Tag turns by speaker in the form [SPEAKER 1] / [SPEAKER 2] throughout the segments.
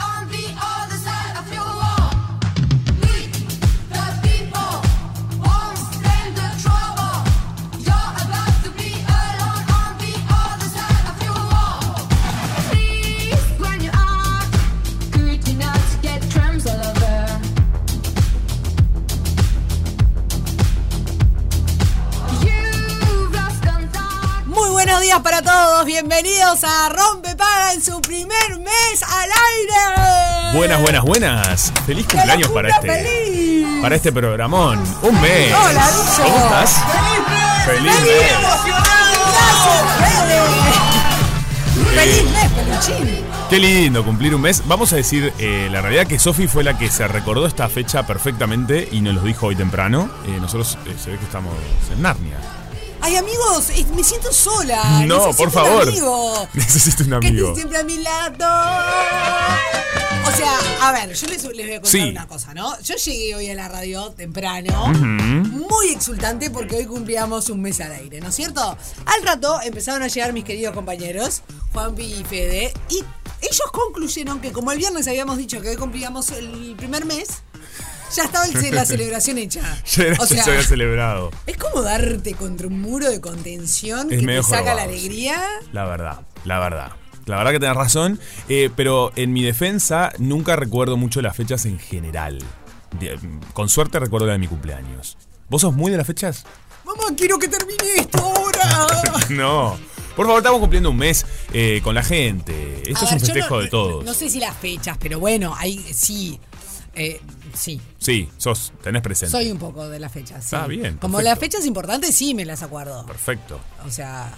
[SPEAKER 1] on the other side of your wall. We, the people, won't stand the trouble. You're about to be alone on the other side of your wall. Please, when you are, could you not get crumbs all over? You've lost contact.
[SPEAKER 2] Muy buenos días para todos, bienvenidos a Rompe Paga en su primer mes al aire.
[SPEAKER 3] Buenas, buenas, buenas. Feliz
[SPEAKER 2] ¡Que
[SPEAKER 3] cumpleaños
[SPEAKER 2] la
[SPEAKER 3] para
[SPEAKER 2] cumpla
[SPEAKER 3] este
[SPEAKER 2] feliz!
[SPEAKER 3] para este programón. Un mes.
[SPEAKER 2] Hola, Lucho.
[SPEAKER 3] Eh, ¿Cómo estás?
[SPEAKER 2] ¡Feliz
[SPEAKER 3] Feliz mes.
[SPEAKER 2] mes! ¡Feliz mes, peluchín!
[SPEAKER 3] Qué lindo cumplir un mes. Vamos a decir eh, la realidad que Sofi fue la que se recordó esta fecha perfectamente y nos lo dijo hoy temprano. Eh, nosotros eh, se ve que estamos en Narnia.
[SPEAKER 2] Ay, amigos, eh, me siento sola.
[SPEAKER 3] no,
[SPEAKER 2] necesito
[SPEAKER 3] por
[SPEAKER 2] un
[SPEAKER 3] favor.
[SPEAKER 2] amigo.
[SPEAKER 3] Necesito un
[SPEAKER 2] Que esté
[SPEAKER 3] amigo.
[SPEAKER 2] siempre a mi lado. O sea, a ver, yo les, les voy a contar
[SPEAKER 3] Sí.
[SPEAKER 2] una cosa, ¿no? Yo llegué hoy a la radio temprano, muy exultante porque hoy cumplíamos un mes al aire, ¿no es cierto? Al rato empezaron a llegar mis queridos compañeros, Juanpi y Fede, y ellos concluyeron que como el viernes habíamos dicho que hoy cumplíamos el primer mes, ya estaba el ce- la celebración hecha.
[SPEAKER 3] Ya era-
[SPEAKER 2] O
[SPEAKER 3] ya
[SPEAKER 2] sea,
[SPEAKER 3] se había celebrado,
[SPEAKER 2] es como darte contra un muro de contención
[SPEAKER 3] Es
[SPEAKER 2] que te
[SPEAKER 3] medio
[SPEAKER 2] saca la
[SPEAKER 3] jorobado, sí.
[SPEAKER 2] alegría.
[SPEAKER 3] la verdad, la verdad. La verdad que tenés razón, eh, pero en mi defensa nunca recuerdo mucho las fechas en general. De- con suerte recuerdo la de mi cumpleaños. ¿Vos sos muy de las fechas?
[SPEAKER 2] Mamá, quiero que termine esto ahora.
[SPEAKER 3] No. Por favor, estamos cumpliendo un mes eh, con la gente. Esto
[SPEAKER 2] A ver,
[SPEAKER 3] es un
[SPEAKER 2] yo
[SPEAKER 3] festejo
[SPEAKER 2] no- eh,
[SPEAKER 3] de todos.
[SPEAKER 2] No sé si las fechas, pero bueno, ahí sí. Eh, sí,
[SPEAKER 3] Sí, sos, tenés presente.
[SPEAKER 2] soy un poco de las fechas. sí.
[SPEAKER 3] Ah, bien,
[SPEAKER 2] Como
[SPEAKER 3] perfecto.
[SPEAKER 2] las fechas importantes, sí me las acuerdo.
[SPEAKER 3] Perfecto.
[SPEAKER 2] O sea,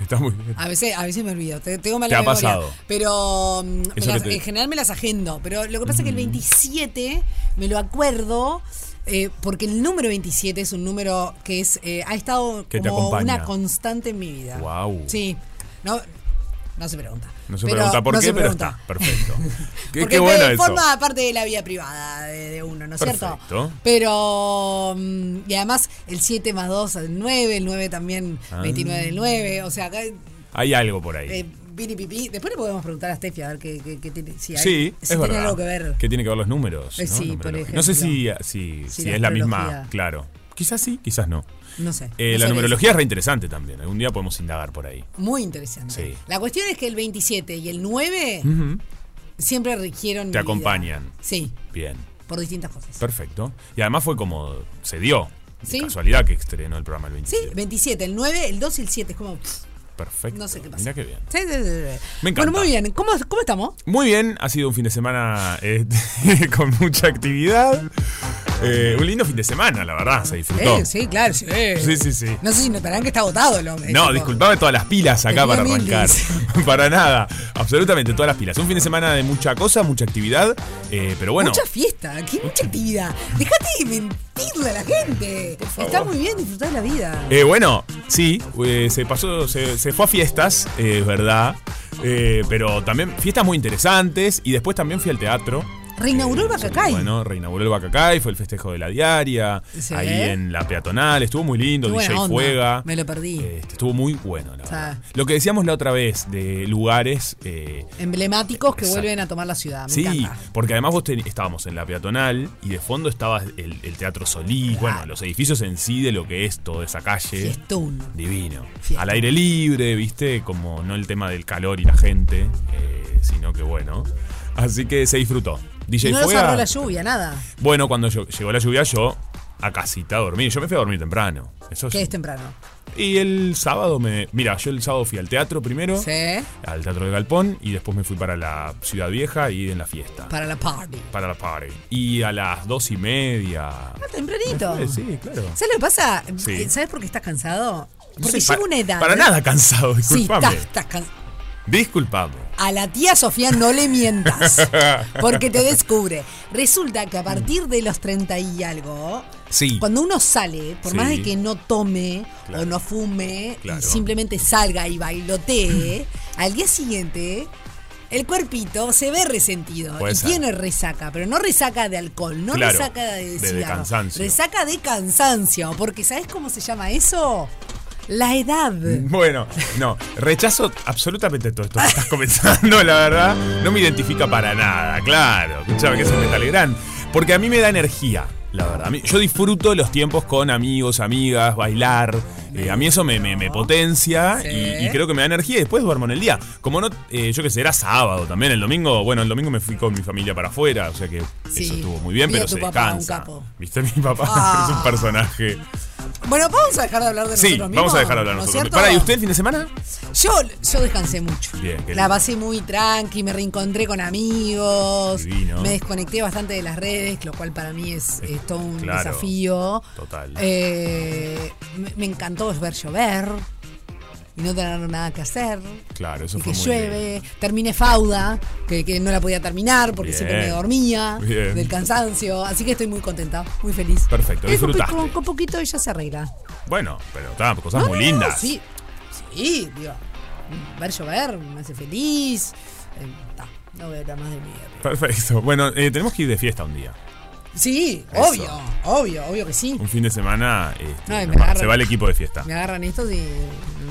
[SPEAKER 3] Está muy bien.
[SPEAKER 2] a veces, a veces me olvido. te- Tengo mala
[SPEAKER 3] Te ha
[SPEAKER 2] memoria.
[SPEAKER 3] pasado.
[SPEAKER 2] Pero mm, me
[SPEAKER 3] Eso
[SPEAKER 2] las-
[SPEAKER 3] que Mm. te-
[SPEAKER 2] en general me las agendo. Pero lo que pasa es que el 27 me lo acuerdo. eh, porque el número 27 es un número que es eh, ha estado
[SPEAKER 3] Que te
[SPEAKER 2] como
[SPEAKER 3] acompaña.
[SPEAKER 2] una constante en mi vida.
[SPEAKER 3] Guau.
[SPEAKER 2] Sí. No, no se pregunta.
[SPEAKER 3] No se
[SPEAKER 2] Pero-
[SPEAKER 3] pregunta por
[SPEAKER 2] no
[SPEAKER 3] qué,
[SPEAKER 2] se
[SPEAKER 3] pero
[SPEAKER 2] pregunta.
[SPEAKER 3] está. Perfecto. qué
[SPEAKER 2] Porque
[SPEAKER 3] qué bueno
[SPEAKER 2] te-
[SPEAKER 3] eso.
[SPEAKER 2] forma parte de la vida privada de, de uno, ¿no es cierto?
[SPEAKER 3] Perfecto.
[SPEAKER 2] Pero. mm, Y además, el 7 más 2, el 9, el 9 también,
[SPEAKER 3] Ah.
[SPEAKER 2] 29 del 9. O sea, acá.
[SPEAKER 3] Hay algo por ahí.
[SPEAKER 2] Eh, piripipi. Después le podemos preguntar a Steffi a ver qué, qué- qué tiene. Si, hay-
[SPEAKER 3] sí,
[SPEAKER 2] si
[SPEAKER 3] es
[SPEAKER 2] tiene
[SPEAKER 3] verdad.
[SPEAKER 2] algo que ver.
[SPEAKER 3] Que tiene que ver los números.
[SPEAKER 2] Eh,
[SPEAKER 3] ¿no?
[SPEAKER 2] sí, por
[SPEAKER 3] Numerología.
[SPEAKER 2] ejemplo.
[SPEAKER 3] No sé si, si,
[SPEAKER 2] Sí,
[SPEAKER 3] si
[SPEAKER 2] la
[SPEAKER 3] es la misma.
[SPEAKER 2] astrología.
[SPEAKER 3] Claro. Quizás sí, quizás no.
[SPEAKER 2] No sé.
[SPEAKER 3] Eh,
[SPEAKER 2] No
[SPEAKER 3] la
[SPEAKER 2] sé.
[SPEAKER 3] numerología es reinteresante también. Algún día podemos indagar por ahí.
[SPEAKER 2] Muy interesante.
[SPEAKER 3] Sí.
[SPEAKER 2] La cuestión es que el 27 y el 9 siempre rigieron. mi
[SPEAKER 3] Te
[SPEAKER 2] vida.
[SPEAKER 3] acompañan.
[SPEAKER 2] Sí,
[SPEAKER 3] Bien.
[SPEAKER 2] por distintas cosas.
[SPEAKER 3] Perfecto. Y además fue como se dio. De
[SPEAKER 2] Sí.
[SPEAKER 3] casualidad que estrenó el programa el
[SPEAKER 2] Sí,
[SPEAKER 3] 27.
[SPEAKER 2] 27, el 9, el 2 y el 7. Es como. pff,
[SPEAKER 3] Perfecto.
[SPEAKER 2] No sé qué pasa.
[SPEAKER 3] Mira qué bien.
[SPEAKER 2] Sí, sí, sí, sí.
[SPEAKER 3] Me encanta.
[SPEAKER 2] Bueno, muy bien. ¿Cómo, cómo estamos?
[SPEAKER 3] Muy bien, ha sido un fin de semana eh, con mucha actividad. Eh, un lindo fin de semana, la verdad, se disfrutó.
[SPEAKER 2] Eh, sí, claro, sí.
[SPEAKER 3] Sí, sí, sí.
[SPEAKER 2] No sé si notarán que está agotado el hombre.
[SPEAKER 3] No,
[SPEAKER 2] tipo.
[SPEAKER 3] disculpame todas las pilas acá
[SPEAKER 2] Tenía
[SPEAKER 3] para arrancar.
[SPEAKER 2] miles.
[SPEAKER 3] para nada, absolutamente todas las pilas. Un fin de semana de mucha cosa, mucha actividad, eh, pero bueno.
[SPEAKER 2] Mucha fiesta, aquí hay mucha actividad. Dejate de mentirle a la gente. Está muy bien disfrutar de la vida.
[SPEAKER 3] Eh, bueno, sí, eh, se pasó, se, se fue a fiestas, eh, es verdad. Eh, pero también fiestas muy interesantes y después también fui al teatro.
[SPEAKER 2] Reinauguró el Bacacay.
[SPEAKER 3] Bueno, reinauguró el Bacacay, fue el festejo de la diaria,
[SPEAKER 2] Sí.
[SPEAKER 3] ahí en la peatonal, estuvo muy lindo,
[SPEAKER 2] Qué buena
[SPEAKER 3] DJ
[SPEAKER 2] onda.
[SPEAKER 3] Fuega.
[SPEAKER 2] Me lo perdí.
[SPEAKER 3] Este, estuvo muy bueno, la
[SPEAKER 2] sea.
[SPEAKER 3] verdad. Lo que decíamos la otra vez de lugares. eh,
[SPEAKER 2] Emblemáticos que
[SPEAKER 3] Exacto.
[SPEAKER 2] vuelven a tomar la ciudad. Me
[SPEAKER 3] sí,
[SPEAKER 2] encanta.
[SPEAKER 3] porque además vos ten- estábamos en la peatonal y de fondo estaba el, el Teatro Solís, bueno, los edificios en sí de lo que es toda esa calle.
[SPEAKER 2] Fiestón.
[SPEAKER 3] Divino.
[SPEAKER 2] Fiesta.
[SPEAKER 3] Al aire libre, viste, como no el tema del calor y la gente, eh, sino que bueno. Así que se disfrutó. DJ
[SPEAKER 2] no
[SPEAKER 3] fue
[SPEAKER 2] nos agarró la
[SPEAKER 3] a-
[SPEAKER 2] lluvia, nada.
[SPEAKER 3] Bueno, cuando yo- llegó la lluvia, yo a casita a dormir. Yo me fui a dormir temprano. Eso
[SPEAKER 2] Que
[SPEAKER 3] sí.
[SPEAKER 2] es temprano.
[SPEAKER 3] Y el sábado me. Mira, yo el sábado fui al teatro primero,
[SPEAKER 2] Sí.
[SPEAKER 3] al teatro de Galpón, y después me fui para la Ciudad Vieja y en la fiesta.
[SPEAKER 2] Para la party.
[SPEAKER 3] para la party. Y a las dos y media.
[SPEAKER 2] Ah, tempranito.
[SPEAKER 3] Eh, Sí, claro.
[SPEAKER 2] ¿Sabes lo que pasa?
[SPEAKER 3] Sí.
[SPEAKER 2] ¿Sabes por qué estás cansado?
[SPEAKER 3] No
[SPEAKER 2] Porque
[SPEAKER 3] sé,
[SPEAKER 2] llega
[SPEAKER 3] pa-
[SPEAKER 2] una edad. ¿eh?
[SPEAKER 3] Para nada cansado,
[SPEAKER 2] Sí,
[SPEAKER 3] disculpame.
[SPEAKER 2] estás, estás cansado.
[SPEAKER 3] Disculpame.
[SPEAKER 2] A la tía Sofía no le mientas, porque te descubre. Resulta que a partir de los 30 y algo,
[SPEAKER 3] Sí.
[SPEAKER 2] cuando uno sale, por
[SPEAKER 3] Sí.
[SPEAKER 2] más de que no tome
[SPEAKER 3] Claro.
[SPEAKER 2] o no fume, y
[SPEAKER 3] Claro.
[SPEAKER 2] simplemente salga y bailotee, al día siguiente el cuerpito se ve resentido
[SPEAKER 3] Puede
[SPEAKER 2] y
[SPEAKER 3] ser.
[SPEAKER 2] tiene resaca, pero no resaca de alcohol, no
[SPEAKER 3] Claro,
[SPEAKER 2] resaca de
[SPEAKER 3] de- de
[SPEAKER 2] cigarro,
[SPEAKER 3] cansancio.
[SPEAKER 2] resaca de cansancio, porque ¿sabes cómo se llama eso? La edad.
[SPEAKER 3] Bueno, no, rechazo absolutamente todo esto que estás comenzando, la verdad. No me identifica para nada, claro. Escuchame que es un metal gran. Porque a mí me da energía, la verdad. A mí- Yo disfruto los tiempos con amigos, amigas, bailar. Eh, a mí eso me, me- me potencia
[SPEAKER 2] Sí.
[SPEAKER 3] y, y creo que me da energía y después duermo en el día. Como no, eh, yo que sé, era sábado también, el domingo, bueno, el domingo me fui con mi familia para afuera, o sea que
[SPEAKER 2] Sí.
[SPEAKER 3] eso estuvo muy bien,
[SPEAKER 2] Vi a
[SPEAKER 3] pero
[SPEAKER 2] tu
[SPEAKER 3] se
[SPEAKER 2] papá, un
[SPEAKER 3] descansa.
[SPEAKER 2] capo.
[SPEAKER 3] ¿Viste? Mi papá es un personaje.
[SPEAKER 2] Bueno, vamos a dejar de hablar de
[SPEAKER 3] Sí,
[SPEAKER 2] nosotros mismos.
[SPEAKER 3] vamos a dejar hablar
[SPEAKER 2] ¿no es
[SPEAKER 3] nosotros.
[SPEAKER 2] cierto?
[SPEAKER 3] Para, ¿y usted el fin de semana?
[SPEAKER 2] Yo, yo descansé mucho.
[SPEAKER 3] Bien, qué
[SPEAKER 2] la
[SPEAKER 3] lindo.
[SPEAKER 2] pasé muy tranqui, me reencontré con amigos,
[SPEAKER 3] Divino.
[SPEAKER 2] me desconecté bastante de las redes, lo cual para mí es, es todo un
[SPEAKER 3] Claro.
[SPEAKER 2] desafío.
[SPEAKER 3] Total.
[SPEAKER 2] Eh, me, me encantó ver llover y no tener nada que hacer.
[SPEAKER 3] Claro, eso
[SPEAKER 2] y
[SPEAKER 3] fue
[SPEAKER 2] que
[SPEAKER 3] muy
[SPEAKER 2] llueve. Terminé Fauda, que, que no la podía terminar porque
[SPEAKER 3] Bien.
[SPEAKER 2] siempre me dormía
[SPEAKER 3] Bien.
[SPEAKER 2] del cansancio. Así que estoy muy contenta, muy feliz.
[SPEAKER 3] Perfecto,
[SPEAKER 2] Eh, con-
[SPEAKER 3] disfrutaste.
[SPEAKER 2] Con, con poquito ella se arregla.
[SPEAKER 3] Bueno, pero estaban cosas
[SPEAKER 2] No,
[SPEAKER 3] muy
[SPEAKER 2] no, no,
[SPEAKER 3] lindas.
[SPEAKER 2] Sí, sí, digo. mm, Ver llover me hace feliz. Eh, ta, no voy a hablar más de mi vida. pero-
[SPEAKER 3] Perfecto. Bueno, eh, tenemos que ir de fiesta un día.
[SPEAKER 2] Sí,
[SPEAKER 3] Eso.
[SPEAKER 2] obvio, obvio, obvio que sí.
[SPEAKER 3] Un fin de semana este,
[SPEAKER 2] No, y me
[SPEAKER 3] nomás,
[SPEAKER 2] agarra-
[SPEAKER 3] se va el equipo de fiesta.
[SPEAKER 2] Me agarran estos y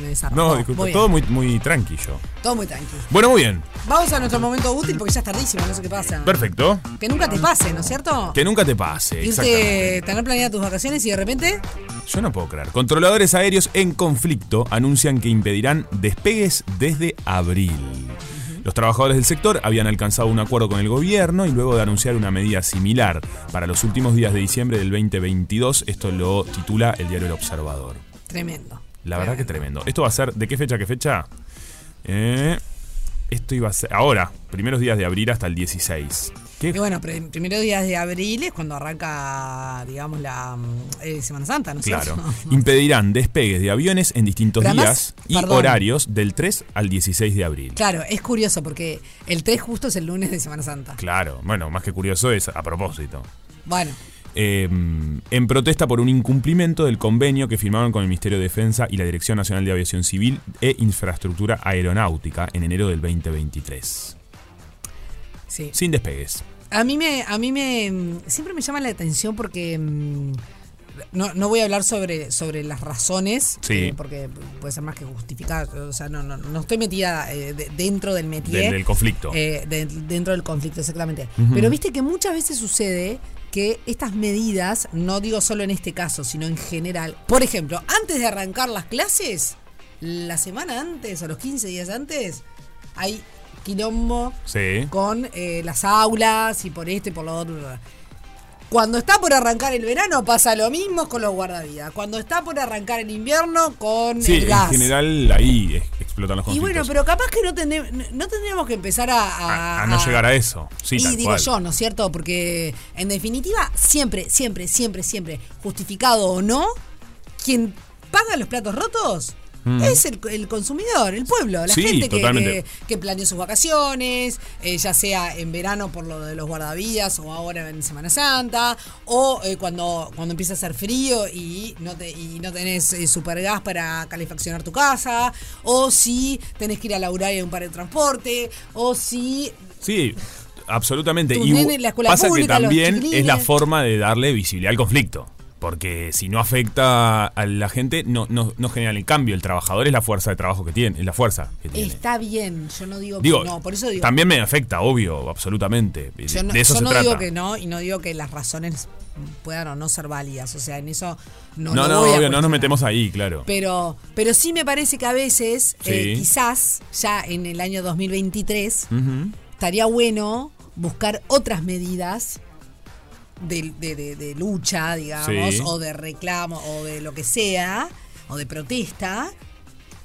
[SPEAKER 2] me desarman.
[SPEAKER 3] No, disculpe,
[SPEAKER 2] Muy bien,
[SPEAKER 3] todo muy, muy tranquilo.
[SPEAKER 2] todo muy tranquilo.
[SPEAKER 3] Bueno, muy bien.
[SPEAKER 2] Vamos a nuestro momento útil porque ya es tardísimo, no sé qué pasa.
[SPEAKER 3] Perfecto.
[SPEAKER 2] Que nunca te pase, ¿no es cierto?
[SPEAKER 3] Que nunca te pase. exactamente.
[SPEAKER 2] Irte, tener planeadas tus vacaciones y de repente.
[SPEAKER 3] Yo no puedo creer. Controladores aéreos en conflicto anuncian que impedirán despegues desde abril. Los trabajadores del sector habían alcanzado un acuerdo con el gobierno y luego de anunciar una medida similar para los últimos días de diciembre del 2022, esto lo titula el diario El Observador.
[SPEAKER 2] Tremendo.
[SPEAKER 3] La verdad que tremendo. Esto va a ser, ¿de qué fecha a qué fecha? Eh, esto iba a ser, ahora, primeros días de abril hasta el 16. ¿Qué?
[SPEAKER 2] Y bueno, pr- primeros días de abril es cuando arranca, digamos, la mm, eh, Semana Santa, ¿no es
[SPEAKER 3] Claro.
[SPEAKER 2] cierto?
[SPEAKER 3] Impedirán despegues de aviones en distintos
[SPEAKER 2] Pero además,
[SPEAKER 3] días y
[SPEAKER 2] perdón.
[SPEAKER 3] horarios del 3 al 16 de abril.
[SPEAKER 2] Claro, es curioso porque el 3 justo es el lunes de Semana Santa.
[SPEAKER 3] Claro, bueno, más que curioso es a propósito.
[SPEAKER 2] Bueno,
[SPEAKER 3] Eh, en protesta por un incumplimiento del convenio que firmaron con el Ministerio de Defensa y la Dirección Nacional de Aviación Civil e Infraestructura Aeronáutica en enero del 2023.
[SPEAKER 2] sí.
[SPEAKER 3] Sin despegues.
[SPEAKER 2] A mí me, a mí me mm, siempre me llama la atención porque mm, no, no voy a hablar sobre, sobre las razones,
[SPEAKER 3] Sí.
[SPEAKER 2] eh, porque puede ser más que justificar. O sea, no, no, no estoy metida eh, de- dentro del métier.
[SPEAKER 3] Del- del conflicto.
[SPEAKER 2] eh, de- dentro del conflicto, exactamente. Pero viste que muchas veces sucede que estas medidas, no digo solo en este caso, sino en general. Por ejemplo, antes de arrancar las clases, la semana antes o los 15 días antes, hay quilombo
[SPEAKER 3] Sí.
[SPEAKER 2] con eh, las aulas y por esto y por lo otro. bla, bla. Cuando está por arrancar el verano pasa lo mismo con los guardavidas. Cuando está por arrancar el invierno con
[SPEAKER 3] Sí,
[SPEAKER 2] el
[SPEAKER 3] en
[SPEAKER 2] gas.
[SPEAKER 3] general ahí es- explotan los
[SPEAKER 2] y bueno,
[SPEAKER 3] conflictos.
[SPEAKER 2] pero capaz que no, tendremos, no tendríamos que empezar a... a-
[SPEAKER 3] a, a no llegar a eso. Sí,
[SPEAKER 2] y
[SPEAKER 3] tal
[SPEAKER 2] digo
[SPEAKER 3] cual.
[SPEAKER 2] yo, ¿no es cierto? Porque en definitiva, siempre, siempre, siempre, siempre, justificado o no, quien paga los platos rotos es el, el consumidor, el pueblo, la
[SPEAKER 3] Sí,
[SPEAKER 2] gente que,
[SPEAKER 3] totalmente.
[SPEAKER 2] que, que planeó sus vacaciones, eh, ya sea en verano por lo de los guardavidas o ahora en Semana Santa, o eh, cuando, cuando empieza a hacer frío y no, te, y no tenés eh, supergas para calefaccionar tu casa, o si tenés que ir a laburar en un par de transporte, o si
[SPEAKER 3] Sí, absolutamente.
[SPEAKER 2] Tus
[SPEAKER 3] Y
[SPEAKER 2] nenes en la escuela
[SPEAKER 3] pasa
[SPEAKER 2] pública,
[SPEAKER 3] que
[SPEAKER 2] los
[SPEAKER 3] también
[SPEAKER 2] chiquilines.
[SPEAKER 3] es la forma de darle visibilidad al conflicto. Porque si no afecta a la gente, no, no, no genera el cambio. El trabajador es la fuerza de trabajo que tiene, es la fuerza que tiene.
[SPEAKER 2] Está bien, yo no digo,
[SPEAKER 3] digo,
[SPEAKER 2] que no, por eso digo.
[SPEAKER 3] También me afecta, obvio, absolutamente. De-
[SPEAKER 2] yo no,
[SPEAKER 3] de eso
[SPEAKER 2] yo
[SPEAKER 3] se
[SPEAKER 2] no
[SPEAKER 3] trata.
[SPEAKER 2] digo que no y no digo que las razones puedan o no ser válidas, o sea, en eso no
[SPEAKER 3] no, no,
[SPEAKER 2] lo voy a
[SPEAKER 3] obvio, no
[SPEAKER 2] cuestionar.
[SPEAKER 3] nos metemos ahí, claro.
[SPEAKER 2] Pero, pero sí me parece que a veces, eh,
[SPEAKER 3] Sí. Mm.
[SPEAKER 2] quizás ya en el año 2023, estaría bueno buscar otras medidas de, de- de- de lucha, digamos,
[SPEAKER 3] Sí.
[SPEAKER 2] o de reclamo, o de lo que sea, o de protesta,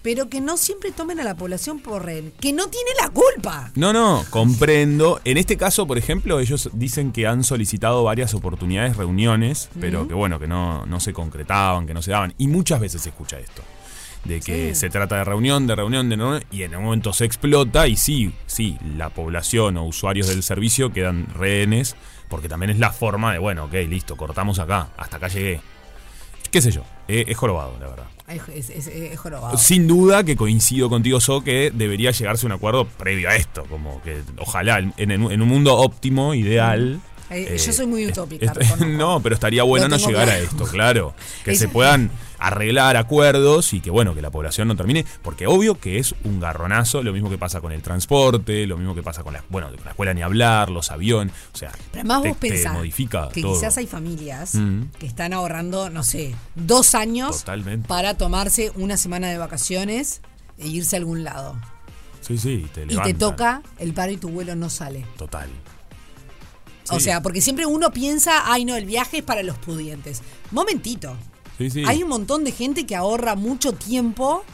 [SPEAKER 2] pero que no siempre tomen a la población por rehén, que no tiene la culpa.
[SPEAKER 3] No, no, comprendo. En este caso, por ejemplo, ellos dicen que han solicitado varias oportunidades, reuniones, pero que bueno, que no, no se concretaban, que no se daban. Y muchas veces se escucha esto. De que se trata de reunión, de reunión, de reunión, y en un momento se explota y sí, sí, la población o usuarios del servicio quedan rehenes, porque también es la forma de, bueno, ok, listo, cortamos acá, hasta acá llegué. Qué sé yo, eh, es jorobado, la verdad.
[SPEAKER 2] Es, es- es- es jorobado.
[SPEAKER 3] Sin duda que coincido contigo, So, que debería llegarse a un acuerdo previo a esto. Como que ojalá en, en un- en un mundo óptimo, ideal.
[SPEAKER 2] Eh, yo soy muy utópica,
[SPEAKER 3] est-
[SPEAKER 2] reconozco.
[SPEAKER 3] no, pero estaría bueno
[SPEAKER 2] Mm. Lo
[SPEAKER 3] no
[SPEAKER 2] tengo
[SPEAKER 3] llegar a
[SPEAKER 2] claro.
[SPEAKER 3] esto, claro. Que
[SPEAKER 2] Es-
[SPEAKER 3] se puedan arreglar acuerdos y que bueno, que la población no termine. Porque obvio que es un garronazo, lo mismo que pasa con el transporte, lo mismo que pasa con la, bueno, con la escuela ni hablar, los aviones. O sea,
[SPEAKER 2] Pero además
[SPEAKER 3] te,
[SPEAKER 2] vos
[SPEAKER 3] te
[SPEAKER 2] pensás
[SPEAKER 3] modifica
[SPEAKER 2] que
[SPEAKER 3] todo.
[SPEAKER 2] quizás hay familias
[SPEAKER 3] Mm.
[SPEAKER 2] que están ahorrando, no sé, dos años
[SPEAKER 3] Totalmente.
[SPEAKER 2] para tomarse una semana de vacaciones e irse a algún lado.
[SPEAKER 3] Sí, sí, te
[SPEAKER 2] Y te
[SPEAKER 3] levantan.
[SPEAKER 2] toca el paro y tu vuelo no sale.
[SPEAKER 3] Total.
[SPEAKER 2] O
[SPEAKER 3] Sí.
[SPEAKER 2] sea, porque siempre uno piensa, ay no, el viaje es para los pudientes. Momentito.
[SPEAKER 3] Sí, sí.
[SPEAKER 2] Hay un montón de gente que ahorra mucho tiempo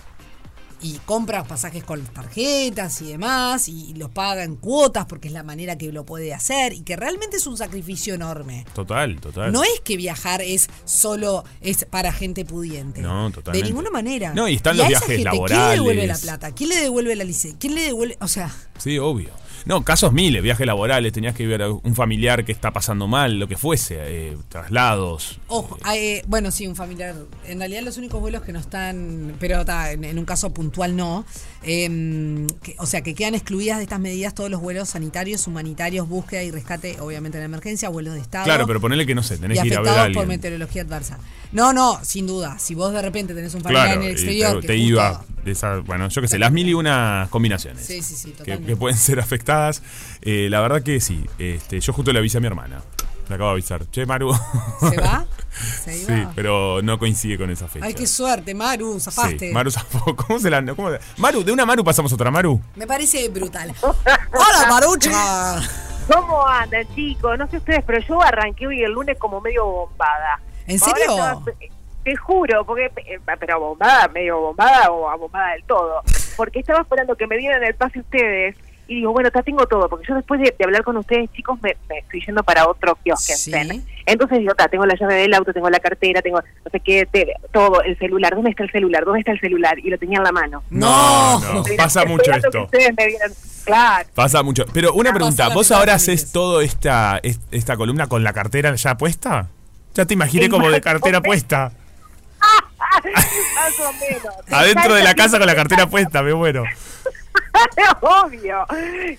[SPEAKER 2] y compra pasajes con tarjetas y demás y los paga en cuotas porque es la manera que lo puede hacer y que realmente es un sacrificio enorme.
[SPEAKER 3] Total, total.
[SPEAKER 2] No es que viajar es solo es para gente pudiente.
[SPEAKER 3] No, totalmente.
[SPEAKER 2] De ninguna manera.
[SPEAKER 3] No, y están
[SPEAKER 2] a
[SPEAKER 3] los
[SPEAKER 2] esa
[SPEAKER 3] viajes
[SPEAKER 2] gente, ¿Quién le
[SPEAKER 3] laborales.
[SPEAKER 2] devuelve la plata? ¿Quién le devuelve la licencia? ¿Quién le devuelve? O sea,
[SPEAKER 3] Sí, obvio. No, casos miles, viajes laborales, tenías que ver a un familiar que está pasando mal, lo que fuese, eh, traslados.
[SPEAKER 2] ojo, eh, bueno, sí, un familiar. En realidad los únicos vuelos que no están, pero ta, en, en un caso puntual no. eh, que- o sea, que quedan excluidas de estas medidas todos los vuelos sanitarios, humanitarios, búsqueda y rescate, obviamente en emergencia, vuelos de Estado.
[SPEAKER 3] Claro, pero ponele que no sé,
[SPEAKER 2] y
[SPEAKER 3] tenés que ir a ver a
[SPEAKER 2] afectados por
[SPEAKER 3] alguien.
[SPEAKER 2] meteorología adversa. No, no, sin duda. Si vos de repente tenés un familiar
[SPEAKER 3] Claro,
[SPEAKER 2] en el
[SPEAKER 3] y
[SPEAKER 2] exterior
[SPEAKER 3] te,
[SPEAKER 2] que
[SPEAKER 3] te
[SPEAKER 2] justo-
[SPEAKER 3] iba de esa, bueno, yo qué sé, las mil y unas combinaciones.
[SPEAKER 2] Sí, sí, sí,
[SPEAKER 3] que- que,
[SPEAKER 2] totalmente.
[SPEAKER 3] pueden ser afectadas. Eh, la verdad que sí. Este, yo justo le avisé a mi hermana. Le acabo de avisar. Che, Maru.
[SPEAKER 2] ¿Se va? ¿Se
[SPEAKER 3] Sí,
[SPEAKER 2] iba?
[SPEAKER 3] pero no coincide con esa fecha.
[SPEAKER 2] Ay, qué suerte, Maru, zafaste.
[SPEAKER 3] Sí, Maru zafó. ¿Cómo se la.? cómo la- Maru, de una Maru pasamos a otra Maru.
[SPEAKER 2] Me parece brutal. ¡Hola, Marucha!
[SPEAKER 4] ¿Cómo andan, chicos? No sé ustedes, pero yo arranqué hoy el lunes como medio bombada.
[SPEAKER 2] ¿En serio?
[SPEAKER 4] Ahora estaba- eh, te juro, porque eh, pero bombada, medio bombada o abombada del todo. Porque estaba esperando que me dieran el pase ustedes y digo, bueno, acá tengo todo. Porque yo después de, de hablar con ustedes, chicos, me, me estoy yendo para otro kiosque. en
[SPEAKER 2] Sí.
[SPEAKER 4] Zen. Entonces digo, acá tengo la llave del auto, tengo la cartera, tengo no sé qué, te- todo, el celular. ¿Dónde está el celular? ¿Dónde está el celular? Y lo tenía en la mano.
[SPEAKER 2] No.
[SPEAKER 3] no, pasa mucho
[SPEAKER 4] Esperando que
[SPEAKER 3] esto.
[SPEAKER 4] ustedes me dieran- Claro.
[SPEAKER 3] Pasa mucho. Pero una
[SPEAKER 2] Ah,
[SPEAKER 3] pregunta,
[SPEAKER 2] pasa
[SPEAKER 3] ¿vos
[SPEAKER 2] la
[SPEAKER 3] ahora
[SPEAKER 2] mitad,
[SPEAKER 3] haces
[SPEAKER 2] Ramírez.
[SPEAKER 3] toda esta, es- esta columna con la cartera ya puesta? Ya te imaginé como de cartera puesta.
[SPEAKER 4] Más o menos.
[SPEAKER 3] Adentro de la casa con la cartera puesta, me bueno.
[SPEAKER 4] Obvio.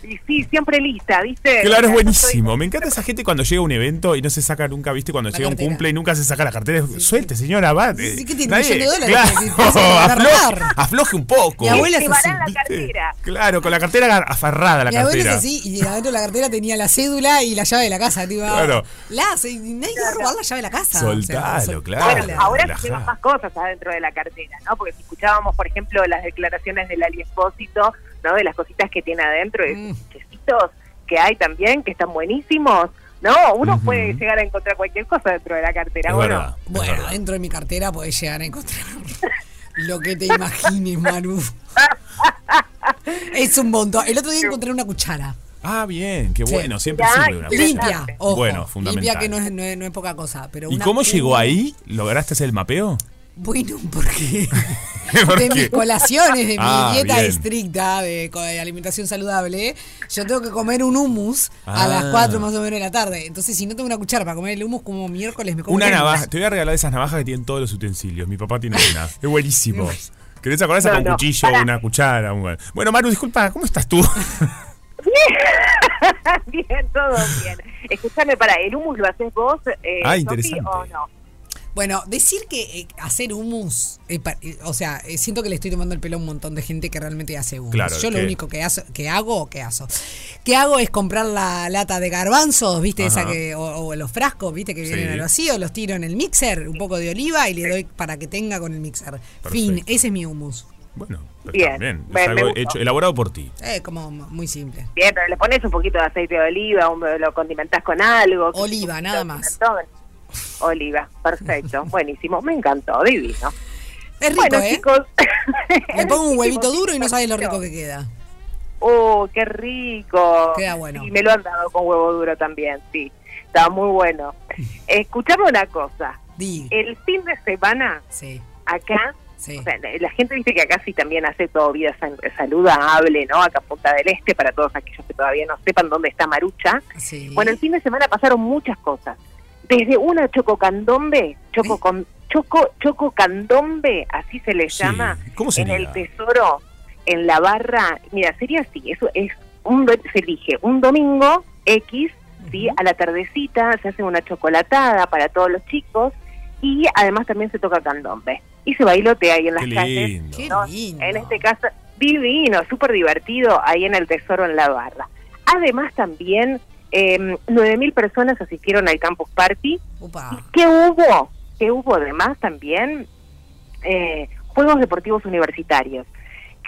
[SPEAKER 4] Y sí, siempre lista, ¿viste?
[SPEAKER 3] Claro, es
[SPEAKER 4] Yo
[SPEAKER 3] buenísimo. Me encanta esa gente cuando llega a un evento y no se saca nunca, viste, cuando
[SPEAKER 2] La
[SPEAKER 3] llega
[SPEAKER 2] cartera.
[SPEAKER 3] un cumple y nunca se saca la cartera. Suelte, señora, va.
[SPEAKER 2] Sí, sí,
[SPEAKER 3] eh,
[SPEAKER 2] que tiene un millón de dólares,
[SPEAKER 3] Claro,
[SPEAKER 2] que se van a
[SPEAKER 3] afloje,
[SPEAKER 2] armar.
[SPEAKER 3] afloje un poco.
[SPEAKER 2] Mi abuela
[SPEAKER 4] soy-
[SPEAKER 2] es
[SPEAKER 4] llevará la
[SPEAKER 2] así.
[SPEAKER 3] ¿viste?
[SPEAKER 4] cartera.
[SPEAKER 3] Claro, con la cartera agar- aferrada la
[SPEAKER 2] Mi abuelo es
[SPEAKER 3] cartera.
[SPEAKER 2] así y adentro de la cartera tenía la cédula y la llave de la casa. Tipo,
[SPEAKER 3] Claro.
[SPEAKER 2] La, se- nadie va a robar la llave de la casa.
[SPEAKER 3] Soltalo, claro.
[SPEAKER 4] Bueno,
[SPEAKER 3] Hola,
[SPEAKER 4] ahora
[SPEAKER 3] relajá.
[SPEAKER 4] se llevan más cosas adentro de la cartera, ¿no? Porque si escuchábamos, por ejemplo, las declaraciones del Ali Espósito, ¿no? De las cositas que tiene adentro, de
[SPEAKER 2] Mm.
[SPEAKER 4] sus chesitos que hay también, que están buenísimos, ¿no? Uno puede llegar a encontrar cualquier cosa dentro de la cartera.
[SPEAKER 3] Es
[SPEAKER 4] bueno,
[SPEAKER 3] verdad. es
[SPEAKER 2] Bueno,
[SPEAKER 3] verdad.
[SPEAKER 2] dentro de mi cartera podés llegar a encontrar lo que te imagines, Maru. Es un montón. El otro día encontré una cuchara.
[SPEAKER 3] Ah, bien, qué
[SPEAKER 2] Sí.
[SPEAKER 3] bueno. Siempre
[SPEAKER 4] Ya,
[SPEAKER 3] sirve una
[SPEAKER 4] Qué
[SPEAKER 2] Limpia,
[SPEAKER 4] interesante.
[SPEAKER 2] ojo.
[SPEAKER 3] Bueno,
[SPEAKER 2] Limpia
[SPEAKER 3] fundamental.
[SPEAKER 2] que no es, no es- no es poca cosa. Pero
[SPEAKER 3] ¿Y
[SPEAKER 2] una-
[SPEAKER 3] cómo llegó ahí? ¿Lograste hacer el mapeo?
[SPEAKER 2] Bueno, porque
[SPEAKER 3] ¿Por
[SPEAKER 2] de
[SPEAKER 3] qué?
[SPEAKER 2] mis colaciones, de mi
[SPEAKER 3] Ah,
[SPEAKER 2] dieta
[SPEAKER 3] bien.
[SPEAKER 2] estricta, de, co- de alimentación saludable, yo tengo que comer un hummus a las
[SPEAKER 3] Ah.
[SPEAKER 2] 4 más o menos de la tarde. Entonces, si no tengo una cuchara para comer el hummus, como miércoles me como
[SPEAKER 3] Una
[SPEAKER 2] el hummus.
[SPEAKER 3] navaja. Te voy a regalar esas navajas que tienen todos los utensilios. Mi papá tiene una. Es buenísimo. ¿Querés acordarse
[SPEAKER 4] No,
[SPEAKER 3] con un
[SPEAKER 4] no,
[SPEAKER 3] cuchillo,
[SPEAKER 4] pará.
[SPEAKER 3] una cuchara? un- Bueno, Maru, disculpa, ¿cómo estás tú?
[SPEAKER 4] bien, todo bien. Escuchame, para, ¿el humus lo haces vos, eh,
[SPEAKER 3] Ah,
[SPEAKER 4] Sofi,
[SPEAKER 3] interesante.
[SPEAKER 4] o no?
[SPEAKER 2] Bueno, decir que eh, hacer hummus, eh, pa- eh, o sea, eh, siento que le estoy tomando el pelo a un montón de gente que realmente hace hummus.
[SPEAKER 3] Claro,
[SPEAKER 2] Yo lo
[SPEAKER 3] que-
[SPEAKER 2] único que, hago, que hago, que hago, que hago es comprar la lata de garbanzos, viste, esa
[SPEAKER 3] Ajá.
[SPEAKER 2] que, o, o los frascos, viste, que vienen
[SPEAKER 3] Sí.
[SPEAKER 2] al vacío, los tiro en el mixer, un poco de oliva y le doy para que tenga con el mixer. Fin,
[SPEAKER 3] Perfecto.
[SPEAKER 2] ese es mi hummus.
[SPEAKER 3] Bueno, pero
[SPEAKER 4] Bien.
[SPEAKER 3] está bien.
[SPEAKER 4] Me-
[SPEAKER 3] Es
[SPEAKER 4] me
[SPEAKER 3] algo
[SPEAKER 4] gustó.
[SPEAKER 3] hecho, elaborado por ti.
[SPEAKER 2] Es Eh, como m- muy simple.
[SPEAKER 4] Bien, pero le pones un poquito de aceite de oliva, un- lo condimentás con algo. que-
[SPEAKER 2] Oliva, nada más.
[SPEAKER 4] pimentón. Oliva, perfecto, buenísimo, me encantó, divino.
[SPEAKER 2] Es rico,
[SPEAKER 4] bueno,
[SPEAKER 2] ¿eh?
[SPEAKER 4] chicos.
[SPEAKER 2] Le pongo un huevito
[SPEAKER 4] Muchísimo,
[SPEAKER 2] duro y no sabes lo rico
[SPEAKER 4] muchísimo.
[SPEAKER 2] que queda.
[SPEAKER 4] ¡Oh, qué rico!
[SPEAKER 2] Queda bueno.
[SPEAKER 4] Y me lo han dado con huevo duro también, sí. Está muy bueno. Escuchame una cosa.
[SPEAKER 2] Di.
[SPEAKER 4] El fin de semana,
[SPEAKER 2] Sí,
[SPEAKER 4] acá,
[SPEAKER 2] sí.
[SPEAKER 4] o sea, la, la gente dice que acá sí también hace todo vida san- saludable, ¿no? Acá en Punta del Este, para todos aquellos que todavía no sepan dónde está Marucha.
[SPEAKER 2] sí.
[SPEAKER 4] Bueno, el fin de semana pasaron muchas cosas. Desde una chococandombe, choco con choco choco candombe, así se le
[SPEAKER 3] Sí.
[SPEAKER 4] llama
[SPEAKER 3] ¿Cómo
[SPEAKER 4] en
[SPEAKER 3] sería?
[SPEAKER 4] el tesoro, en la barra. Mira, sería así, eso es un do- se elige un domingo X, ¿sí? a la tardecita se hace una chocolatada para todos los chicos y además también se toca candombe y se bailotea ahí en las
[SPEAKER 3] Qué
[SPEAKER 4] calles.
[SPEAKER 3] lindo.
[SPEAKER 2] Qué
[SPEAKER 4] ¿no?
[SPEAKER 2] lindo.
[SPEAKER 4] En este caso, divino, súper divertido ahí en el Tesoro en la Barra. Además también, eh, 9.000 personas asistieron al Campus Party.
[SPEAKER 2] Upa.
[SPEAKER 4] ¿Qué hubo? ¿Qué hubo además también? Eh, juegos deportivos universitarios,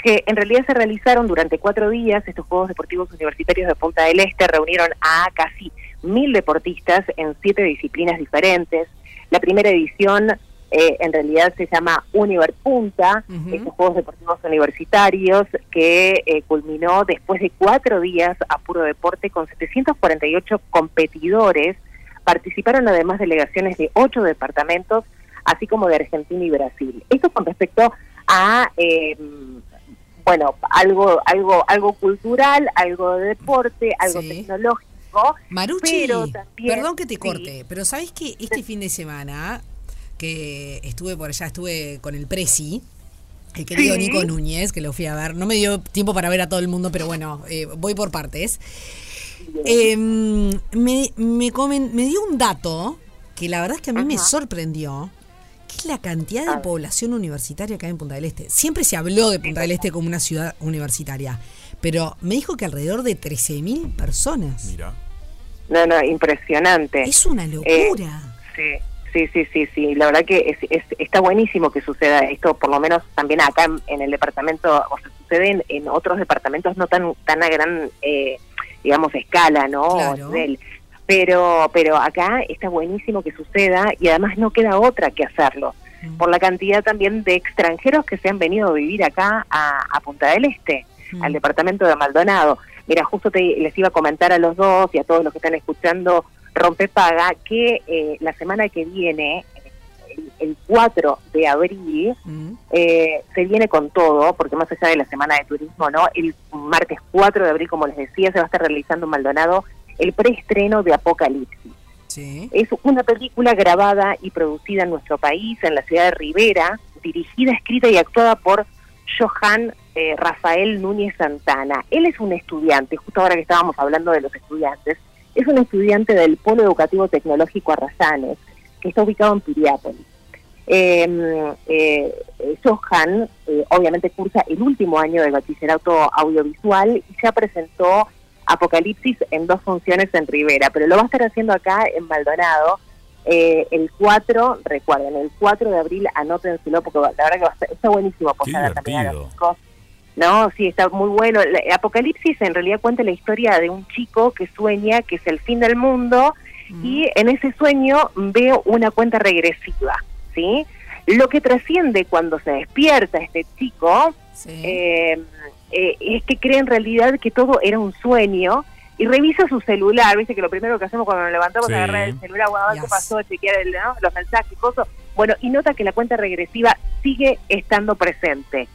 [SPEAKER 4] que en realidad se realizaron durante cuatro días. Estos Juegos Deportivos Universitarios de Punta del Este reunieron a casi mil deportistas en siete disciplinas diferentes. La primera edición eh, en realidad se llama Univerpunta,
[SPEAKER 2] Ujú.
[SPEAKER 4] estos Juegos Deportivos Universitarios, que eh, culminó después de cuatro días a puro deporte con 748 competidores. Participaron además delegaciones de ocho departamentos, así como de Argentina y Brasil. Esto con respecto a, eh, bueno, algo, algo, algo cultural, algo de deporte, algo
[SPEAKER 2] Sí.
[SPEAKER 4] tecnológico.
[SPEAKER 2] Maruchi,
[SPEAKER 4] pero también-
[SPEAKER 2] perdón que te
[SPEAKER 4] sí.
[SPEAKER 2] corte, pero ¿sabés que este fin de semana que estuve por allá, estuve con el Prezi, el querido
[SPEAKER 4] Sí.
[SPEAKER 2] Nico Núñez, que lo fui a ver, no me dio tiempo para ver a todo el mundo, pero bueno, eh, voy por partes. Eh, me, me, comen- me dio un dato que la verdad es que a mí me sorprendió, que es la cantidad de población universitaria que hay en Punta del Este. Siempre se habló de Punta del Este como una ciudad universitaria, pero me dijo que alrededor de 13.000 personas.
[SPEAKER 3] Mira.
[SPEAKER 4] No, no, impresionante. Eh,
[SPEAKER 2] Es una locura.
[SPEAKER 4] Sí, sí, sí, sí, sí. La verdad que es, es- está buenísimo que suceda esto, por lo menos también acá en, en el departamento, o sea, sucede en, en otros departamentos no tan, tan a gran, eh, digamos, escala, ¿no? O
[SPEAKER 2] Claro.
[SPEAKER 4] nivel. Pero, pero acá está buenísimo que suceda y además no queda otra que hacerlo, por la cantidad también de extranjeros que se han venido a vivir acá a, a Punta del Este, al departamento de Maldonado. Mira, justo te, les iba a comentar a los dos y a todos los que están escuchando Rompepaga que eh, la semana que viene, el, el 4 de abril,
[SPEAKER 2] Mm.
[SPEAKER 4] eh, se viene con todo, porque más allá de la semana de turismo, ¿no? El martes 4 de abril, como les decía, se va a estar realizando en Maldonado el preestreno de Apocalipsis.
[SPEAKER 2] Sí.
[SPEAKER 4] Es una película grabada y producida en nuestro país, en la ciudad de Rivera, dirigida, escrita y actuada por Johan eh, Rafael Núñez Santana. Él es un estudiante, justo ahora que estábamos hablando de los estudiantes, es un estudiante del Polo Educativo Tecnológico Arrasanes, que está ubicado en Piriápolis. Eh, eh, Johan eh, obviamente cursa el último año del bachillerato audiovisual y ya presentó Apocalipsis en dos funciones en Rivera, pero lo va a estar haciendo acá en Maldonado eh, el 4, recuerden, el 4 de abril, anótenselo porque va- la verdad que va a estar- está buenísimo pues, posada también a los
[SPEAKER 3] divertido.
[SPEAKER 4] chicos. No, sí, está muy bueno. La- Apocalipsis en realidad cuenta la historia de un chico que sueña que es el fin del mundo y en ese sueño veo una cuenta regresiva, ¿sí? Lo que trasciende cuando se despierta este chico
[SPEAKER 2] Sí.
[SPEAKER 4] eh, eh, es que cree en realidad que todo era un sueño y revisa su celular, viste que lo primero que hacemos cuando nos levantamos
[SPEAKER 3] Sí.
[SPEAKER 4] es agarrar el celular, bueno, a ver qué
[SPEAKER 2] Yes.
[SPEAKER 4] pasó, chequear el, ¿no? los mensajes y cosas. Bueno, y nota que la cuenta regresiva sigue estando presente.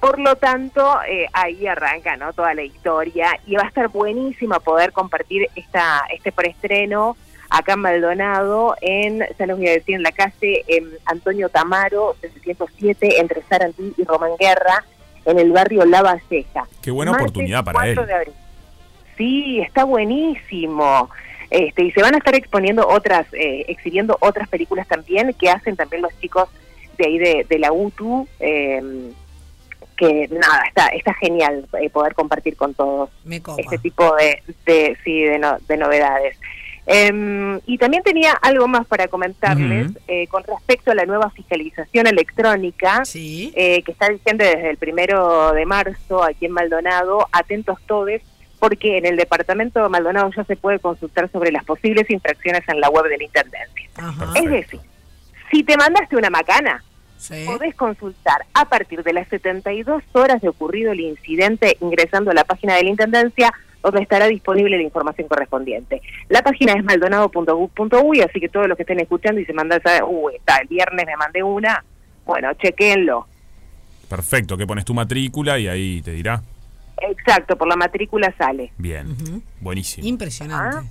[SPEAKER 4] Por lo tanto, eh, ahí arranca ¿no? toda la historia y va a estar buenísima poder compartir esta este preestreno acá en Maldonado, en, ya les voy a decir, en la calle en Antonio Tamaro, 707, entre Sarandí y Román Guerra, en el barrio La Valleja.
[SPEAKER 3] Qué buena
[SPEAKER 4] Martes
[SPEAKER 3] oportunidad para
[SPEAKER 4] 4
[SPEAKER 3] él.
[SPEAKER 4] de abril. Sí, está buenísimo. Este, y se van a estar exponiendo otras, eh, exhibiendo otras películas también que hacen también los chicos de ahí de, de la UTU. eh, que nada, está, está genial eh, poder compartir con todos
[SPEAKER 2] Me copa.
[SPEAKER 4] este tipo de, de, sí, de, no- de novedades. Em, y también tenía algo más para comentarles
[SPEAKER 3] Ujú.
[SPEAKER 4] eh, con respecto a la nueva fiscalización electrónica
[SPEAKER 2] Sí.
[SPEAKER 4] eh, que está vigente desde el primero de marzo aquí en Maldonado. Atentos todos, porque en el departamento de Maldonado ya se puede consultar sobre las posibles infracciones en la web de la Intendencia.
[SPEAKER 5] Ah,
[SPEAKER 2] Ajá.
[SPEAKER 3] Perfecto.
[SPEAKER 4] Es decir, si te mandaste una macana,
[SPEAKER 2] Sí.
[SPEAKER 4] podés consultar a partir de las 72 horas de ocurrido el incidente ingresando a la página de la Intendencia donde estará disponible la información correspondiente. La página es maldonado.gov.uy, así que todos los que estén escuchando y se mandan, esa- uy, está, el viernes me mandé una, bueno, chequenlo.
[SPEAKER 3] Perfecto, que pones tu matrícula y ahí te dirá.
[SPEAKER 4] Exacto, por la matrícula sale. Ah,
[SPEAKER 3] Bien. Buenísimo.
[SPEAKER 2] Impresionante.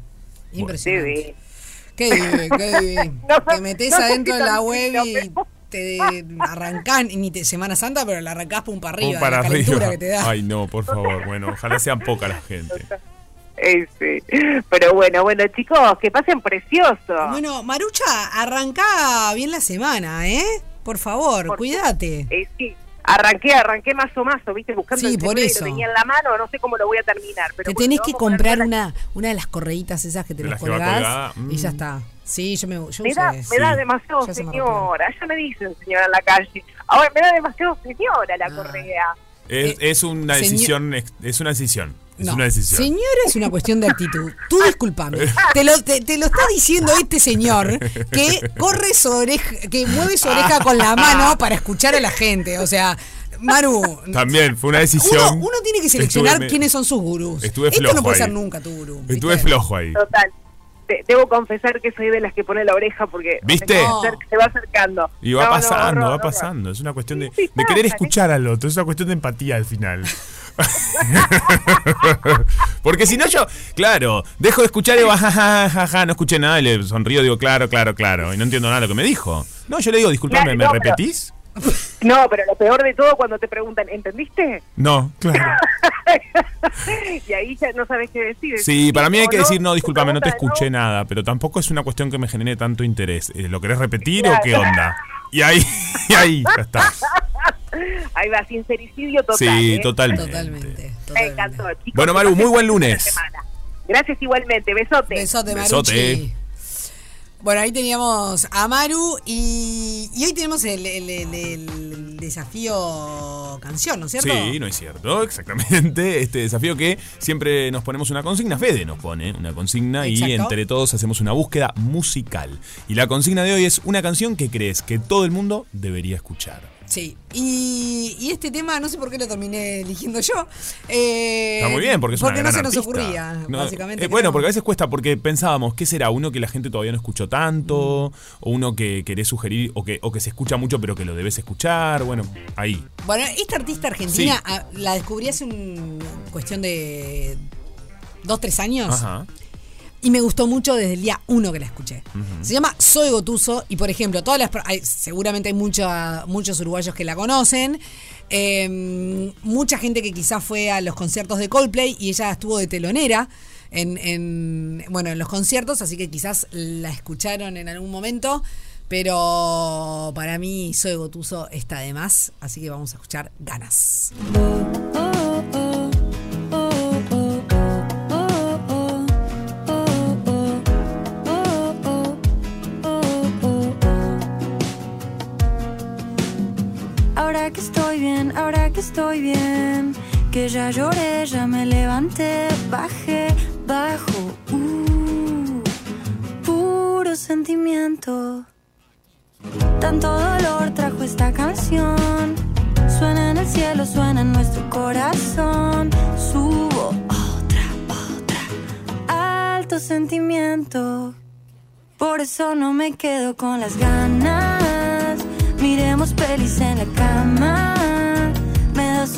[SPEAKER 2] Impresionante.
[SPEAKER 4] Sí,
[SPEAKER 2] Qué divino, qué divino.
[SPEAKER 4] No,
[SPEAKER 2] te metes
[SPEAKER 4] no sé
[SPEAKER 2] adentro
[SPEAKER 4] si
[SPEAKER 2] en la
[SPEAKER 4] tan
[SPEAKER 2] web
[SPEAKER 4] lindo,
[SPEAKER 2] y
[SPEAKER 4] pero-
[SPEAKER 2] te arrancás, ni te Semana Santa, pero la arrancás pum para
[SPEAKER 3] Pum
[SPEAKER 2] arriba.
[SPEAKER 3] para
[SPEAKER 2] la calentura
[SPEAKER 3] arriba.
[SPEAKER 2] que te da.
[SPEAKER 3] Ay, no, por favor. Bueno, ojalá sean poca la gente.
[SPEAKER 4] Eh, sí. Pero bueno, bueno, chicos, que pasen precioso.
[SPEAKER 2] Bueno, Marucha, arrancá bien la semana, ¿eh? Por favor,
[SPEAKER 4] Por-
[SPEAKER 2] cuídate.
[SPEAKER 4] Eh, sí, arranqué, arranqué mazo mazo, viste, buscando
[SPEAKER 2] Sí,
[SPEAKER 4] el
[SPEAKER 2] por
[SPEAKER 4] celular y
[SPEAKER 2] eso.
[SPEAKER 4] lo tenía en la mano, no sé cómo lo voy a terminar. Pero
[SPEAKER 2] Te
[SPEAKER 4] bueno,
[SPEAKER 2] tenés
[SPEAKER 4] lo
[SPEAKER 2] que
[SPEAKER 4] vamos a
[SPEAKER 2] comprar
[SPEAKER 4] poner-
[SPEAKER 2] una, una de las correitas esas que tenés
[SPEAKER 3] las que va
[SPEAKER 2] colgadas
[SPEAKER 3] colgada,
[SPEAKER 2] y ya
[SPEAKER 3] mm.
[SPEAKER 2] está. Sí, yo me yo
[SPEAKER 4] Me da,
[SPEAKER 2] usé.
[SPEAKER 4] me da
[SPEAKER 3] sí.
[SPEAKER 4] demasiado
[SPEAKER 2] Ya se me
[SPEAKER 4] señora, ya me dicen señora en la calle. Ahora me da demasiado señora
[SPEAKER 2] Ah.
[SPEAKER 4] la correa.
[SPEAKER 3] Es, es una
[SPEAKER 2] Eh, señor-
[SPEAKER 3] decisión. ex- Es una decisión. Es
[SPEAKER 2] No,
[SPEAKER 3] una decisión.
[SPEAKER 2] Señora, es una cuestión de actitud. Tú disculpame. Te lo, te, te lo está diciendo este señor que corre su oreja, que mueve su oreja con la mano para escuchar a la gente. O sea, Maru.
[SPEAKER 3] También fue una
[SPEAKER 2] Uno,
[SPEAKER 3] decisión.
[SPEAKER 2] uno tiene que seleccionar
[SPEAKER 3] Estuve me-
[SPEAKER 2] quiénes son sus gurús.
[SPEAKER 3] estuve
[SPEAKER 2] Esto
[SPEAKER 3] flojo
[SPEAKER 2] no puede
[SPEAKER 3] ahí.
[SPEAKER 2] ser nunca tu gurú.
[SPEAKER 3] Estuve
[SPEAKER 2] ¿viste?
[SPEAKER 3] flojo ahí.
[SPEAKER 4] Total. De- debo confesar que soy de las que pone la oreja porque
[SPEAKER 3] ¿Viste?
[SPEAKER 4] se va acer- se va acercando.
[SPEAKER 3] Y va
[SPEAKER 4] No, no,
[SPEAKER 3] pasando,
[SPEAKER 4] horror,
[SPEAKER 3] va
[SPEAKER 4] horror.
[SPEAKER 3] pasando. Es una cuestión de,
[SPEAKER 4] Sí, sí,
[SPEAKER 3] de querer
[SPEAKER 4] pasa,
[SPEAKER 3] escuchar al otro. Es una cuestión de empatía al final. Porque si no yo, claro, dejo de escuchar y digo, "Ah, jajaja, no escuché nada y le sonrío, digo, claro, claro, claro. Y no entiendo nada de lo que me dijo. No, yo le digo, disculpame,
[SPEAKER 4] Claro,
[SPEAKER 3] ¿me
[SPEAKER 4] no, pero-
[SPEAKER 3] repetís?
[SPEAKER 4] No, pero lo peor de todo cuando te preguntan, ¿entendiste?
[SPEAKER 3] No, claro.
[SPEAKER 4] y ahí ya no sabes qué decir.
[SPEAKER 3] Sí, para mí hay
[SPEAKER 4] O
[SPEAKER 3] que decir, no, discúlpame, no te
[SPEAKER 4] preguntan,
[SPEAKER 3] escuché nada, pero tampoco es una cuestión que me genere tanto interés. Eh, ¿Lo querés repetir o
[SPEAKER 4] Claro.
[SPEAKER 3] qué onda? Y ahí, y ahí, ya está.
[SPEAKER 4] Ahí va, sincericidio total.
[SPEAKER 3] Sí,
[SPEAKER 4] ¿eh?
[SPEAKER 3] totalmente.
[SPEAKER 2] Totalmente.
[SPEAKER 4] Me
[SPEAKER 2] totalmente.
[SPEAKER 4] encantó, chicos.
[SPEAKER 3] Bueno,
[SPEAKER 4] Que
[SPEAKER 3] Maru,
[SPEAKER 4] pasen
[SPEAKER 3] muy
[SPEAKER 4] buena
[SPEAKER 3] buen lunes.
[SPEAKER 4] semana. Gracias igualmente, besote.
[SPEAKER 2] Besote,
[SPEAKER 3] Besote.
[SPEAKER 2] Maruchi. Bueno, ahí teníamos a Maru y, y hoy tenemos el, el- el- el desafío canción, ¿no es cierto?
[SPEAKER 3] Sí, no es cierto, exactamente. Este desafío que siempre nos ponemos una consigna, Fede nos pone una consigna y
[SPEAKER 2] Exacto.
[SPEAKER 3] entre todos hacemos una búsqueda musical. Y la consigna de hoy es una canción que crees que todo el mundo debería escuchar.
[SPEAKER 2] Sí. Y, y este tema, no sé por qué lo terminé eligiendo yo. eh,
[SPEAKER 3] Está muy bien, porque es
[SPEAKER 2] Porque
[SPEAKER 3] una
[SPEAKER 2] no
[SPEAKER 3] gran
[SPEAKER 2] se nos
[SPEAKER 3] artista.
[SPEAKER 2] ocurría,
[SPEAKER 3] No,
[SPEAKER 2] básicamente.
[SPEAKER 3] eh, bueno,
[SPEAKER 2] creo.
[SPEAKER 3] porque a veces cuesta, porque pensábamos, ¿qué será? ¿Uno que la gente todavía no escuchó tanto? ¿O uno que querés sugerir o que, o que se escucha mucho pero que lo debes escuchar? Bueno, ahí.
[SPEAKER 2] Bueno, esta artista argentina
[SPEAKER 3] Sí.
[SPEAKER 2] ah, la descubrí hace un, cuestión de dos, tres años.
[SPEAKER 3] Ajá.
[SPEAKER 2] Y me gustó mucho desde el día uno que la escuché. Se llama Soy Gotuso y, por ejemplo, todas las pro- hay- seguramente hay mucha- muchos uruguayos que la conocen. eh, mucha gente que quizás fue a los conciertos de Coldplay y ella estuvo de telonera en, en, bueno, en los conciertos, así que quizás la escucharon en algún momento. Pero para mí Soy Gotuso está de más, así que vamos a escuchar ganas.
[SPEAKER 6] Oh, Ahora que estoy bien, ahora que estoy bien, que ya lloré, ya me levanté, bajé, bajo, uh, puro sentimiento. Tanto dolor trajo esta canción, suena en el cielo, suena en nuestro corazón, subo otra, otra, alto sentimiento. Por eso no me quedo con las ganas. Miremos pelis en la cama. Me das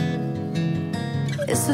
[SPEAKER 6] Eso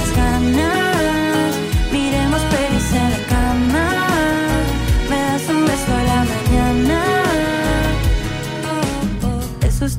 [SPEAKER 6] las ganas. Miremos pelis en la cama. Me das un beso a la mañana. Oh, Eso es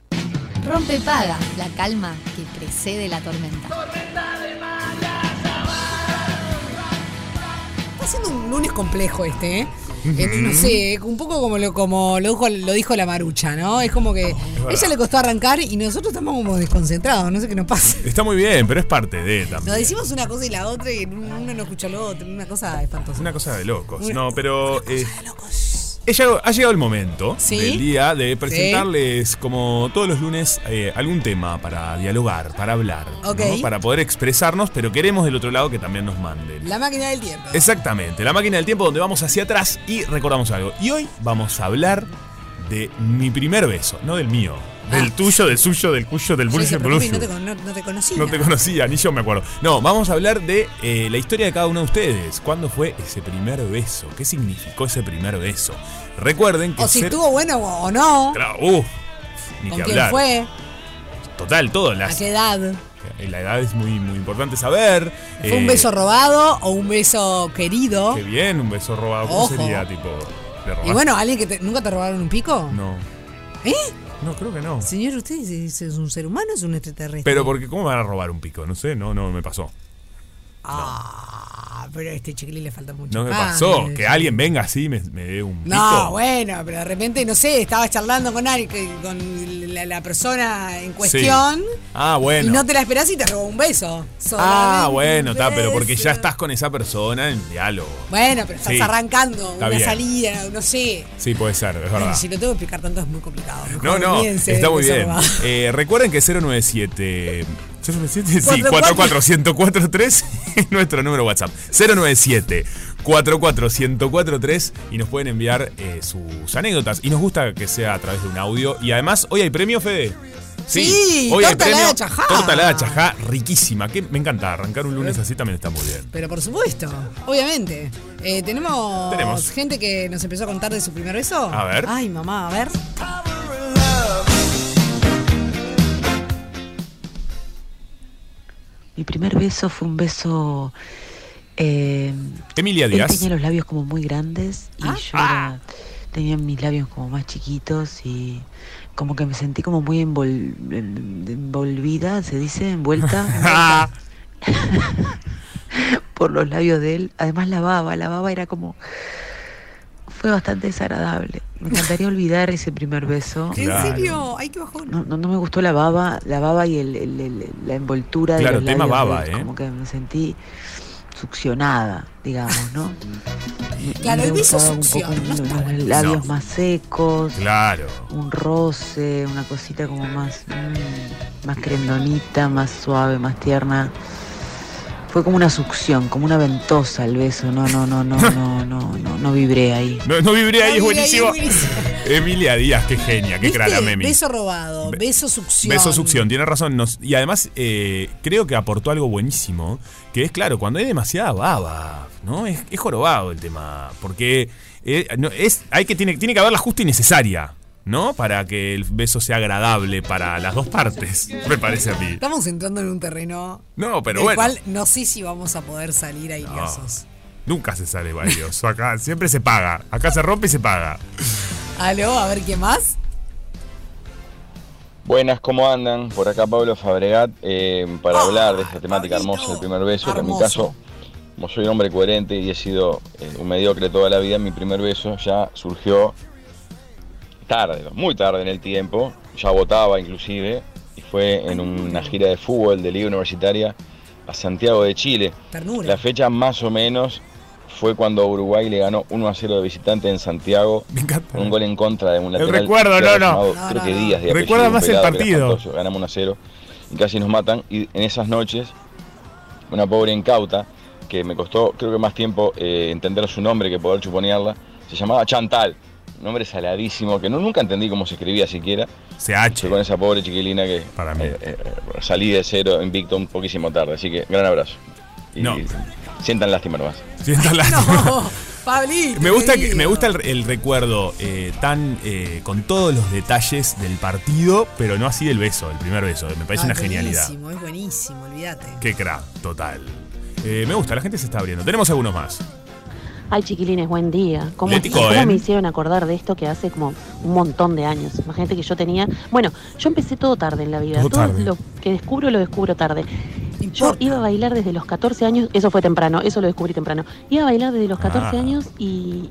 [SPEAKER 7] Rompe paga, la calma que precede la tormenta.
[SPEAKER 2] Está siendo un lunes complejo este, ¿eh? Eh, no sé, un poco como lo, como lo dijo, lo dijo la marucha, ¿no? Es como que ella le costó arrancar y nosotros estamos como desconcentrados, no sé qué nos pasa.
[SPEAKER 3] Está muy bien, pero es parte de también.
[SPEAKER 2] Nos decimos una cosa y la otra y uno no escucha lo otro, una cosa espantosa.
[SPEAKER 3] Una cosa de locos. No, pero eh,
[SPEAKER 2] Cosa de locos.
[SPEAKER 3] he llegado- ha llegado el momento
[SPEAKER 2] Sí.
[SPEAKER 3] del día de presentarles, como todos los lunes, eh, algún tema para dialogar, para hablar, ¿no?
[SPEAKER 2] Ok.
[SPEAKER 3] para poder expresarnos, pero queremos del otro lado que también nos manden.
[SPEAKER 2] La máquina del tiempo.
[SPEAKER 3] Exactamente, la máquina del tiempo donde vamos hacia atrás y recordamos algo. Y hoy vamos a hablar de mi primer beso, no del mío, del
[SPEAKER 2] Ah.
[SPEAKER 3] tuyo, del suyo, del cuyo, del
[SPEAKER 2] Yo dije,
[SPEAKER 3] bulshe,
[SPEAKER 2] pero, Rupi,
[SPEAKER 3] bulshe.
[SPEAKER 2] no, te, con- no- no te conocí.
[SPEAKER 3] No te conocía, ni yo me acuerdo. No, vamos a hablar de eh, la historia de cada uno de ustedes. ¿Cuándo fue ese primer beso? ¿Qué significó ese primer beso? Recuerden que
[SPEAKER 2] o si
[SPEAKER 3] ser-
[SPEAKER 2] estuvo bueno o o no.
[SPEAKER 3] Tra- Uf, ni
[SPEAKER 2] ¿Con
[SPEAKER 3] que
[SPEAKER 2] quién
[SPEAKER 3] hablar.
[SPEAKER 2] fue?
[SPEAKER 3] Total, todo.
[SPEAKER 2] ¿A
[SPEAKER 3] Las, eh,
[SPEAKER 2] qué edad?
[SPEAKER 3] la edad es muy, muy importante saber.
[SPEAKER 2] ¿Fue un
[SPEAKER 3] Eh,
[SPEAKER 2] beso robado o un beso querido?
[SPEAKER 3] Qué bien, un beso robado. ¿Cómo
[SPEAKER 2] Ojo.
[SPEAKER 3] sería, tipo? ¿Le robaste?
[SPEAKER 2] Y bueno, ¿alguien que te- nunca te robaron un pico?
[SPEAKER 3] No.
[SPEAKER 2] ¿Eh?
[SPEAKER 3] No, creo que no.
[SPEAKER 2] Señor, ¿usted es, es- es un ser humano o es un extraterrestre?
[SPEAKER 3] Pero porque, ¿cómo me van a robar un pico? No sé, no, no me pasó.
[SPEAKER 2] Ah, pero a este chiquilín le falta mucho.
[SPEAKER 3] No me
[SPEAKER 2] pan.
[SPEAKER 3] pasó. Que alguien venga así y me, me dé un pico.
[SPEAKER 2] Ah, No, bueno, pero de repente, no sé, estabas charlando con alguien, que- con la, la persona en
[SPEAKER 3] Sí.
[SPEAKER 2] cuestión.
[SPEAKER 3] Ah, bueno.
[SPEAKER 2] Y no te la esperás y te robó un beso.
[SPEAKER 3] Ah,
[SPEAKER 2] Solamente
[SPEAKER 3] bueno,
[SPEAKER 2] un
[SPEAKER 3] está, pero porque ya
[SPEAKER 2] beso.
[SPEAKER 3] estás con esa persona en diálogo.
[SPEAKER 2] Bueno, pero estás
[SPEAKER 3] Sí.
[SPEAKER 2] arrancando
[SPEAKER 3] Está
[SPEAKER 2] una
[SPEAKER 3] bien.
[SPEAKER 2] salida, no sé.
[SPEAKER 3] Sí, puede ser, es verdad.
[SPEAKER 2] Si lo tengo que explicar tanto es muy complicado. Mejor
[SPEAKER 3] No, no,
[SPEAKER 2] olvídense
[SPEAKER 3] está
[SPEAKER 2] de
[SPEAKER 3] muy
[SPEAKER 2] beso
[SPEAKER 3] bien.
[SPEAKER 2] robado.
[SPEAKER 3] Eh, recuerden que 097. 097, sí,
[SPEAKER 2] 44.
[SPEAKER 3] 44143 es nuestro número WhatsApp. 097 44143 y nos pueden enviar eh, sus anécdotas. Y nos gusta que sea a través de un audio. Y además, hoy hay premio, Fede.
[SPEAKER 2] Sí, torta helada chajá. Eh.
[SPEAKER 3] Torta helada chajá, riquísima. Que me encanta, arrancar un lunes así también está muy bien.
[SPEAKER 2] Pero por supuesto, obviamente. Eh, ¿tenemos,
[SPEAKER 3] Tenemos.
[SPEAKER 2] gente que nos empezó a contar de su primer beso.
[SPEAKER 3] A ver.
[SPEAKER 2] Ay, mamá, a ver.
[SPEAKER 5] Mi primer beso fue un beso. eh,
[SPEAKER 3] Emilia
[SPEAKER 5] él
[SPEAKER 3] Díaz. Ah.
[SPEAKER 5] tenía los labios como muy grandes y yo era- tenía mis labios como más chiquitos y como que me sentí como muy envol- en- envolvida, se dice, envuelta por los labios de él. Además la baba, la baba era como. Fue bastante desagradable. Me encantaría olvidar ese primer beso.
[SPEAKER 2] ¿En
[SPEAKER 3] Claro.
[SPEAKER 2] serio? Ay, qué bajón.
[SPEAKER 5] No, no, no me gustó la baba, la baba y el, el- el- la envoltura
[SPEAKER 3] Claro,
[SPEAKER 5] de los
[SPEAKER 3] tema
[SPEAKER 5] labios,
[SPEAKER 3] baba,
[SPEAKER 5] ¿no?
[SPEAKER 3] ¿eh?
[SPEAKER 5] Como que me sentí succionada, digamos, ¿no? Me-
[SPEAKER 2] Claro,
[SPEAKER 5] me
[SPEAKER 2] el beso
[SPEAKER 5] gustaba un
[SPEAKER 2] succiona,
[SPEAKER 5] poco
[SPEAKER 2] no
[SPEAKER 5] un-
[SPEAKER 2] está
[SPEAKER 5] unos
[SPEAKER 2] bueno.
[SPEAKER 5] labios
[SPEAKER 3] No.
[SPEAKER 5] más secos,
[SPEAKER 3] Claro.
[SPEAKER 5] un roce, una cosita como más, mm, más crendonita, más suave, más tierna. Fue como una succión, como una ventosa el beso. No, no, no, no, no, no, no, no vibré ahí.
[SPEAKER 3] No, no vibré ahí, es
[SPEAKER 2] No vibré ahí, es
[SPEAKER 3] buenísimo.
[SPEAKER 2] buenísimo.
[SPEAKER 3] Emilia Díaz, qué genia, qué
[SPEAKER 2] ¿Viste?
[SPEAKER 3] cra la Memi.
[SPEAKER 2] Beso robado, beso succión.
[SPEAKER 3] Beso succión, tiene razón. Nos- y además eh, creo que aportó algo buenísimo, que es claro, cuando hay demasiada baba, ¿no? Es, es jorobado el tema, porque eh, no, es, hay que, tiene, tiene que haber la justa y necesaria, ¿no? Para que el beso sea agradable para las dos partes, me parece a mí.
[SPEAKER 2] Estamos entrando en un terreno
[SPEAKER 3] No, pero
[SPEAKER 2] del
[SPEAKER 3] bueno.
[SPEAKER 2] cual no sé si vamos a poder salir airiosos.
[SPEAKER 3] Nunca se sale valioso acá, siempre se paga. Acá se rompe y se paga.
[SPEAKER 2] Aló, a ver qué más.
[SPEAKER 8] Buenas, ¿cómo andan? Por acá Pablo Fabregat eh, para
[SPEAKER 2] Ah,
[SPEAKER 8] hablar de esta temática
[SPEAKER 2] Pablito.
[SPEAKER 8] hermosa del primer beso, que en mi
[SPEAKER 2] Hermoso.
[SPEAKER 8] caso, como soy un hombre coherente y he sido eh, un mediocre toda la vida, mi primer beso ya surgió tarde, muy tarde en el tiempo, ya votaba inclusive, y fue en una gira de fútbol de liga universitaria a Santiago de Chile.
[SPEAKER 2] Ternura.
[SPEAKER 8] La fecha más o menos fue cuando Uruguay le ganó 1 a 0 de visitante en Santiago.
[SPEAKER 3] Me encanta.
[SPEAKER 8] Con un gol en contra de un lateral.
[SPEAKER 3] recuerdo,
[SPEAKER 8] izquierdo
[SPEAKER 3] no,
[SPEAKER 8] llamado,
[SPEAKER 3] no.
[SPEAKER 8] Creo
[SPEAKER 2] No,
[SPEAKER 8] que
[SPEAKER 2] no, no.
[SPEAKER 8] Díaz de apellido,
[SPEAKER 3] Recuerda
[SPEAKER 8] un
[SPEAKER 3] más el
[SPEAKER 8] pelado que era
[SPEAKER 3] partido.
[SPEAKER 8] espantoso. Ganamos 1 a 0 y casi nos matan. Y en esas noches, una pobre incauta que me costó, creo que más tiempo eh, entender su nombre que poder chuponearla, se llamaba Chantal. Un nombre saladísimo que no, nunca entendí cómo se escribía siquiera.
[SPEAKER 3] Se
[SPEAKER 8] Yo
[SPEAKER 3] hache.
[SPEAKER 8] con esa pobre chiquilina que
[SPEAKER 3] Para mí.
[SPEAKER 8] eh, eh, salí de cero invicto un poquísimo tarde. Así que gran abrazo. Y
[SPEAKER 3] No.
[SPEAKER 8] sientan lástima nomás.
[SPEAKER 3] Sienta la-
[SPEAKER 2] No, Pablito.
[SPEAKER 3] Me gusta, que-
[SPEAKER 2] querido.
[SPEAKER 3] me gusta el, el recuerdo eh, tan eh, con todos los detalles del partido, pero no así del beso, el primer beso. Me parece
[SPEAKER 2] Ah,
[SPEAKER 3] una
[SPEAKER 2] es
[SPEAKER 3] genialidad.
[SPEAKER 2] buenísimo, es buenísimo, olvídate.
[SPEAKER 3] Qué cra, total. Eh, me gusta, la gente se está abriendo. Tenemos algunos más.
[SPEAKER 9] Ay, chiquilines, buen día. ¿Cómo,
[SPEAKER 3] Leti
[SPEAKER 9] cómo
[SPEAKER 3] Cohen.
[SPEAKER 9] me hicieron acordar de esto que hace como un montón de años? Imagínate que yo tenía. Bueno, yo empecé todo tarde en la vida.
[SPEAKER 3] Todo tarde.
[SPEAKER 9] lo que descubro, lo descubro tarde. Yo
[SPEAKER 2] Importa.
[SPEAKER 9] iba a bailar desde los 14 años, eso fue temprano, eso lo descubrí temprano. Iba a bailar desde los 14
[SPEAKER 3] Ah.
[SPEAKER 9] años y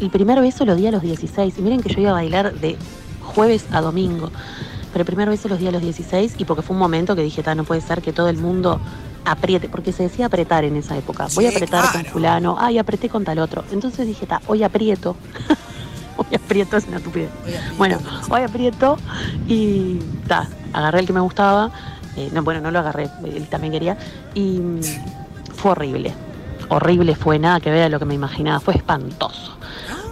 [SPEAKER 9] el primer beso lo di a los 16. Y miren que yo iba a bailar de jueves a domingo. Pero el primer beso los di a los 16 y porque fue un momento que dije, "Ta, no puede ser que todo el mundo apriete, porque se decía apretar en esa época. Voy a
[SPEAKER 2] Sí,
[SPEAKER 9] apretar con
[SPEAKER 2] claro.
[SPEAKER 9] fulano, ay, apreté con tal otro. Entonces dije, "Ta, hoy aprieto. hoy aprieto es una estupidez.
[SPEAKER 2] Hoy aprieto.
[SPEAKER 9] Bueno, hoy aprieto y ta, agarré el que me gustaba. Eh, no, bueno, no lo agarré, él también quería. Y mm, fue horrible. Horrible fue, nada que ver a lo que me imaginaba, fue espantoso.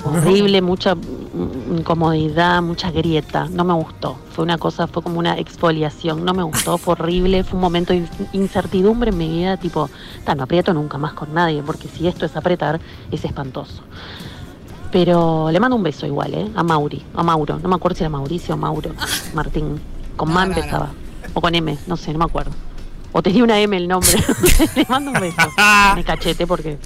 [SPEAKER 9] Horrible, mucha mm, incomodidad, mucha grieta, no me gustó. Fue una cosa, fue como una exfoliación, no me gustó, fue horrible, fue un momento de in- incertidumbre en mi vida, tipo, "Ta, no aprieto nunca más con nadie, porque si esto es apretar, es espantoso. Pero le mando un beso igual, ¿eh? A Mauri, a Mauro. No me acuerdo si era Mauricio o Mauro. Martín. Con
[SPEAKER 2] No,
[SPEAKER 9] Ma
[SPEAKER 2] no, no.
[SPEAKER 9] empezaba. O con M, no sé, no me acuerdo. O tenía una M el nombre. le mando un beso. Me cachete porque.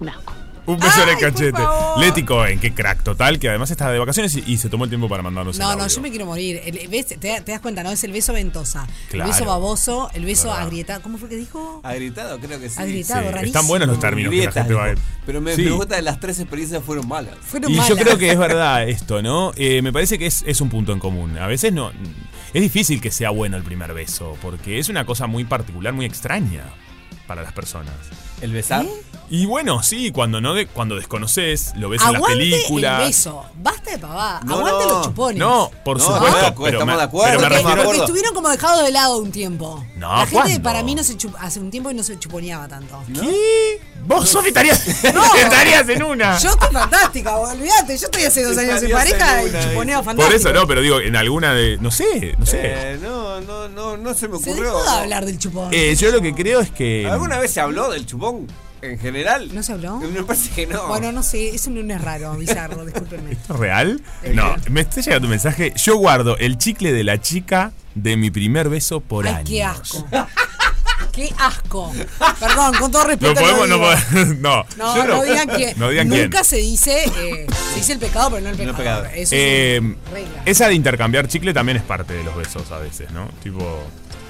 [SPEAKER 9] Un asco.
[SPEAKER 3] Un beso en el
[SPEAKER 2] Ay, por
[SPEAKER 3] cachete.
[SPEAKER 2] favor.
[SPEAKER 3] Leti Cohen, qué crack total, que además está de vacaciones y, y se tomó el tiempo para mandarnos el
[SPEAKER 2] No, no,
[SPEAKER 3] audio.
[SPEAKER 2] yo me quiero morir. El- el- ¿ves? Te, te das cuenta, ¿no? Es el beso ventosa.
[SPEAKER 3] Claro.
[SPEAKER 2] El beso baboso, el beso
[SPEAKER 3] Verdad.
[SPEAKER 2] agrietado. ¿Cómo fue que dijo?
[SPEAKER 10] Agrietado, creo que sí.
[SPEAKER 3] Sí,
[SPEAKER 2] Agrietado, rarísimo.
[SPEAKER 3] Están buenos los términos que la
[SPEAKER 10] Grietas,
[SPEAKER 3] gente va a-
[SPEAKER 10] dijo. Pero me,
[SPEAKER 3] Sí.
[SPEAKER 10] me gusta que las tres experiencias fueron malas.
[SPEAKER 2] Fueron
[SPEAKER 3] Y yo
[SPEAKER 2] malas.
[SPEAKER 3] creo que es verdad esto, ¿no? Eh, me parece que es, es un punto en común. A veces no. Es difícil que sea bueno el primer beso, porque es una cosa muy particular, muy extraña para las personas.
[SPEAKER 10] El besar.
[SPEAKER 2] ¿Eh?
[SPEAKER 3] Y bueno, sí, cuando no de, cuando desconoces, lo ves
[SPEAKER 2] Aguante
[SPEAKER 3] en las películas.
[SPEAKER 2] el beso. Basta de pavada.
[SPEAKER 10] No,
[SPEAKER 2] Aguante
[SPEAKER 10] no.
[SPEAKER 2] los chupones.
[SPEAKER 3] No, por
[SPEAKER 10] No,
[SPEAKER 3] supuesto.
[SPEAKER 10] estamos de acu-
[SPEAKER 3] pero, me,
[SPEAKER 10] estamos de acuerdo,
[SPEAKER 3] pero me
[SPEAKER 2] Porque,
[SPEAKER 10] estamos de
[SPEAKER 3] refiero-
[SPEAKER 2] porque
[SPEAKER 10] acuerdo.
[SPEAKER 2] estuvieron como dejados de lado un tiempo.
[SPEAKER 3] No,
[SPEAKER 2] La gente
[SPEAKER 3] ¿cuándo?
[SPEAKER 2] para mí no se chup- hace un tiempo y no se chuponeaba tanto.
[SPEAKER 3] ¿Qué? Vos, Sofi, estarías, estarías en una.
[SPEAKER 2] Yo estoy fantástica, boludo, olvídate. Yo estoy hace dos años en
[SPEAKER 10] Estarías en
[SPEAKER 2] pareja y
[SPEAKER 10] una,
[SPEAKER 2] chuponeo
[SPEAKER 3] Por
[SPEAKER 2] fantástico.
[SPEAKER 3] eso no, pero digo, en alguna de. No sé, no sé.
[SPEAKER 10] Eh, no, no, no, no se me
[SPEAKER 2] Se
[SPEAKER 10] ocurrió.
[SPEAKER 2] dejó de hablar del chupón.
[SPEAKER 3] Eh, yo lo que creo es que.
[SPEAKER 10] ¿Alguna vez se habló del chupón en general?
[SPEAKER 2] ¿No se habló?
[SPEAKER 10] Me parece que no.
[SPEAKER 2] Bueno, no sé, es un lunes raro, bizarro, discúlpenme.
[SPEAKER 3] ¿Esto es real? No, me está llegando un mensaje. Yo guardo el chicle de la chica de mi primer beso por
[SPEAKER 2] Ay,
[SPEAKER 3] años.
[SPEAKER 2] qué asco. Qué asco. Perdón, con todo respeto.
[SPEAKER 3] No
[SPEAKER 2] lo
[SPEAKER 3] podemos, no
[SPEAKER 2] digo.
[SPEAKER 3] podemos. No,
[SPEAKER 2] No,
[SPEAKER 3] yo
[SPEAKER 2] no digan que
[SPEAKER 3] No digan quién.
[SPEAKER 2] nunca se dice, eh, se dice el pecado, pero no el
[SPEAKER 10] No el
[SPEAKER 2] pecador.
[SPEAKER 10] pecado.
[SPEAKER 2] Eso es
[SPEAKER 3] Eh,
[SPEAKER 2] una regla.
[SPEAKER 3] esa de intercambiar chicle también es parte de los besos a veces, ¿no? Tipo,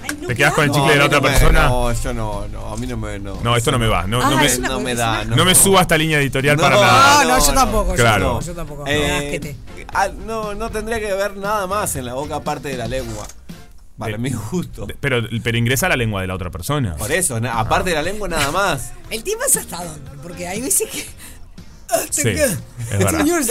[SPEAKER 2] Ay, no,
[SPEAKER 3] te quedas
[SPEAKER 2] qué
[SPEAKER 3] con el
[SPEAKER 2] asco.
[SPEAKER 3] chicle de la
[SPEAKER 10] a mí
[SPEAKER 3] otra
[SPEAKER 10] no me-
[SPEAKER 3] persona.
[SPEAKER 10] No, yo no, no, a mí no me. No,
[SPEAKER 3] no, esto no me va. No, no
[SPEAKER 2] Ah,
[SPEAKER 3] me,
[SPEAKER 2] es una
[SPEAKER 10] no me
[SPEAKER 2] es
[SPEAKER 10] da.
[SPEAKER 2] una-
[SPEAKER 3] no me subo a esta línea editorial para nada.
[SPEAKER 2] No, no, yo tampoco, yo
[SPEAKER 3] Claro.
[SPEAKER 2] tampoco, yo tampoco. No, asquete.
[SPEAKER 10] Eh, ah, no, no tendría que ver nada más en la boca aparte de la lengua. Para
[SPEAKER 3] De-
[SPEAKER 10] mi gusto.
[SPEAKER 3] Pero, pero ingresa la lengua de la otra persona.
[SPEAKER 10] Por eso, na- aparte de la lengua nada más.
[SPEAKER 2] El tema es hasta dónde, porque hay veces que.
[SPEAKER 3] Sí, es verdad.
[SPEAKER 2] Señor,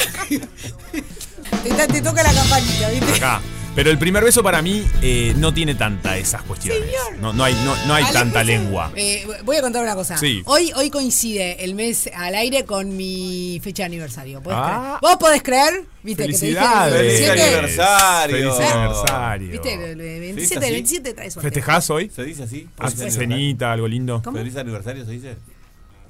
[SPEAKER 2] te, te toca la campanita, ¿viste?
[SPEAKER 3] Acá. Pero el primer beso para mí eh, no tiene tanta esas cuestiones. No, no hay, no, no hay tanta lengua.
[SPEAKER 2] Eh, voy a contar una cosa.
[SPEAKER 3] Ah. Sí.
[SPEAKER 2] Hoy, hoy coincide el mes al aire con mi fecha de aniversario. ¿Podés
[SPEAKER 3] Ah.
[SPEAKER 2] creer? ¿Vos podés creer? ¿Viste que te dije el
[SPEAKER 3] ¡Felicidades!
[SPEAKER 2] 27?
[SPEAKER 3] ¡Feliz
[SPEAKER 2] ¿Eh?
[SPEAKER 3] aniversario!
[SPEAKER 2] ¿Viste? El 27,
[SPEAKER 10] así?
[SPEAKER 2] el 27 trae suerte.
[SPEAKER 3] ¿Festejás hoy?
[SPEAKER 10] ¿Se dice así?
[SPEAKER 3] Ah,
[SPEAKER 10] ¿Feliz
[SPEAKER 3] cenita, algo lindo.
[SPEAKER 10] ¿Feliz aniversario se dice?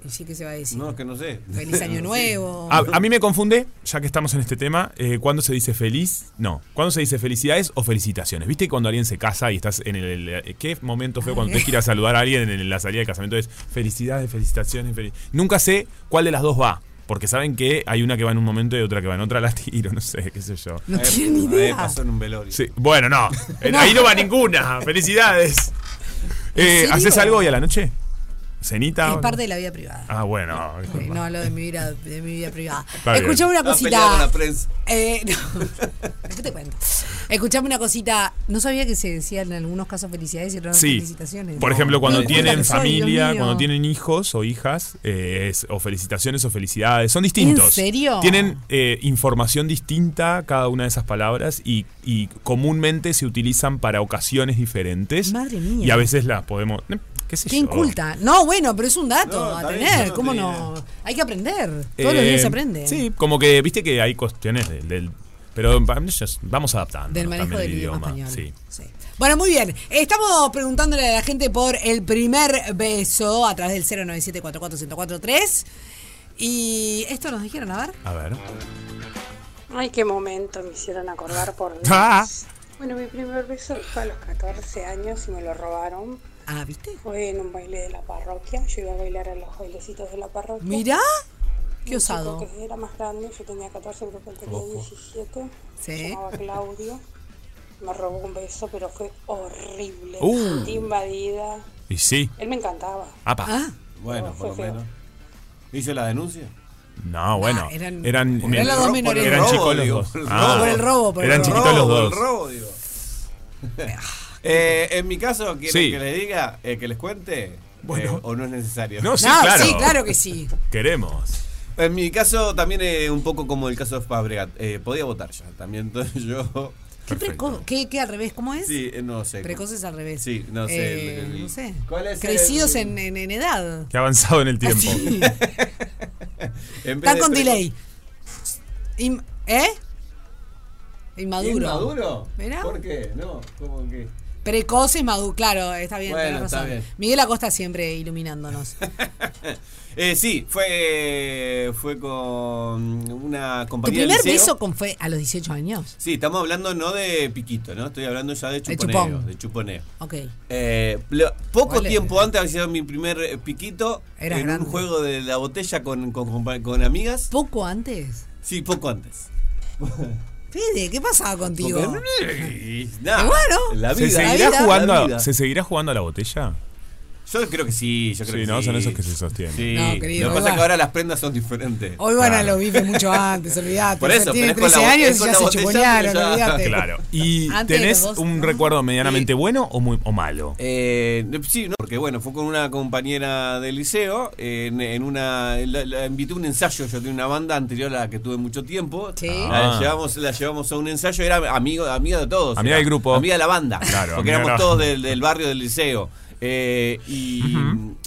[SPEAKER 2] Y sí que se va a decir.
[SPEAKER 10] No, es que no sé.
[SPEAKER 2] Feliz año nuevo.
[SPEAKER 3] Ah, A, a mí me confunde, ya que estamos en este tema, eh, cuando se dice feliz, no, cuando se dice felicidades o felicitaciones. ¿Viste cuando alguien se casa y estás en el... el- ¿Qué momento fue cuando te quieres saludar a alguien en la salida de casamiento? Es felicidades, felicitaciones, fel- Nunca sé cuál de las dos va, porque saben que hay una que va en un momento y otra que va en otra, la tiro, no sé, qué sé yo.
[SPEAKER 2] No tiene idea.
[SPEAKER 10] pasó en un velorio.
[SPEAKER 3] Sí, bueno, no, en-
[SPEAKER 2] No.
[SPEAKER 3] ahí no va ninguna, felicidades. Eh,
[SPEAKER 2] serio?
[SPEAKER 3] ¿Haces algo hoy a la noche? ¿Cenita?
[SPEAKER 2] Es parte de la vida privada.
[SPEAKER 3] Ah, bueno.
[SPEAKER 2] Eh, No hablo de mi vida, de mi vida privada.
[SPEAKER 3] Está bien.
[SPEAKER 2] Escuchame una
[SPEAKER 10] Va a pelear con
[SPEAKER 2] cosita.
[SPEAKER 10] la prensa.
[SPEAKER 2] Eh, no. Después te cuento. Escuchame una cosita. No sabía que se decían en algunos casos felicidades y en otros
[SPEAKER 3] Sí.
[SPEAKER 2] felicitaciones.
[SPEAKER 3] Por
[SPEAKER 2] No.
[SPEAKER 3] ejemplo, cuando
[SPEAKER 2] Me di cuenta
[SPEAKER 3] tienen
[SPEAKER 2] que soy, Dios
[SPEAKER 3] familia,
[SPEAKER 2] mío.
[SPEAKER 3] cuando tienen hijos o hijas, eh, es- o felicitaciones o felicidades, son distintos.
[SPEAKER 2] ¿En serio?
[SPEAKER 3] Tienen eh, información distinta cada una de esas palabras y, y comúnmente se utilizan para ocasiones diferentes.
[SPEAKER 2] Madre mía.
[SPEAKER 3] Y a veces las podemos. eh, ¿Qué sé
[SPEAKER 2] Qué
[SPEAKER 3] yo?
[SPEAKER 2] inculta. No, bueno, pero es un dato
[SPEAKER 10] No,
[SPEAKER 2] a
[SPEAKER 10] está bien,
[SPEAKER 2] tener.
[SPEAKER 10] yo no
[SPEAKER 2] ¿Cómo
[SPEAKER 10] tenía
[SPEAKER 2] no? Hay que aprender. Todos
[SPEAKER 3] Eh,
[SPEAKER 2] los días se aprende.
[SPEAKER 3] Sí, como que viste que hay cuestiones del. del- pero em, vamos adaptando.
[SPEAKER 2] Del manejo
[SPEAKER 3] también
[SPEAKER 2] del
[SPEAKER 3] el
[SPEAKER 2] idioma, español.
[SPEAKER 3] Sí.
[SPEAKER 2] Sí. Bueno, muy bien. Estamos preguntándole a la gente por el primer beso a través del 097 1043 Y esto nos dijeron, a ver.
[SPEAKER 3] A ver.
[SPEAKER 11] Ay, qué momento me hicieron acordar por Dios.
[SPEAKER 3] Ah.
[SPEAKER 11] Bueno, mi primer beso fue a los 14 años y me lo robaron.
[SPEAKER 2] Ah, ¿viste?
[SPEAKER 11] Fue "Eh, en un baile de la parroquia. Yo iba a bailar a los bailecitos de la parroquia.
[SPEAKER 2] Mirá, qué
[SPEAKER 11] Un chico
[SPEAKER 2] osado.
[SPEAKER 11] que era más grande, yo tenía 14, creo que él tenía 17.
[SPEAKER 2] Sí.
[SPEAKER 11] Se llamaba Claudio. Me robó un beso, pero fue horrible.
[SPEAKER 3] Uh.
[SPEAKER 11] Sentí invadida.
[SPEAKER 3] Y sí.
[SPEAKER 11] Él me encantaba.
[SPEAKER 3] Apa.
[SPEAKER 2] Ah,
[SPEAKER 10] Bueno, por lo menos. ¿Hizo la denuncia?
[SPEAKER 3] No, bueno.
[SPEAKER 2] Ah, eran-
[SPEAKER 3] eran
[SPEAKER 2] eran los dos
[SPEAKER 3] eran
[SPEAKER 2] menores. Por el
[SPEAKER 10] robo,
[SPEAKER 3] chicos
[SPEAKER 10] digo,
[SPEAKER 3] los
[SPEAKER 10] por
[SPEAKER 3] dos.
[SPEAKER 10] el
[SPEAKER 3] Ah.
[SPEAKER 10] robo. Por el
[SPEAKER 2] robo, por el
[SPEAKER 3] eran
[SPEAKER 2] robo.
[SPEAKER 3] chiquitos los dos.
[SPEAKER 10] El robo, digo. Eh, en mi caso, ¿quieren
[SPEAKER 3] Sí.
[SPEAKER 10] que les diga, eh, que les cuente?
[SPEAKER 3] Bueno.
[SPEAKER 10] Eh, ¿O no es necesario?
[SPEAKER 3] No, sí,
[SPEAKER 2] no,
[SPEAKER 3] claro.
[SPEAKER 2] sí, claro que sí.
[SPEAKER 3] Queremos.
[SPEAKER 10] En mi caso, también eh, un poco como el caso de Fabregat. Eh, podía votar ya. También entonces yo.
[SPEAKER 2] ¿Qué,
[SPEAKER 3] Perfecto.
[SPEAKER 2] precoz, qué, qué al revés? ¿Cómo es?
[SPEAKER 10] Sí, eh, no sé.
[SPEAKER 2] Precoces al revés.
[SPEAKER 10] Sí, no sé,
[SPEAKER 2] Eh,
[SPEAKER 10] el- el-
[SPEAKER 2] no sé.
[SPEAKER 10] ¿Cuál es
[SPEAKER 2] Crecidos
[SPEAKER 10] el-
[SPEAKER 2] en, en- en edad.
[SPEAKER 3] Que ha avanzado en el tiempo.
[SPEAKER 2] Ah, Sí.
[SPEAKER 10] En vez
[SPEAKER 2] Está
[SPEAKER 10] de
[SPEAKER 2] con
[SPEAKER 10] preco-
[SPEAKER 2] delay. Im- ¿Eh? Inmaduro.
[SPEAKER 10] ¿Inmaduro?
[SPEAKER 2] Mirá.
[SPEAKER 10] ¿Por qué? No, ¿cómo que?
[SPEAKER 2] Precoz y maduro. Claro, está bien,
[SPEAKER 10] Bueno,
[SPEAKER 2] tenés
[SPEAKER 10] está
[SPEAKER 2] razón.
[SPEAKER 10] bien.
[SPEAKER 2] Miguel Acosta siempre iluminándonos.
[SPEAKER 10] Eh, sí, fue, fue con una
[SPEAKER 2] ¿Tu
[SPEAKER 10] compañía de
[SPEAKER 2] primer
[SPEAKER 10] liceo.
[SPEAKER 2] beso con fue a los 18 años?
[SPEAKER 10] Sí, estamos hablando no de piquito, ¿no? Estoy hablando ya de
[SPEAKER 2] De
[SPEAKER 10] chuponeo.
[SPEAKER 2] chupón.
[SPEAKER 10] de chuponeo.
[SPEAKER 2] Ok.
[SPEAKER 10] Eh, lo- poco
[SPEAKER 2] ¿Cuál era?
[SPEAKER 10] tiempo antes había sido mi primer eh, piquito
[SPEAKER 2] Eras
[SPEAKER 10] en
[SPEAKER 2] grande.
[SPEAKER 10] un juego de la botella con, con, compa- con amigas.
[SPEAKER 2] ¿Poco antes?
[SPEAKER 10] Sí, poco antes.
[SPEAKER 2] Fede, ¿qué pasaba contigo?
[SPEAKER 10] Porque- y nada,
[SPEAKER 2] Y bueno,
[SPEAKER 10] la
[SPEAKER 3] ¿Se
[SPEAKER 10] vida.
[SPEAKER 3] seguirá,
[SPEAKER 10] la
[SPEAKER 3] jugando a,
[SPEAKER 10] vida.
[SPEAKER 3] ¿Se seguirá jugando a la botella?
[SPEAKER 10] Yo creo que sí, yo creo
[SPEAKER 3] Sí,
[SPEAKER 10] que
[SPEAKER 3] ¿no?
[SPEAKER 10] sí.
[SPEAKER 3] Son esos que se sostienen.
[SPEAKER 10] Sí.
[SPEAKER 2] No, querido,
[SPEAKER 10] Lo
[SPEAKER 2] hoy
[SPEAKER 10] que pasa es
[SPEAKER 2] va.
[SPEAKER 10] que ahora las prendas son diferentes.
[SPEAKER 2] Hoy van a
[SPEAKER 3] Claro.
[SPEAKER 2] los bifes mucho antes, olvidate.
[SPEAKER 10] Por
[SPEAKER 2] O sea,
[SPEAKER 10] eso,
[SPEAKER 2] tiene
[SPEAKER 10] pero es
[SPEAKER 2] 13
[SPEAKER 10] con la bo-
[SPEAKER 2] años
[SPEAKER 10] es
[SPEAKER 2] y
[SPEAKER 10] con
[SPEAKER 2] ya
[SPEAKER 10] la
[SPEAKER 2] se
[SPEAKER 10] botella,
[SPEAKER 2] chuponearon,
[SPEAKER 10] ya-
[SPEAKER 2] olvidate.
[SPEAKER 3] Claro. ¿Y
[SPEAKER 2] Antes de
[SPEAKER 3] tenés
[SPEAKER 2] los dos,
[SPEAKER 3] un
[SPEAKER 2] ¿no?
[SPEAKER 3] recuerdo medianamente
[SPEAKER 10] Sí.
[SPEAKER 3] bueno o, muy, o malo?
[SPEAKER 10] Eh, sí, no, porque bueno, fue con una compañera del liceo, eh, en, en una, la, la invité a un ensayo, yo tenía una banda anterior a la que tuve mucho tiempo,
[SPEAKER 2] Sí.
[SPEAKER 10] la,
[SPEAKER 3] Ah.
[SPEAKER 10] llevamos, la llevamos a un ensayo, era amigo, amiga de todos.
[SPEAKER 3] Amiga
[SPEAKER 10] era
[SPEAKER 3] del grupo.
[SPEAKER 10] Amiga de la banda,
[SPEAKER 3] Claro, amiga de
[SPEAKER 10] porque éramos
[SPEAKER 3] la-
[SPEAKER 10] todos del, del barrio del liceo. Eh, y,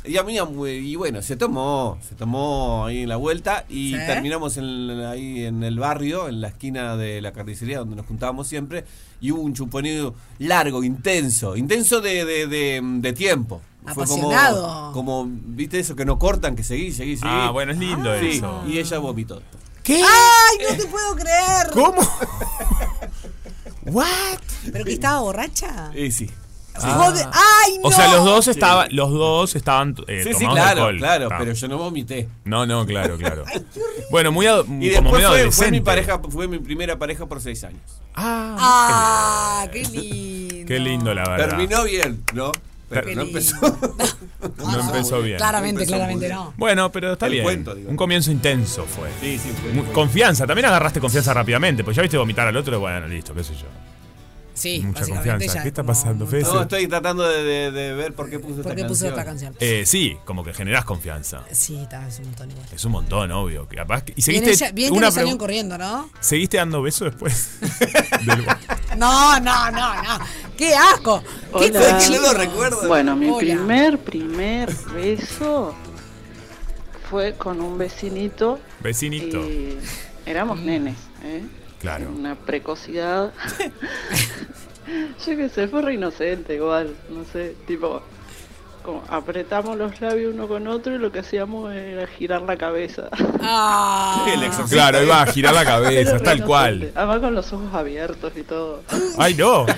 [SPEAKER 10] y a mí, y bueno, se tomó, se tomó ahí la vuelta y
[SPEAKER 2] Sí.
[SPEAKER 10] terminamos en- ahí en el barrio, en la esquina de la carnicería donde nos juntábamos siempre, y hubo un chuponeo largo, intenso, intenso de, de- de- de tiempo. Fue como-
[SPEAKER 2] Apasionado.
[SPEAKER 10] Como, viste eso que no cortan, que seguís, seguís, seguís.
[SPEAKER 3] Ah, bueno, es lindo
[SPEAKER 10] Sí,
[SPEAKER 3] eso.
[SPEAKER 10] Y ella vomitó.
[SPEAKER 3] ¿Qué?
[SPEAKER 2] ¡Ay, no te puedo creer!
[SPEAKER 3] ¿Cómo? ¿What?
[SPEAKER 2] ¿Pero que estaba borracha?
[SPEAKER 10] Y sí.
[SPEAKER 2] Joder, ¡Ay, no!
[SPEAKER 3] Ah. O sea, los dos estaban, los dos estaban eh,
[SPEAKER 10] Sí, sí,
[SPEAKER 3] tomados de
[SPEAKER 10] claro,
[SPEAKER 3] alcohol.
[SPEAKER 10] claro,
[SPEAKER 3] Ah.
[SPEAKER 10] pero yo no vomité.
[SPEAKER 3] No, no, claro, claro. bueno, muy ado-
[SPEAKER 10] Y
[SPEAKER 3] como
[SPEAKER 10] después
[SPEAKER 3] medio
[SPEAKER 10] fue, fue mi
[SPEAKER 3] adolescente.
[SPEAKER 10] pareja, fue mi primera pareja por seis años.
[SPEAKER 2] ¡Ah, qué lindo!
[SPEAKER 3] Qué lindo, la verdad.
[SPEAKER 10] Terminó bien, ¿no? Pero
[SPEAKER 2] Qué
[SPEAKER 10] no
[SPEAKER 2] lindo. Ah,
[SPEAKER 10] empezó.
[SPEAKER 3] No empezó bien.
[SPEAKER 2] Claramente,
[SPEAKER 10] Empezó
[SPEAKER 2] claramente
[SPEAKER 10] muy
[SPEAKER 2] no.
[SPEAKER 3] Bueno, pero está
[SPEAKER 10] El
[SPEAKER 3] bien.
[SPEAKER 10] cuento, digo.
[SPEAKER 3] Un comienzo intenso fue.
[SPEAKER 10] Sí, sí, fue-
[SPEAKER 3] Muy-
[SPEAKER 10] fue-
[SPEAKER 3] Confianza, también agarraste confianza rápidamente, pues ya viste vomitar al otro, bueno, listo, qué sé yo.
[SPEAKER 2] Sí,
[SPEAKER 3] Mucha
[SPEAKER 2] básicamente
[SPEAKER 3] confianza.
[SPEAKER 2] ya
[SPEAKER 3] ¿Qué
[SPEAKER 2] Este,
[SPEAKER 3] está
[SPEAKER 2] como-
[SPEAKER 3] pasando, Fede?
[SPEAKER 10] No, estoy tratando de, de- de ver por qué puso
[SPEAKER 2] ¿Por
[SPEAKER 10] esta
[SPEAKER 2] qué
[SPEAKER 10] canción.
[SPEAKER 2] puso esta canción?
[SPEAKER 3] Eh, sí, como que generás confianza.
[SPEAKER 2] Sí, está, es un montón igual.
[SPEAKER 3] Es un montón, obvio. que capaz que- y
[SPEAKER 2] Bien,
[SPEAKER 3] seguiste
[SPEAKER 2] ella- bien que
[SPEAKER 3] una
[SPEAKER 2] no salieron
[SPEAKER 3] pregu-
[SPEAKER 2] corriendo, ¿no?
[SPEAKER 3] ¿Seguiste dando besos después? Del-
[SPEAKER 2] No, no, no, no. ¡Qué asco! ¿Qué
[SPEAKER 12] Hola.
[SPEAKER 2] cochino.
[SPEAKER 12] Bueno, mi
[SPEAKER 2] Hola.
[SPEAKER 12] primer, primer beso fue con un vecinito.
[SPEAKER 3] Vecinito.
[SPEAKER 12] y éramos
[SPEAKER 2] Mm.
[SPEAKER 12] nenes, ¿eh?
[SPEAKER 3] Claro.
[SPEAKER 12] Una precocidad. Yo qué sé, fue re inocente igual, no sé, tipo, como apretamos los labios uno con otro y lo que hacíamos era girar la cabeza.
[SPEAKER 2] Ah.
[SPEAKER 3] El exorcista. Claro, ahí va, girar la cabeza,
[SPEAKER 12] Pero re
[SPEAKER 3] tal cual.
[SPEAKER 12] inocente, Además con los ojos abiertos y todo.
[SPEAKER 3] ¡Ay, no!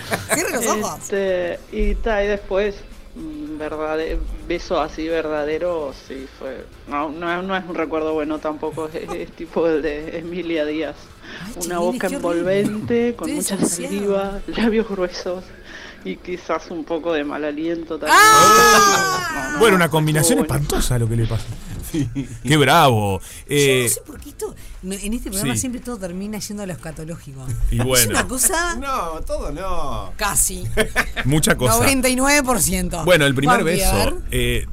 [SPEAKER 12] Este, y, ta, y después, mm, verdade- beso así verdadero, sí, fue. No, no, es- no es un recuerdo bueno tampoco, es, es tipo el de Emilia Díaz. Una
[SPEAKER 9] chiquilines,
[SPEAKER 12] boca
[SPEAKER 9] qué horrible.
[SPEAKER 12] envolvente, con mucha
[SPEAKER 9] Estoy desahuciada.
[SPEAKER 12] saliva, labios gruesos y quizás un poco de mal aliento también.
[SPEAKER 9] ¡Ah!
[SPEAKER 3] Bueno, una combinación espantosa lo que le pasó. ¡Qué bravo! Eh,
[SPEAKER 2] Porque esto, me- en este programa
[SPEAKER 3] Sí.
[SPEAKER 2] siempre todo termina yendo a lo escatológico.
[SPEAKER 3] Y bueno.
[SPEAKER 2] Es una cosa.
[SPEAKER 10] No, todo no.
[SPEAKER 2] Casi.
[SPEAKER 3] mucha cosa.
[SPEAKER 2] 99%.
[SPEAKER 3] Bueno, el primer
[SPEAKER 2] Juanpi, a ver.
[SPEAKER 3] beso. eh,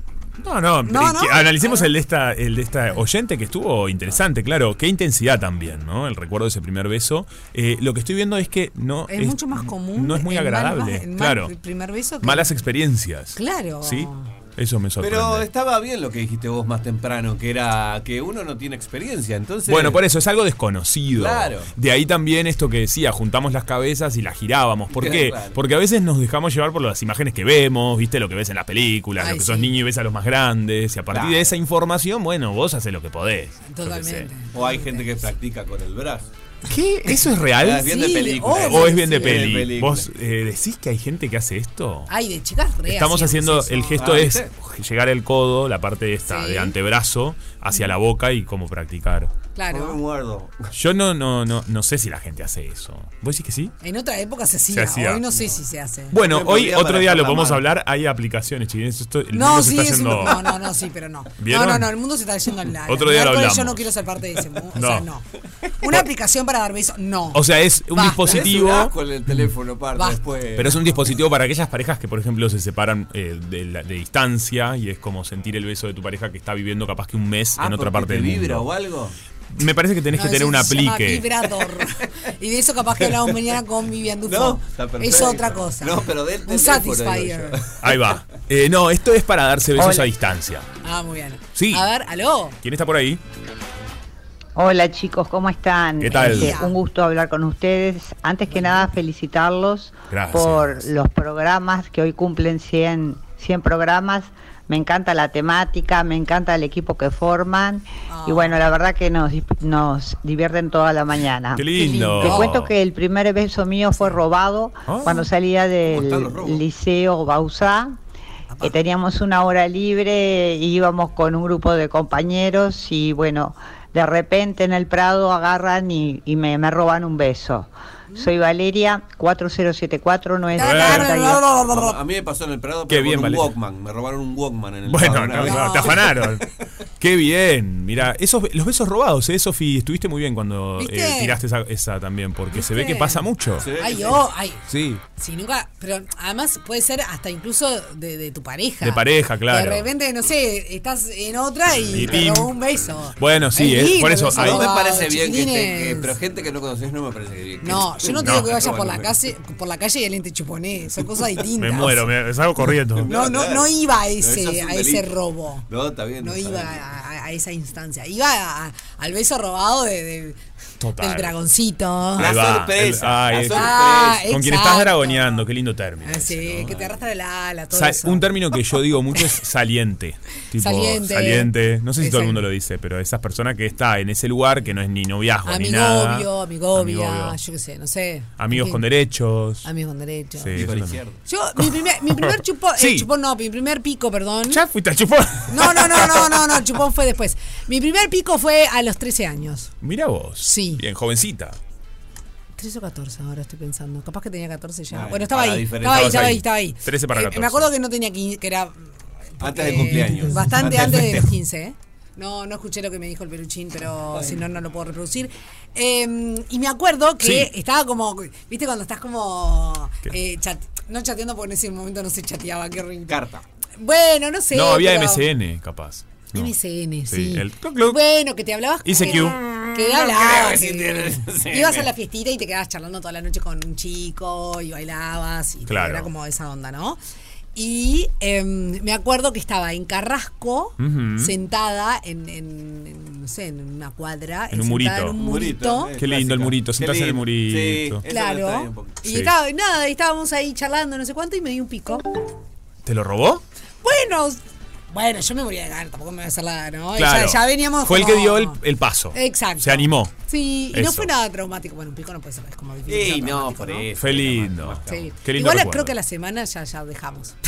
[SPEAKER 3] no, no,
[SPEAKER 2] No,
[SPEAKER 3] eh,
[SPEAKER 2] no.
[SPEAKER 3] que analicemos el de esta, el de esta oyente que estuvo interesante, claro. Qué intensidad también, ¿no? El recuerdo de ese primer beso. Eh, lo que estoy viendo es que no
[SPEAKER 2] Es, mucho más común.
[SPEAKER 3] no es muy
[SPEAKER 2] el mal-
[SPEAKER 3] agradable,
[SPEAKER 2] el mal
[SPEAKER 3] claro.
[SPEAKER 2] pr- primer beso que-
[SPEAKER 3] malas experiencias.
[SPEAKER 2] Claro.
[SPEAKER 3] Sí, eso me sorprende.
[SPEAKER 10] Pero estaba bien lo que dijiste vos más temprano, que era que uno no tiene experiencia, entonces...
[SPEAKER 3] Bueno, por eso es algo desconocido.
[SPEAKER 10] eh, Claro.
[SPEAKER 3] De ahí también esto que decía, juntamos las cabezas y las girábamos. ¿Por qué?
[SPEAKER 10] Claro.
[SPEAKER 3] Porque a veces nos dejamos llevar por las imágenes que vemos, viste lo que ves en las películas,
[SPEAKER 10] Ay,
[SPEAKER 3] lo que sos
[SPEAKER 10] sí.
[SPEAKER 3] niño y ves a los más grandes. Y a partir
[SPEAKER 10] Claro.
[SPEAKER 3] de esa información, bueno, vos haces lo que podés. yo qué sé.
[SPEAKER 10] Totalmente. O hay gente que practica con el brazo.
[SPEAKER 3] ¿Qué? ¿Eso es real?
[SPEAKER 10] Es bien de Sí, película. obvio
[SPEAKER 3] ¿O es bien
[SPEAKER 10] que
[SPEAKER 3] de
[SPEAKER 10] sí.
[SPEAKER 3] peli?
[SPEAKER 10] Bien de película.
[SPEAKER 3] ¿Vos eh, decís que hay gente que hace esto?
[SPEAKER 2] Ay, de chicas Ah, re
[SPEAKER 3] Estamos haciendo,
[SPEAKER 2] hacíamos
[SPEAKER 3] el
[SPEAKER 2] eso.
[SPEAKER 3] gesto
[SPEAKER 10] Ah,
[SPEAKER 3] es
[SPEAKER 10] ¿viste?
[SPEAKER 3] llegar el codo, la parte esta de antebrazo, hacia la boca y cómo practicar.
[SPEAKER 2] Claro.
[SPEAKER 10] muerdo.
[SPEAKER 3] Yo no, no, no, no sé si la gente hace eso. ¿Vos decís que sí?
[SPEAKER 2] En otra época se
[SPEAKER 3] Se
[SPEAKER 2] hacía.
[SPEAKER 3] hacía.
[SPEAKER 2] Hoy no sé si se hace.
[SPEAKER 3] Bueno, hoy otro día lo podemos
[SPEAKER 10] mano.
[SPEAKER 3] hablar. Hay aplicaciones, chiquines. Esto, el
[SPEAKER 2] No,
[SPEAKER 3] mundo se
[SPEAKER 2] sí,
[SPEAKER 3] está
[SPEAKER 2] es un-
[SPEAKER 3] yendo-
[SPEAKER 2] no, no, no, sí, pero no.
[SPEAKER 3] ¿Vieron?
[SPEAKER 2] No, no, no, el mundo se está yendo al lado.
[SPEAKER 3] Otro día lo
[SPEAKER 2] Yo
[SPEAKER 3] hablamos.
[SPEAKER 2] no quiero ser parte de ese mundo. O
[SPEAKER 3] No.
[SPEAKER 2] sea, no. Una aplicación para dar besos, no.
[SPEAKER 3] O sea, es un
[SPEAKER 2] Basta.
[SPEAKER 3] dispositivo.
[SPEAKER 10] Con el teléfono, parte
[SPEAKER 2] Basta.
[SPEAKER 10] después.
[SPEAKER 3] Pero es un dispositivo para aquellas parejas que, por ejemplo, se separan eh, de, la- de distancia y es como sentir el beso de tu pareja que está viviendo capaz que un mes
[SPEAKER 10] Ah,
[SPEAKER 3] en otra
[SPEAKER 10] porque
[SPEAKER 3] parte
[SPEAKER 10] te
[SPEAKER 3] del
[SPEAKER 10] vibra
[SPEAKER 3] mundo.
[SPEAKER 10] o algo?
[SPEAKER 3] Me parece que tenés
[SPEAKER 2] No,
[SPEAKER 3] que tener
[SPEAKER 2] eso
[SPEAKER 3] un
[SPEAKER 2] se llama
[SPEAKER 3] aplique.
[SPEAKER 2] vibrador. Y de eso capaz que hablamos mañana con Vivian Dufo. es otra cosa.
[SPEAKER 10] No, pero del
[SPEAKER 2] Un
[SPEAKER 10] teléfono, digo
[SPEAKER 2] satisfier.
[SPEAKER 3] Ahí va. Eh, no, esto es para darse besos
[SPEAKER 13] Hola.
[SPEAKER 3] a distancia.
[SPEAKER 2] Ah, muy bien.
[SPEAKER 3] Sí.
[SPEAKER 2] A ver, aló.
[SPEAKER 3] ¿Quién está por ahí?
[SPEAKER 13] Hola chicos, ¿cómo están?
[SPEAKER 3] ¿Qué tal?
[SPEAKER 13] Este, un gusto hablar con ustedes. Antes que nada, felicitarlos
[SPEAKER 3] Gracias.
[SPEAKER 13] por los programas que hoy cumplen 100, 100 programas. Me encanta la temática, me encanta el equipo que forman. Y bueno, la verdad que nos, dis- nos divierten toda la mañana.
[SPEAKER 3] Qué lindo.
[SPEAKER 13] Te cuento que el primer beso mío fue robado
[SPEAKER 3] Ah.
[SPEAKER 13] cuando salía del Liceo Bausá. Eh, teníamos una hora libre, y íbamos con un grupo de compañeros y bueno, de repente en el Prado agarran y, y me, me roban un beso. Soy Valeria, 4074
[SPEAKER 10] A mí me pasó en el Prado,
[SPEAKER 3] Qué
[SPEAKER 10] pero
[SPEAKER 3] bien,
[SPEAKER 10] con un
[SPEAKER 3] Valeria.
[SPEAKER 10] Walkman. Me robaron un Walkman en el
[SPEAKER 3] Bueno,
[SPEAKER 10] Prado una
[SPEAKER 3] no,
[SPEAKER 10] vez.
[SPEAKER 3] no, te afanaron. Qué bien. Mira, esos, los besos robados, ¿eh, Sofi? Estuviste muy bien cuando eh,
[SPEAKER 2] ¿Viste?
[SPEAKER 3] tiraste esa, esa también, porque se ve
[SPEAKER 2] ¿Viste?
[SPEAKER 3] que pasa mucho.
[SPEAKER 2] Ay, oh, ay.
[SPEAKER 3] Sí.
[SPEAKER 2] Si nunca, pero además puede ser hasta incluso de, de tu pareja.
[SPEAKER 3] De pareja, claro.
[SPEAKER 2] De repente, no sé, estás en otra y,
[SPEAKER 3] Y
[SPEAKER 2] te
[SPEAKER 3] pim.
[SPEAKER 2] robó un beso.
[SPEAKER 3] Bueno, sí,
[SPEAKER 2] Es
[SPEAKER 3] eh,
[SPEAKER 2] lindo "Ah,
[SPEAKER 3] por eso.
[SPEAKER 2] los
[SPEAKER 3] ahí-
[SPEAKER 10] No me parece bien que,
[SPEAKER 2] chiquilines.
[SPEAKER 10] te, que- Pero gente que no conoces no me parece que bien.
[SPEAKER 2] No, yo no te digo que vayas por la
[SPEAKER 10] casa
[SPEAKER 2] calle, por la calle y alguien te chuponé, son cosas
[SPEAKER 3] me
[SPEAKER 2] distintas.
[SPEAKER 3] muero, me salgo corriendo.
[SPEAKER 2] No, no, no iba a ese,
[SPEAKER 10] es un
[SPEAKER 2] a ese
[SPEAKER 10] delito.
[SPEAKER 2] robo.
[SPEAKER 10] No, está bien.
[SPEAKER 2] No
[SPEAKER 10] está
[SPEAKER 2] iba
[SPEAKER 10] bien.
[SPEAKER 2] a, a esa instancia. Iba a- al beso robado de- de-
[SPEAKER 3] Total.
[SPEAKER 2] del dragoncito.
[SPEAKER 3] Ahí va, el- ah,
[SPEAKER 10] la
[SPEAKER 3] es-
[SPEAKER 2] sorpresa.
[SPEAKER 3] Con quien estás
[SPEAKER 2] Exacto.
[SPEAKER 3] dragoneando, qué lindo término.
[SPEAKER 2] Ah, sí, que te arrastra el ala, todo
[SPEAKER 3] Sa-
[SPEAKER 2] eso.
[SPEAKER 3] un término que yo digo mucho es saliente. Tipo,
[SPEAKER 2] Saliente.
[SPEAKER 3] saliente. No sé si
[SPEAKER 2] Exacto.
[SPEAKER 3] todo el mundo lo dice, pero esas personas que está en ese lugar que no es ni noviazgo ni nada.
[SPEAKER 2] Amigovio, amigovia,
[SPEAKER 3] Amigovio.
[SPEAKER 2] yo qué sé, no sé.
[SPEAKER 3] Amigos
[SPEAKER 2] En
[SPEAKER 3] con
[SPEAKER 2] fin.
[SPEAKER 3] derechos.
[SPEAKER 2] Amigos con derechos.
[SPEAKER 3] Sí, eso también.
[SPEAKER 2] Yo, mi primer, mi primer chupón, eh,
[SPEAKER 3] Sí.
[SPEAKER 2] chupón no, mi primer pico, perdón.
[SPEAKER 3] Ya fuiste al chupón.
[SPEAKER 2] No, no, no, no, no, no, el chupón fue después. Mi primer pico fue a los 13 años.
[SPEAKER 3] Mira vos.
[SPEAKER 2] Sí.
[SPEAKER 3] Bien, jovencita.
[SPEAKER 2] 13 o 14 ahora estoy pensando. Capaz que tenía 14 ya.
[SPEAKER 3] Bueno,
[SPEAKER 2] Bueno, estaba
[SPEAKER 3] para
[SPEAKER 2] ahí,
[SPEAKER 3] diferen-
[SPEAKER 2] estaba ahí,
[SPEAKER 3] estabas
[SPEAKER 2] estaba
[SPEAKER 3] ahí.
[SPEAKER 2] ahí, estaba ahí.
[SPEAKER 3] 13 para
[SPEAKER 2] Eh,
[SPEAKER 3] 14.
[SPEAKER 2] me acuerdo que no tenía 15, que era
[SPEAKER 10] Antes del
[SPEAKER 2] eh,
[SPEAKER 10] cumpleaños.
[SPEAKER 2] Bastante
[SPEAKER 10] del
[SPEAKER 2] antes de los
[SPEAKER 10] festejo.
[SPEAKER 2] 15, ¿eh? No, no escuché lo que me dijo el peluchín, pero si no, no lo puedo reproducir. Eh, y me acuerdo que estaba como, viste, cuando estás como, eh, chat- no chateando porque en ese momento no se chateaba, qué horrible.
[SPEAKER 10] Carta.
[SPEAKER 2] Bueno, no sé.
[SPEAKER 3] no, había
[SPEAKER 2] pero-
[SPEAKER 3] MSN, capaz. No.
[SPEAKER 2] MSN, sí.
[SPEAKER 3] Sí, el cloc,
[SPEAKER 2] Bueno, que te hablabas
[SPEAKER 3] ICQ.
[SPEAKER 2] eh, Qué
[SPEAKER 10] No
[SPEAKER 2] galán.
[SPEAKER 10] creo que sí tiene- sí,
[SPEAKER 2] Ibas a
[SPEAKER 10] me-
[SPEAKER 2] la fiestita y te quedabas charlando toda la noche con un chico y bailabas. Y
[SPEAKER 10] Claro.
[SPEAKER 2] Era como esa onda, ¿no? Y em, me acuerdo que estaba en Carrasco,
[SPEAKER 3] Ujú.
[SPEAKER 2] sentada en, en- en, no sé, en una cuadra.
[SPEAKER 3] En
[SPEAKER 2] Ah, sentada
[SPEAKER 3] un murito.
[SPEAKER 2] en un murito. eh,
[SPEAKER 3] Qué lindo el murito, sentarse en el murito.
[SPEAKER 2] Claro. Y
[SPEAKER 3] Sí.
[SPEAKER 2] estaba, nada, y estábamos ahí charlando, no sé cuánto, y me di un pico.
[SPEAKER 3] ¿Te lo robó?
[SPEAKER 2] Bueno, bueno, yo me moría de ganar, tampoco me voy a hacer la, ¿no? Y
[SPEAKER 3] Claro.
[SPEAKER 2] Ya, ya veníamos.
[SPEAKER 3] Fue el
[SPEAKER 2] como-
[SPEAKER 3] que dio el, el paso.
[SPEAKER 2] Exacto.
[SPEAKER 3] Se animó.
[SPEAKER 2] Sí, y no
[SPEAKER 3] Eso.
[SPEAKER 2] fue nada traumático. Bueno, un pico no puede ser, es como difícil.
[SPEAKER 10] Sí, no, por eso.
[SPEAKER 3] Fue lindo.
[SPEAKER 2] Sí.
[SPEAKER 3] Qué lindo
[SPEAKER 2] Igual
[SPEAKER 3] recuerdo.
[SPEAKER 2] creo que a la semana ya, ya dejamos.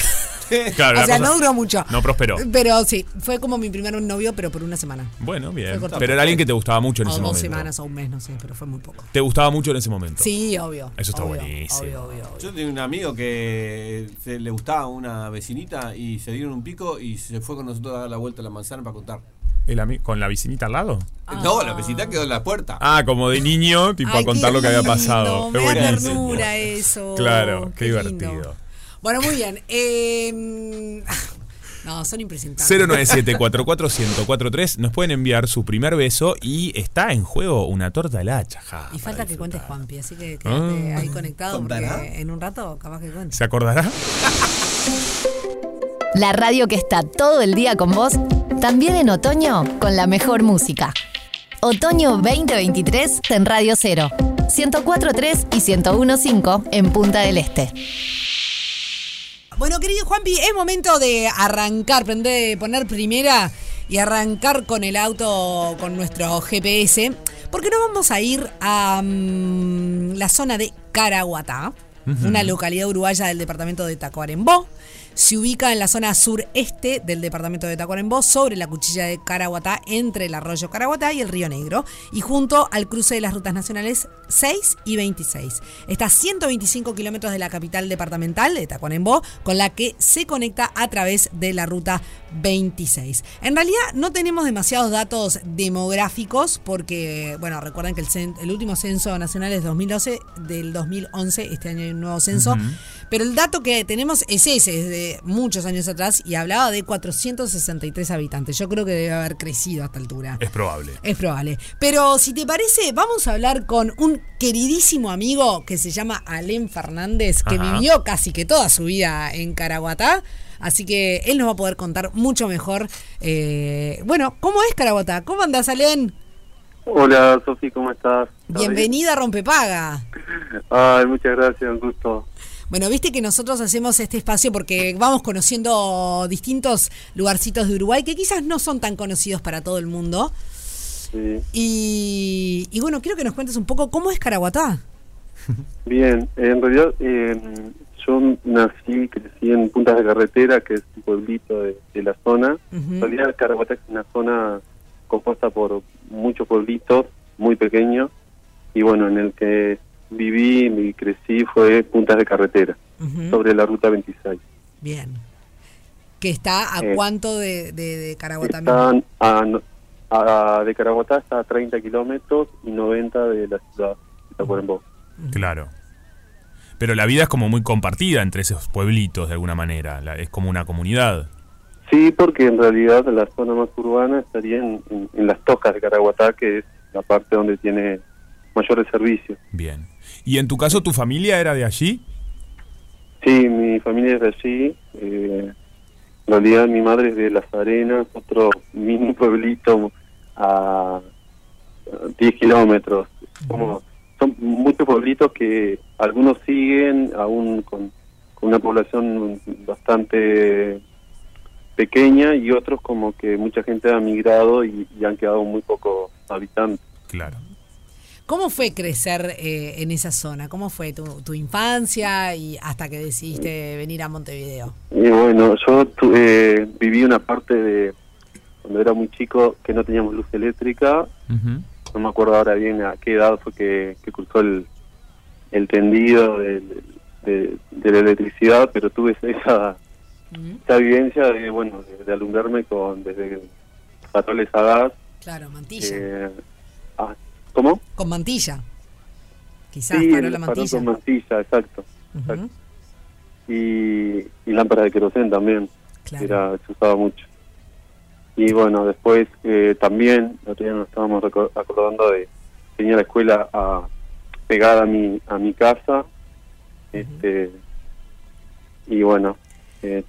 [SPEAKER 3] Claro,
[SPEAKER 2] o
[SPEAKER 3] la
[SPEAKER 2] sea,
[SPEAKER 3] cosa-
[SPEAKER 2] no duró mucho.
[SPEAKER 3] No prosperó.
[SPEAKER 2] Pero sí, fue como mi primer novio, pero por una semana.
[SPEAKER 3] Bueno,
[SPEAKER 2] Fue
[SPEAKER 3] bien.
[SPEAKER 2] cortito.
[SPEAKER 3] Pero era alguien que te gustaba mucho en
[SPEAKER 2] O
[SPEAKER 3] ese
[SPEAKER 2] dos
[SPEAKER 3] momento.
[SPEAKER 2] semanas o un mes, no sé, pero fue muy poco.
[SPEAKER 3] Te gustaba mucho en ese momento.
[SPEAKER 2] Sí, obvio.
[SPEAKER 3] Eso está
[SPEAKER 2] obvio,
[SPEAKER 3] buenísimo.
[SPEAKER 2] Obvio, obvio.
[SPEAKER 10] Yo tenía un amigo que se le gustaba una vecinita y se dieron un pico y se fue con nosotros a dar la vuelta a la manzana para contar.
[SPEAKER 3] El ami- ¿Con la vecinita al lado?
[SPEAKER 10] No, la vecinita quedó en la puerta.
[SPEAKER 3] Ah, como de niño, tipo
[SPEAKER 2] Ah. Ay,
[SPEAKER 3] a contar
[SPEAKER 2] qué
[SPEAKER 3] lo que había
[SPEAKER 2] lindo,
[SPEAKER 3] pasado.
[SPEAKER 2] me
[SPEAKER 3] Qué
[SPEAKER 2] da
[SPEAKER 3] buenísimo.
[SPEAKER 2] ternura eso.
[SPEAKER 3] Claro, qué,
[SPEAKER 2] lindo.
[SPEAKER 3] divertido.
[SPEAKER 2] Bueno, muy bien. Eh, no, son impresentables.
[SPEAKER 3] 097-44143 nos pueden enviar su primer beso y está en juego una torta de hacha. ja.
[SPEAKER 2] Y falta que cuentes Juanpi, así que quédate
[SPEAKER 3] Ah.
[SPEAKER 2] ahí conectado
[SPEAKER 3] ¿Contará?
[SPEAKER 2] porque en un rato capaz que cuentes.
[SPEAKER 3] ¿Se acordará?
[SPEAKER 7] La radio que está todo el día con vos, también en otoño con la mejor música. Otoño 2023 en Radio 0, 104.3 y 101.5 en Punta del Este.
[SPEAKER 2] Bueno, querido Juanpi, es momento de arrancar, prender, poner primera y arrancar con el auto, con nuestro GPS, porque nos vamos a ir a mm, la zona de Caraguatá,
[SPEAKER 14] Ujú.
[SPEAKER 2] una localidad uruguaya del departamento de Tacuarembó. Se ubica en la zona sureste del departamento de Tacuarembó, sobre la cuchilla de Caraguatá, entre el arroyo Caraguatá y el río Negro, y junto al cruce de las rutas nacionales 6 y 26. Está a 125 kilómetros de la capital departamental de Tacuarembó, con la que se conecta a través de la ruta 26. En realidad no tenemos demasiados datos demográficos, porque, bueno, recuerden que el, cen- el último censo nacional es 2012, del 2011, este año hay un nuevo censo. Pero el dato que tenemos es ese, es de muchos años atrás, y hablaba de 463 habitantes. Yo creo que debe haber crecido a esta altura.
[SPEAKER 3] Es probable.
[SPEAKER 2] Es probable. Pero si te parece, vamos a hablar con un queridísimo amigo que se llama Alén Fernández, que
[SPEAKER 14] Ajá.
[SPEAKER 2] vivió casi que toda su vida en Caraguatá. Así que él nos va a poder contar mucho mejor. eh, bueno, ¿cómo es Caraguatá? ¿Cómo andás, Alén?
[SPEAKER 15] Hola, Sofi, ¿cómo estás?
[SPEAKER 2] Bienvenida a Rompepaga.
[SPEAKER 15] Ay, muchas gracias, un gusto.
[SPEAKER 2] Bueno, viste que nosotros hacemos este espacio porque vamos conociendo distintos lugarcitos de Uruguay que quizás no son tan conocidos para todo el mundo.
[SPEAKER 15] Sí.
[SPEAKER 2] Y, y bueno, quiero que nos cuentes un poco cómo es Caraguatá.
[SPEAKER 15] Bien, en realidad eh, yo nací, crecí en Puntas de Carretera, que es un pueblito de, de la zona. En realidad Caraguatá es una zona compuesta por muchos pueblitos, muy pequeños, y bueno, en el que viví y crecí fue Puntas de Carretera, sobre la Ruta 26.
[SPEAKER 2] Bien. ¿Que está a
[SPEAKER 15] Eh,
[SPEAKER 2] cuánto de, de- de Caraguatá? mismo?
[SPEAKER 15] Están a, no- a- de Caraguatá está a 30 kilómetros y 90 de la ciudad de Tacuarembó.
[SPEAKER 3] Claro. Pero la vida es como muy compartida entre esos pueblitos de alguna manera. La- es como una comunidad.
[SPEAKER 15] Sí, porque en realidad la zona más urbana estaría en, en- en las tocas de Caraguatá, que es la parte donde tiene mayores servicios.
[SPEAKER 3] Bien. ¿Y en tu caso tu familia era de allí?
[SPEAKER 15] Sí, mi familia es de allí. eh, en realidad mi madre es de Las Arenas, otro mini pueblito a 10 kilómetros. Como, son muchos pueblitos que algunos siguen, aún con, con una población bastante pequeña, y otros como que mucha gente ha migrado y, y han quedado muy pocos habitantes.
[SPEAKER 3] Claro.
[SPEAKER 2] ¿Cómo fue crecer eh, en esa zona? ¿Cómo fue tu, tu infancia y hasta que decidiste venir a Montevideo?
[SPEAKER 15] Y bueno, yo tu- eh, viví una parte de cuando era muy chico que no teníamos luz eléctrica. No me acuerdo ahora bien a qué edad fue que, que cursó el, el tendido del- de, de la electricidad, pero tuve esa, esa vivencia de, bueno, de, de alumbrarme con desde faroles a gas.
[SPEAKER 2] Claro, mantilla.
[SPEAKER 15] eh, ah, ¿Cómo?
[SPEAKER 2] Con mantilla. Quizás
[SPEAKER 15] Sí,
[SPEAKER 2] para
[SPEAKER 15] el
[SPEAKER 2] la
[SPEAKER 15] farol
[SPEAKER 2] mantilla.
[SPEAKER 15] con mantilla, exacto. exacto. Y, y lámparas de querosén también.
[SPEAKER 2] Claro.
[SPEAKER 15] Era, se usaba mucho. Y bueno, después eh, también, el otro día nos estábamos reco- acordando de, tenía la escuela a, pegada a mi, a mi casa, este, y bueno, eh,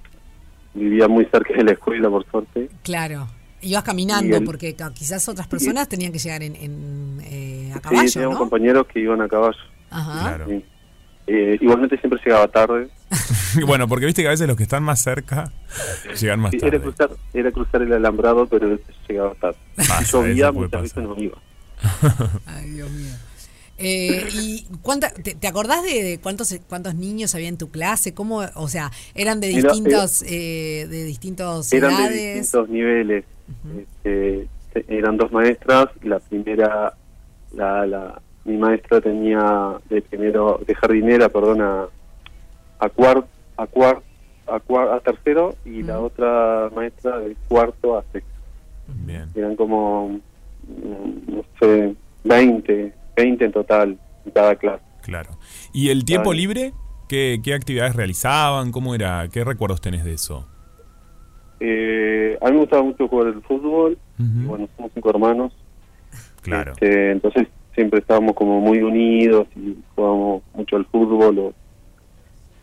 [SPEAKER 15] vivía muy cerca de la escuela por suerte,
[SPEAKER 2] Claro. Ibas caminando,
[SPEAKER 15] Y el-
[SPEAKER 2] porque ca- quizás otras personas tenían que llegar en, en, eh, a
[SPEAKER 15] Sí,
[SPEAKER 2] caballo,
[SPEAKER 15] teníamos
[SPEAKER 2] ¿no?
[SPEAKER 15] compañeros que iban a caballo.
[SPEAKER 2] Ajá.
[SPEAKER 15] Sí. Eh, igualmente siempre llegaba tarde.
[SPEAKER 3] Y bueno, porque viste que a veces los que están más cerca llegan más
[SPEAKER 15] Sí,
[SPEAKER 3] tarde.
[SPEAKER 15] Era cruzar, era cruzar el alambrado, pero llegaba tarde.
[SPEAKER 3] Pasa,
[SPEAKER 15] Si llovía,
[SPEAKER 3] Ah, eso puede
[SPEAKER 15] muchas veces no iba.
[SPEAKER 2] Ay, Dios mío. Eh, ¿Y cuánta, te, te acordás de, de cuántos cuántos niños había en tu clase? ¿Cómo, o sea, eran de
[SPEAKER 15] Era-
[SPEAKER 2] distintos eh, de distintos
[SPEAKER 15] Eran de
[SPEAKER 2] edades?
[SPEAKER 15] distintos niveles. Este, te- eran dos maestras. La primera, la, la- mi maestra tenía de primero, de jardinera, perdón, a, a cuarto, a cuarto, a, cuar- a tercero y la otra maestra de cuarto a sexto.
[SPEAKER 3] Bien.
[SPEAKER 15] Eran como, mm, no sé, 20, 20 en total en cada clase.
[SPEAKER 3] Claro. ¿Y el tiempo
[SPEAKER 15] Ay.
[SPEAKER 3] libre? ¿Qué, ¿Qué actividades realizaban? ¿Cómo era? ¿Qué recuerdos tenés de eso?
[SPEAKER 15] Eh, a mí me gustaba mucho jugar el fútbol. y bueno, somos cinco hermanos.
[SPEAKER 3] Claro.
[SPEAKER 15] Este, entonces siempre estábamos como muy unidos y jugábamos mucho al fútbol. o,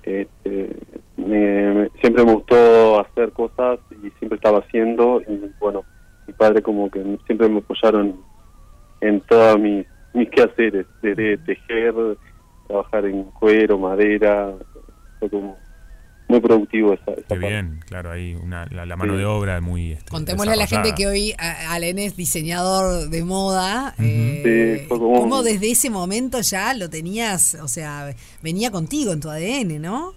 [SPEAKER 15] este, me- me- siempre me gustó hacer cosas y siempre estaba haciendo. Y bueno, mi padre como que siempre me apoyaron en todos mis, mis quehaceres, desde tejer, trabajar en cuero, madera. Fue como muy productivo esa, esa
[SPEAKER 3] Qué bien, claro, ahí una, la, la mano de obra muy... este,
[SPEAKER 2] Contémosle a la gente
[SPEAKER 3] desarrollada.
[SPEAKER 2] que hoy a- Alen es diseñador de moda.
[SPEAKER 15] Sí, fue como un-
[SPEAKER 2] eh, ¿Cómo desde ese momento ya lo tenías? O sea, venía contigo en tu ADN, ¿no?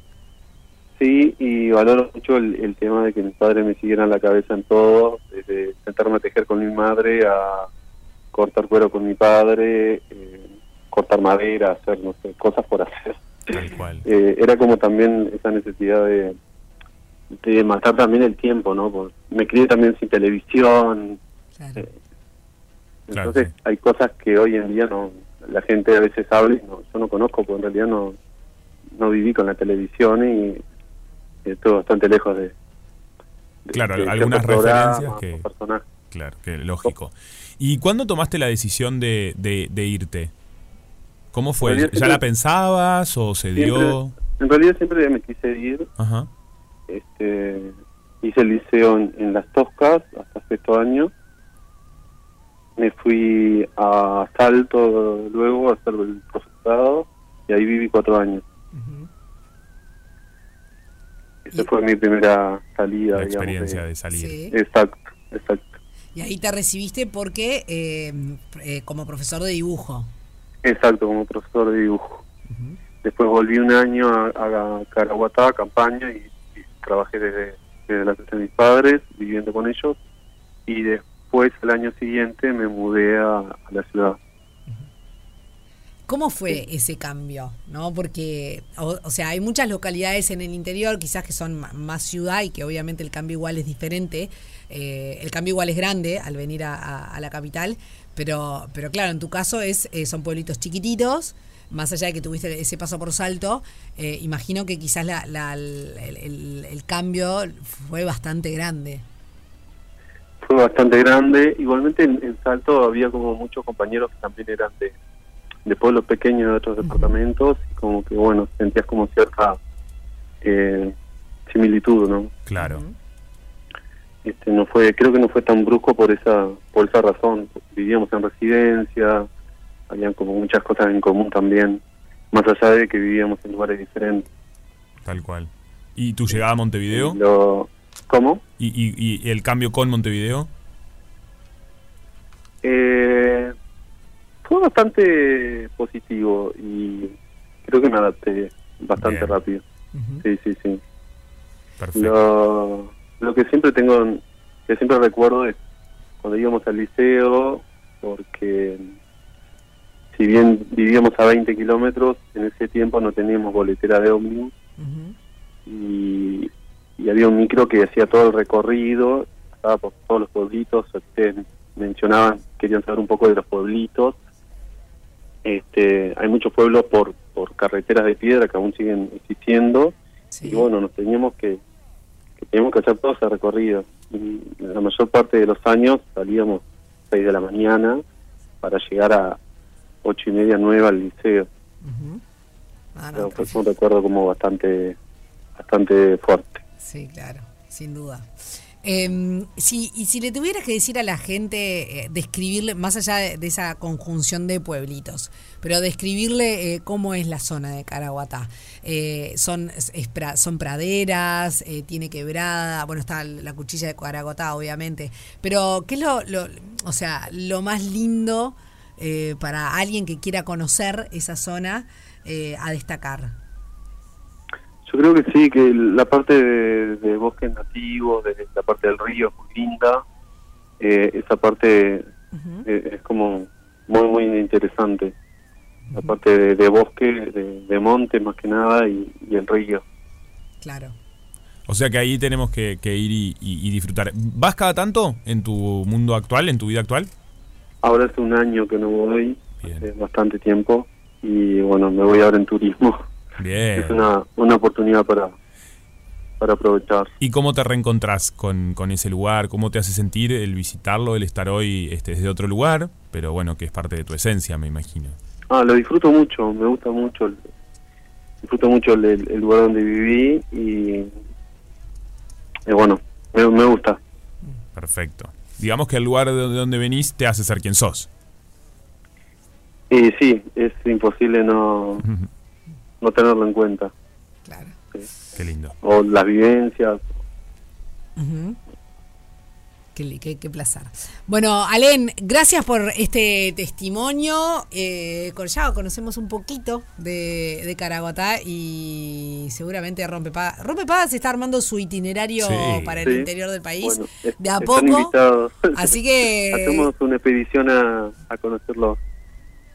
[SPEAKER 15] Sí, y valoro mucho el, el tema de que mis padres me siguieran la cabeza en todo, desde sentarme a tejer con mi madre a cortar cuero con mi padre, eh, cortar madera, hacer, no sé, cosas por hacer.
[SPEAKER 3] Tal cual.
[SPEAKER 15] Eh, era como también esa necesidad de, de matar también el tiempo, ¿no? Por- me crié también sin televisión. eh, entonces hay cosas que hoy en día no la gente a veces habla y no, yo no conozco, porque en realidad no, no viví con la televisión y estuve bastante lejos de...
[SPEAKER 3] Claro,
[SPEAKER 15] de
[SPEAKER 3] algunas
[SPEAKER 15] ciertos programas
[SPEAKER 3] referencias que...
[SPEAKER 15] o personajes.
[SPEAKER 3] Claro, que lógico. ¿Y cuándo tomaste la decisión de, de- de irte? ¿Cómo
[SPEAKER 15] En
[SPEAKER 3] fue?
[SPEAKER 15] realidad
[SPEAKER 3] ¿Ya
[SPEAKER 15] siempre-
[SPEAKER 3] la pensabas o se dio?
[SPEAKER 15] Siempre- en realidad siempre me quise ir.
[SPEAKER 3] Ajá.
[SPEAKER 15] Este, hice el liceo en, en Las Toscas hasta sexto año. Me fui a Salto luego a hacer el profesorado y ahí viví cuatro años. Esa fue mi primera salida.
[SPEAKER 3] La
[SPEAKER 15] digamos,
[SPEAKER 3] experiencia de salir.
[SPEAKER 2] Sí.
[SPEAKER 15] Exacto, exacto.
[SPEAKER 2] Y ahí te recibiste porque eh, eh, como profesor de dibujo.
[SPEAKER 15] Exacto, como profesor de dibujo. Después volví un año a, a Caraguatá, campaña, y, y trabajé desde, desde la casa de mis padres, viviendo con ellos. Y después, el año siguiente, me mudé a, a la ciudad.
[SPEAKER 2] ¿Cómo fue ese cambio? ¿No? Porque, o, o sea, hay muchas localidades en el interior, quizás que son ma- más ciudad y que obviamente el cambio igual es diferente. eh, el cambio igual es grande al venir a, a- a la capital, pero, pero claro, en tu caso es, eh, son pueblitos chiquititos. Más allá de que tuviste ese paso por salto, eh, imagino que quizás la- la- el- el- el cambio fue bastante grande.
[SPEAKER 15] Fue bastante grande. Igualmente, en, en Salto había como muchos compañeros que también eran de, de pueblos pequeños, de otros departamentos, y como que, bueno, sentías como cierta eh, similitud, ¿no?
[SPEAKER 3] Claro.
[SPEAKER 15] este, no fue creo que no fue tan brusco por esa por esa razón vivíamos en residencia habían como muchas cosas en común también más allá de que vivíamos en lugares diferentes
[SPEAKER 3] Tal cual. ¿Y tu llegada a Montevideo?
[SPEAKER 15] ¿Cómo?
[SPEAKER 3] ¿Y, y, y el cambio con Montevideo?
[SPEAKER 15] Eh, fue bastante positivo y creo que me adapté bastante rápido sí sí sí Lo, lo que siempre tengo, que siempre recuerdo es cuando íbamos al liceo, porque si bien vivíamos a 20 kilómetros, en ese tiempo no teníamos boletera de ómnibus y, y había un micro que hacía todo el recorrido, pasaba por todos los pueblitos, ustedes mencionaban, querían saber un poco de los pueblitos. Este, hay muchos pueblos por, por carreteras de piedra que aún siguen existiendo y bueno, nos teníamos que, que teníamos que hacer todo ese recorrido. mm, la mayor parte de los años salíamos 6 de la mañana para llegar a ocho y media, 9 al liceo.
[SPEAKER 2] Ah,
[SPEAKER 15] Pero fue
[SPEAKER 2] pues
[SPEAKER 15] un recuerdo como bastante, bastante fuerte.
[SPEAKER 2] Sí, claro, sin duda. Eh, si, y si le tuvieras que decir a la gente, eh, describirle, más allá de, de esa conjunción de pueblitos, pero describirle eh, cómo es la zona de Caraguatá. Eh, son, es- es pra- son praderas, eh, tiene quebrada, bueno, está la cuchilla de Caraguatá, obviamente. Pero, ¿qué es lo, lo- o sea, lo más lindo eh, para alguien que quiera conocer esa zona eh, a destacar?
[SPEAKER 15] Yo creo que sí, que la parte de, de bosques nativos, de la parte del río es muy linda. Eh, esa parte eh, es como muy, muy interesante. La parte de, de bosque, de, de monte más que nada y, y el río.
[SPEAKER 2] Claro.
[SPEAKER 3] O sea que ahí tenemos que, que ir y, y- y disfrutar. ¿Vas cada tanto en tu mundo actual, en tu vida actual?
[SPEAKER 15] Ahora hace un año que no voy, hace bastante tiempo. Y bueno, me voy ahora en turismo.
[SPEAKER 3] Bien.
[SPEAKER 15] Es una, una oportunidad para, para aprovechar.
[SPEAKER 3] ¿Y cómo te reencontrás con, con ese lugar? ¿Cómo te hace sentir el visitarlo, el estar hoy este, desde otro lugar? Pero bueno, que es parte de tu esencia, me imagino.
[SPEAKER 15] Ah, lo disfruto mucho, me gusta mucho. el- Disfruto mucho el, el- el lugar donde viví y, y bueno, me, me gusta.
[SPEAKER 3] Perfecto. Digamos que el lugar de de donde venís te hace ser quien sos.
[SPEAKER 15] Y sí, es imposible no, no tenerlo en cuenta.
[SPEAKER 3] Qué lindo.
[SPEAKER 15] O las vivencias.
[SPEAKER 2] Ujú. Qué, qué- qué placer. Bueno, Alén, gracias por este testimonio. Eh, con- ya conocemos un poquito de, de Caraguatá y seguramente Rompepadas. Rompepadas se está armando su itinerario para el
[SPEAKER 15] Sí.
[SPEAKER 2] interior del país.
[SPEAKER 15] Bueno, es-
[SPEAKER 2] de a
[SPEAKER 15] están
[SPEAKER 2] poco.
[SPEAKER 15] invitados.
[SPEAKER 2] Así que-
[SPEAKER 15] Hacemos una expedición a, a conocer los,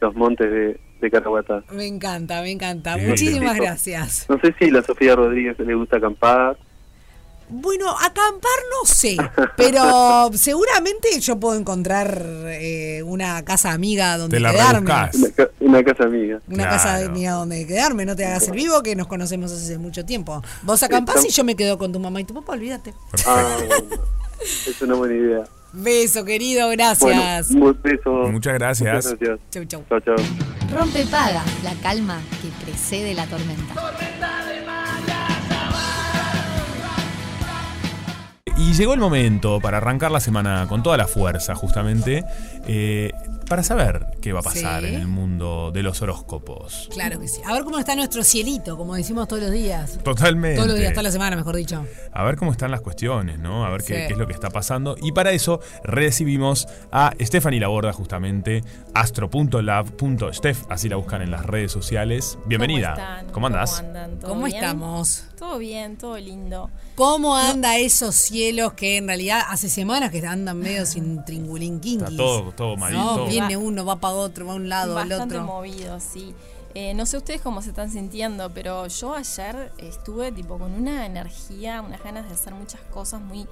[SPEAKER 15] los montes de, de Caraguatá.
[SPEAKER 2] Me encanta, me encanta.
[SPEAKER 15] Sí.
[SPEAKER 2] Muchísimas
[SPEAKER 15] Sí.
[SPEAKER 2] gracias.
[SPEAKER 15] No sé si a la Sofía Rodríguez le gusta acampar.
[SPEAKER 2] Bueno, acampar no sé, pero seguramente yo puedo encontrar eh, una casa amiga donde quedarme.
[SPEAKER 15] Una, ca- una casa amiga.
[SPEAKER 2] Una casa amiga donde quedarme, no te hagas el vivo que nos conocemos hace mucho tiempo. Vos acampás y yo me quedo con tu mamá y tu papá, olvídate.
[SPEAKER 15] Ah, bueno. es una buena idea.
[SPEAKER 2] Beso, querido, gracias.
[SPEAKER 15] Bueno, un beso.
[SPEAKER 3] Muchas gracias.
[SPEAKER 15] Muchas gracias.
[SPEAKER 2] Chau, chau.
[SPEAKER 15] Chau, chau.
[SPEAKER 7] Rompe paga, la calma que precede la tormenta.
[SPEAKER 3] Y llegó el momento para arrancar la semana con toda la fuerza, justamente, eh, para saber qué va a pasar
[SPEAKER 2] Sí.
[SPEAKER 3] en el mundo de los horóscopos.
[SPEAKER 2] Claro que sí. A ver cómo está nuestro cielito, como decimos todos los días.
[SPEAKER 3] Totalmente.
[SPEAKER 2] Todos los días, toda la semana, mejor dicho.
[SPEAKER 3] A ver cómo están las cuestiones, ¿no? A ver qué,
[SPEAKER 2] Sí.
[SPEAKER 3] qué es lo que está pasando. Y para eso recibimos a Stephanie Laborda, justamente, astro.lab.steph, así la buscan en las redes sociales. Bienvenida.
[SPEAKER 14] ¿Cómo están?
[SPEAKER 3] andás?
[SPEAKER 14] ¿Cómo andan? ¿Todo
[SPEAKER 2] ¿Cómo
[SPEAKER 14] bien?
[SPEAKER 2] estamos?
[SPEAKER 14] Todo bien, todo lindo.
[SPEAKER 2] ¿Cómo anda esos cielos que en realidad hace semanas que andan medio sin tringulín quinquis?
[SPEAKER 3] Está todo, todo malito.
[SPEAKER 2] No, viene uno, va para otro, va a un lado, al
[SPEAKER 14] Bastante
[SPEAKER 2] otro.
[SPEAKER 14] movido, sí. Eh, no sé ustedes cómo se están sintiendo, pero yo ayer estuve tipo con una energía, unas ganas de hacer muchas cosas muy...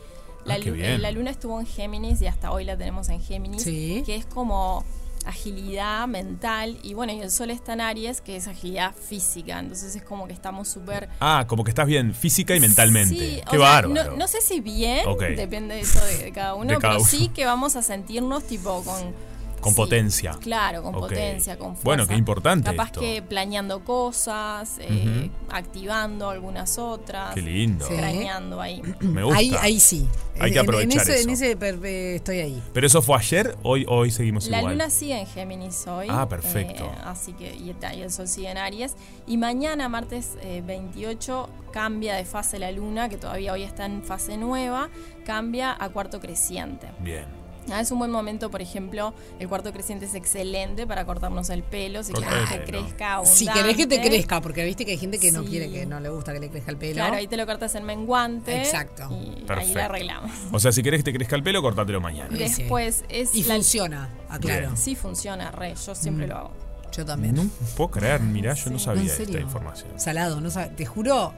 [SPEAKER 14] La,
[SPEAKER 16] Ah, qué
[SPEAKER 14] lu-
[SPEAKER 16] bien.
[SPEAKER 14] eh, la luna estuvo en Géminis y hasta hoy la tenemos en Géminis,
[SPEAKER 16] Sí.
[SPEAKER 14] que es como agilidad mental y bueno, y el sol está en Aries, que es agilidad física, entonces es como que estamos súper
[SPEAKER 3] Ah, como que estás bien física y mentalmente.
[SPEAKER 14] Sí, o
[SPEAKER 3] qué
[SPEAKER 14] sea,
[SPEAKER 3] bárbaro.
[SPEAKER 14] No, no sé si bien,
[SPEAKER 3] Ok.
[SPEAKER 14] depende de eso de, de cada uno,
[SPEAKER 3] De cada
[SPEAKER 14] pero
[SPEAKER 3] uno.
[SPEAKER 14] sí que vamos a sentirnos tipo con.
[SPEAKER 3] Con
[SPEAKER 14] sí,
[SPEAKER 3] potencia.
[SPEAKER 14] Claro, con
[SPEAKER 3] Ok.
[SPEAKER 14] potencia, con fuerza.
[SPEAKER 3] Bueno, qué importante
[SPEAKER 14] Capaz
[SPEAKER 3] esto.
[SPEAKER 14] que planeando cosas, eh, activando algunas otras.
[SPEAKER 3] Qué lindo. Sí.
[SPEAKER 14] Craneando ahí.
[SPEAKER 3] Me gusta.
[SPEAKER 2] Ahí, ahí sí.
[SPEAKER 3] Hay que
[SPEAKER 2] En- en-
[SPEAKER 3] aprovechar
[SPEAKER 2] en ese,
[SPEAKER 3] eso.
[SPEAKER 2] en ese per- eh, estoy ahí.
[SPEAKER 3] Pero eso fue ayer, hoy, hoy seguimos
[SPEAKER 14] La
[SPEAKER 3] igual.
[SPEAKER 14] luna sigue en Géminis hoy.
[SPEAKER 3] Ah, perfecto.
[SPEAKER 14] eh, así que y, está, y el sol sigue en Aries. Y mañana, martes eh, 28, cambia de fase la luna, que todavía hoy está en fase nueva, cambia a cuarto creciente.
[SPEAKER 3] Bien.
[SPEAKER 14] Ah, es un buen momento, por ejemplo, el cuarto creciente es excelente para cortarnos el pelo, si querés que
[SPEAKER 2] Totalmente, ¿no?
[SPEAKER 14] crezca abundante.
[SPEAKER 2] Si querés que te crezca, porque viste que hay gente que no
[SPEAKER 14] Sí.
[SPEAKER 2] quiere que no le gusta que le crezca el pelo.
[SPEAKER 14] Claro, ahí te lo cortas en menguante.
[SPEAKER 2] Exacto.
[SPEAKER 14] Y ahí
[SPEAKER 3] Perfecto.
[SPEAKER 14] la arreglamos.
[SPEAKER 3] O sea, si querés que te crezca el pelo, cortátelo mañana.
[SPEAKER 14] Después es.
[SPEAKER 2] Y
[SPEAKER 14] la-
[SPEAKER 2] funciona, aclaro.
[SPEAKER 3] Bien.
[SPEAKER 14] Sí, funciona, re. Yo siempre
[SPEAKER 2] Mm.
[SPEAKER 14] lo hago.
[SPEAKER 2] Yo también.
[SPEAKER 3] No puedo creer, mirá, yo no sabía
[SPEAKER 2] ¿En
[SPEAKER 3] esta
[SPEAKER 2] serio?
[SPEAKER 3] información.
[SPEAKER 2] Salado, no sab- te juro,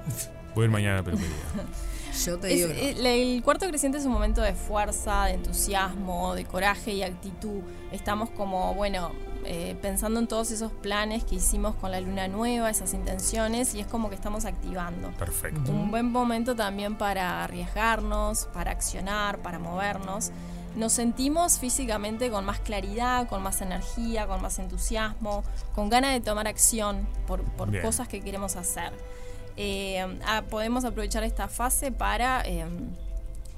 [SPEAKER 3] Voy a ir mañana a la peluquería.
[SPEAKER 2] yo te
[SPEAKER 14] Es-
[SPEAKER 2] digo.
[SPEAKER 14] el, el cuarto creciente es un momento de fuerza, de entusiasmo, de coraje y actitud. Estamos como, bueno, eh, pensando en todos esos planes que hicimos con la luna nueva, esas intenciones, y es como que estamos activando.
[SPEAKER 3] Perfecto.
[SPEAKER 14] Un buen momento también para arriesgarnos, para accionar, para movernos. Nos sentimos físicamente con más claridad, con más energía, con más entusiasmo, con ganas de tomar acción por, por
[SPEAKER 16] Bien.
[SPEAKER 14] cosas que queremos hacer. Eh, ah, podemos aprovechar esta fase para eh,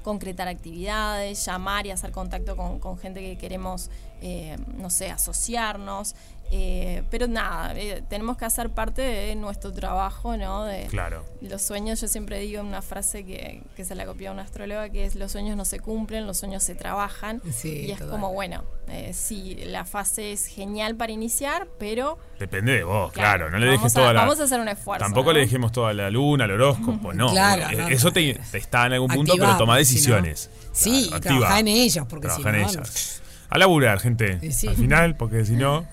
[SPEAKER 14] concretar actividades, llamar y hacer contacto con, con gente que queremos, eh, no sé, asociarnos. Eh, pero nada, eh, tenemos que hacer parte de nuestro trabajo, ¿no? De,
[SPEAKER 3] Claro.
[SPEAKER 14] los sueños, yo siempre digo una frase que, que se la copió una astróloga, que es los sueños no se cumplen, los sueños se trabajan.
[SPEAKER 2] Sí,
[SPEAKER 14] y es
[SPEAKER 2] total.
[SPEAKER 14] como, bueno, eh, sí, la fase es genial para iniciar, pero
[SPEAKER 3] Depende de vos, claro. no le
[SPEAKER 14] vamos
[SPEAKER 3] dejes
[SPEAKER 14] a-
[SPEAKER 3] toda la.
[SPEAKER 14] vamos a hacer un esfuerzo,
[SPEAKER 3] Tampoco
[SPEAKER 14] ¿no?
[SPEAKER 3] le dejemos toda la luna, el horóscopo, no.
[SPEAKER 2] Claro,
[SPEAKER 3] Eh,
[SPEAKER 2] no, no.
[SPEAKER 3] Eso te, te está en algún punto,
[SPEAKER 2] Activá,
[SPEAKER 3] pero toma
[SPEAKER 2] porque si no-
[SPEAKER 3] decisiones.
[SPEAKER 2] Sí, y
[SPEAKER 3] activa.
[SPEAKER 2] trabajá en ellos, porque si no.
[SPEAKER 3] Trabaja en
[SPEAKER 2] no-
[SPEAKER 3] ellas. A laburar, gente.
[SPEAKER 2] Y sí.
[SPEAKER 3] Al final, porque si no,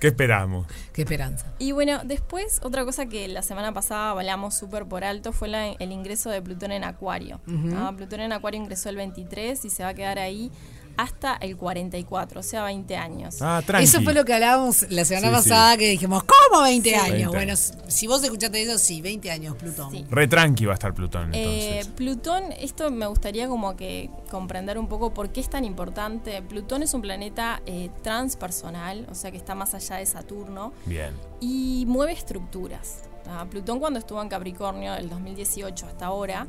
[SPEAKER 3] ¿qué esperamos?
[SPEAKER 2] Qué esperanza.
[SPEAKER 14] Y bueno, después otra cosa que la semana pasada hablamos súper por alto fue la- el ingreso de Plutón en Acuario.
[SPEAKER 16] Ujú.
[SPEAKER 14] Ah, Plutón en Acuario ingresó el 23 y se va a quedar ahí hasta el 44, o sea, 20 años.
[SPEAKER 2] Eso fue lo que hablábamos la semana
[SPEAKER 3] Ah, Sí, sí.
[SPEAKER 2] pasada, que dijimos, ¿cómo 20
[SPEAKER 14] Sí.
[SPEAKER 2] años?
[SPEAKER 3] 20
[SPEAKER 2] Bueno, si vos escuchaste eso, sí, 20 años, Plutón.
[SPEAKER 3] Re tranqui va a estar Plutón. entonces.
[SPEAKER 14] Eh, Plutón, esto me gustaría como que comprender un poco por qué es tan importante. Plutón es un planeta eh, transpersonal, o sea que está más allá de Saturno
[SPEAKER 3] Bien.
[SPEAKER 14] y mueve estructuras. Ah, Plutón cuando estuvo en Capricornio del 2018 hasta ahora,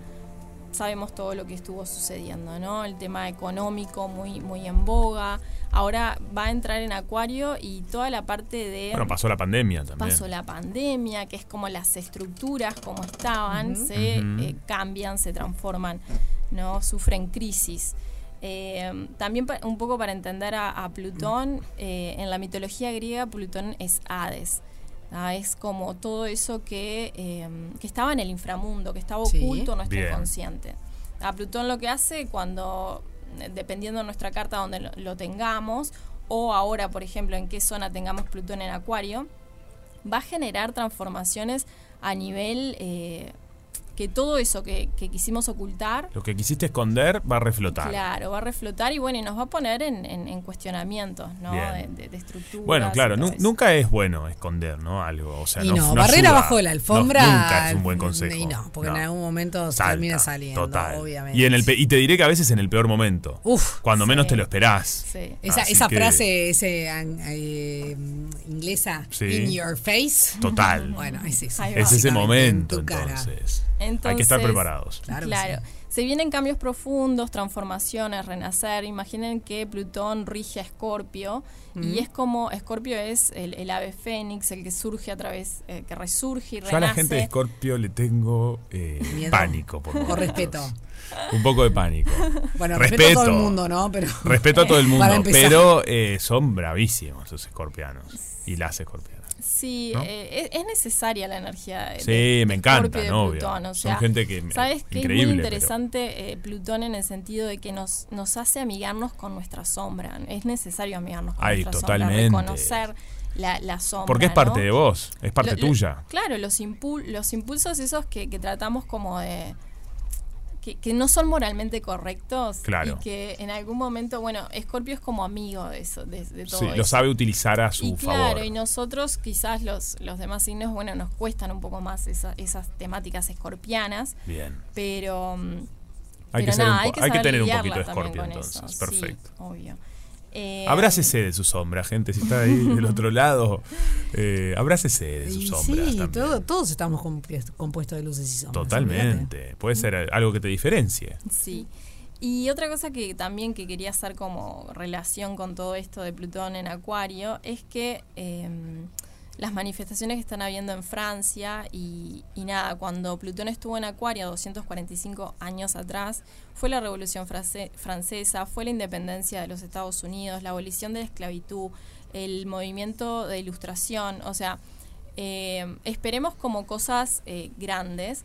[SPEAKER 14] sabemos todo lo que estuvo sucediendo, ¿no? El tema económico muy, muy en boga. Ahora va a entrar en Acuario y toda la parte de...
[SPEAKER 3] Bueno, pasó la pandemia también.
[SPEAKER 14] Pasó la pandemia, que es como las estructuras como estaban,
[SPEAKER 3] Ujú.
[SPEAKER 14] se
[SPEAKER 3] Ujú.
[SPEAKER 14] eh, cambian, se transforman, ¿no? Sufren crisis. Eh, también pa- un poco para entender a, a Plutón, eh, en la mitología griega Plutón es Hades. Ah, es como todo eso que, eh, que estaba en el inframundo, que estaba
[SPEAKER 16] Sí.
[SPEAKER 14] oculto a nuestro
[SPEAKER 16] Bien.
[SPEAKER 14] inconsciente. A Plutón lo que hace cuando, eh, dependiendo de nuestra carta donde lo- lo tengamos, o ahora, por ejemplo, en qué zona tengamos Plutón en Acuario, va a generar transformaciones a nivel eh, que todo eso que, que quisimos ocultar,
[SPEAKER 3] Lo que quisiste esconder va a reflotar.
[SPEAKER 14] claro, va a reflotar y bueno, y nos va a poner en, en- en cuestionamientos, ¿no? De,
[SPEAKER 3] Bien.
[SPEAKER 14] de- de estructuras.
[SPEAKER 3] Bueno, claro, nu- nunca es bueno esconder, ¿no? Algo, o sea,
[SPEAKER 2] Y
[SPEAKER 3] no,
[SPEAKER 2] no, barrer
[SPEAKER 3] ayuda.
[SPEAKER 2] abajo de la
[SPEAKER 3] No,
[SPEAKER 2] alfombra,
[SPEAKER 3] nunca es un buen consejo.
[SPEAKER 2] y no, porque en algún momento se
[SPEAKER 3] Salta,
[SPEAKER 2] termina saliendo,
[SPEAKER 3] total.
[SPEAKER 2] obviamente.
[SPEAKER 3] Y, en el pe- y te diré que a veces en el peor momento.
[SPEAKER 2] Uf,
[SPEAKER 3] cuando menos te lo esperás.
[SPEAKER 2] Esa,
[SPEAKER 3] Así
[SPEAKER 2] esa
[SPEAKER 3] que-
[SPEAKER 2] frase ese, an- eh, inglesa,
[SPEAKER 3] Sí.
[SPEAKER 2] in your face.
[SPEAKER 3] Total.
[SPEAKER 2] Bueno, es eso.
[SPEAKER 14] Ahí va.
[SPEAKER 3] Es ese momento,
[SPEAKER 2] tu cara.
[SPEAKER 3] entonces. Hay que
[SPEAKER 14] Entonces,
[SPEAKER 3] estar preparados.
[SPEAKER 14] Claro. Se vienen cambios profundos, transformaciones, renacer. Imaginen que Plutón rige a Escorpio
[SPEAKER 16] Mm.
[SPEAKER 14] y es como Escorpio es el, el ave fénix, el que surge a través, eh, que resurge y
[SPEAKER 3] Yo
[SPEAKER 14] renace.
[SPEAKER 3] a la gente de Scorpio le tengo eh,
[SPEAKER 14] Miedo.
[SPEAKER 3] pánico. Por
[SPEAKER 14] O
[SPEAKER 3] momentos.
[SPEAKER 14] respeto.
[SPEAKER 3] Un poco de pánico.
[SPEAKER 2] Bueno, respeto a todo el mundo, ¿no? Pero-
[SPEAKER 3] Respeto a todo el
[SPEAKER 2] Para
[SPEAKER 3] mundo,
[SPEAKER 2] empezar.
[SPEAKER 3] pero eh, son bravísimos los escorpianos y las escorpianas.
[SPEAKER 14] Sí,
[SPEAKER 3] ¿No?
[SPEAKER 14] eh, es, es necesaria la energía. de-
[SPEAKER 3] Sí,
[SPEAKER 14] de
[SPEAKER 3] me encantan,
[SPEAKER 14] Escorpio y de
[SPEAKER 3] obvio.
[SPEAKER 14] Plutón, o
[SPEAKER 3] Son
[SPEAKER 14] sea,
[SPEAKER 3] gente que-
[SPEAKER 14] Sabes que es
[SPEAKER 3] increíble,
[SPEAKER 14] muy
[SPEAKER 3] pero-
[SPEAKER 14] interesante eh, Plutón en el sentido de que nos, nos hace amigarnos con nuestra sombra. Es necesario amigarnos con
[SPEAKER 3] Ay,
[SPEAKER 14] nuestra
[SPEAKER 3] totalmente.
[SPEAKER 14] sombra, reconocer la, la sombra.
[SPEAKER 3] Porque es parte
[SPEAKER 14] ¿no?
[SPEAKER 3] de vos, es parte
[SPEAKER 14] Lo- lo-
[SPEAKER 3] tuya.
[SPEAKER 14] claro, los, impul- los impulsos esos que, que tratamos como de... Que, que no son moralmente correctos
[SPEAKER 3] Claro.
[SPEAKER 14] y que en algún momento, bueno, Escorpio es como amigo de eso, de, de todo
[SPEAKER 3] Sí, lo
[SPEAKER 14] eso.
[SPEAKER 3] sabe utilizar a su
[SPEAKER 14] Y claro,
[SPEAKER 3] favor.
[SPEAKER 14] y nosotros quizás los, los demás signos, bueno, nos cuestan un poco más esa- esas temáticas escorpianas,
[SPEAKER 3] Bien.
[SPEAKER 14] pero... mm,
[SPEAKER 3] Hay que
[SPEAKER 14] pero
[SPEAKER 3] ser un
[SPEAKER 14] nada, hay
[SPEAKER 3] po-
[SPEAKER 14] que
[SPEAKER 3] hay que
[SPEAKER 14] saber
[SPEAKER 3] tener un
[SPEAKER 14] lidiarla
[SPEAKER 3] poquito de
[SPEAKER 14] también
[SPEAKER 3] escorpio,
[SPEAKER 14] con
[SPEAKER 3] entonces,
[SPEAKER 14] eso, sí,
[SPEAKER 3] perfecto.
[SPEAKER 14] obvio. Eh,
[SPEAKER 3] Abrácese de su sombra, gente. Si está ahí del otro lado, eh, abrácese de su
[SPEAKER 2] Y
[SPEAKER 3] sombra.
[SPEAKER 2] sí, todo- todos estamos compues- compuestos de luces y sombras. olvídate.
[SPEAKER 3] Totalmente. Puede ser algo que te diferencie.
[SPEAKER 14] Sí. Y otra cosa que también que quería hacer como relación con todo esto de Plutón en Acuario es que eh, las manifestaciones que están habiendo en Francia y, y nada, cuando Plutón estuvo en Acuario 245 años atrás, fue la Revolución Frase- Francesa, fue la independencia de los Estados Unidos, la abolición de la esclavitud, el movimiento de ilustración, o sea, eh, esperemos como cosas eh, grandes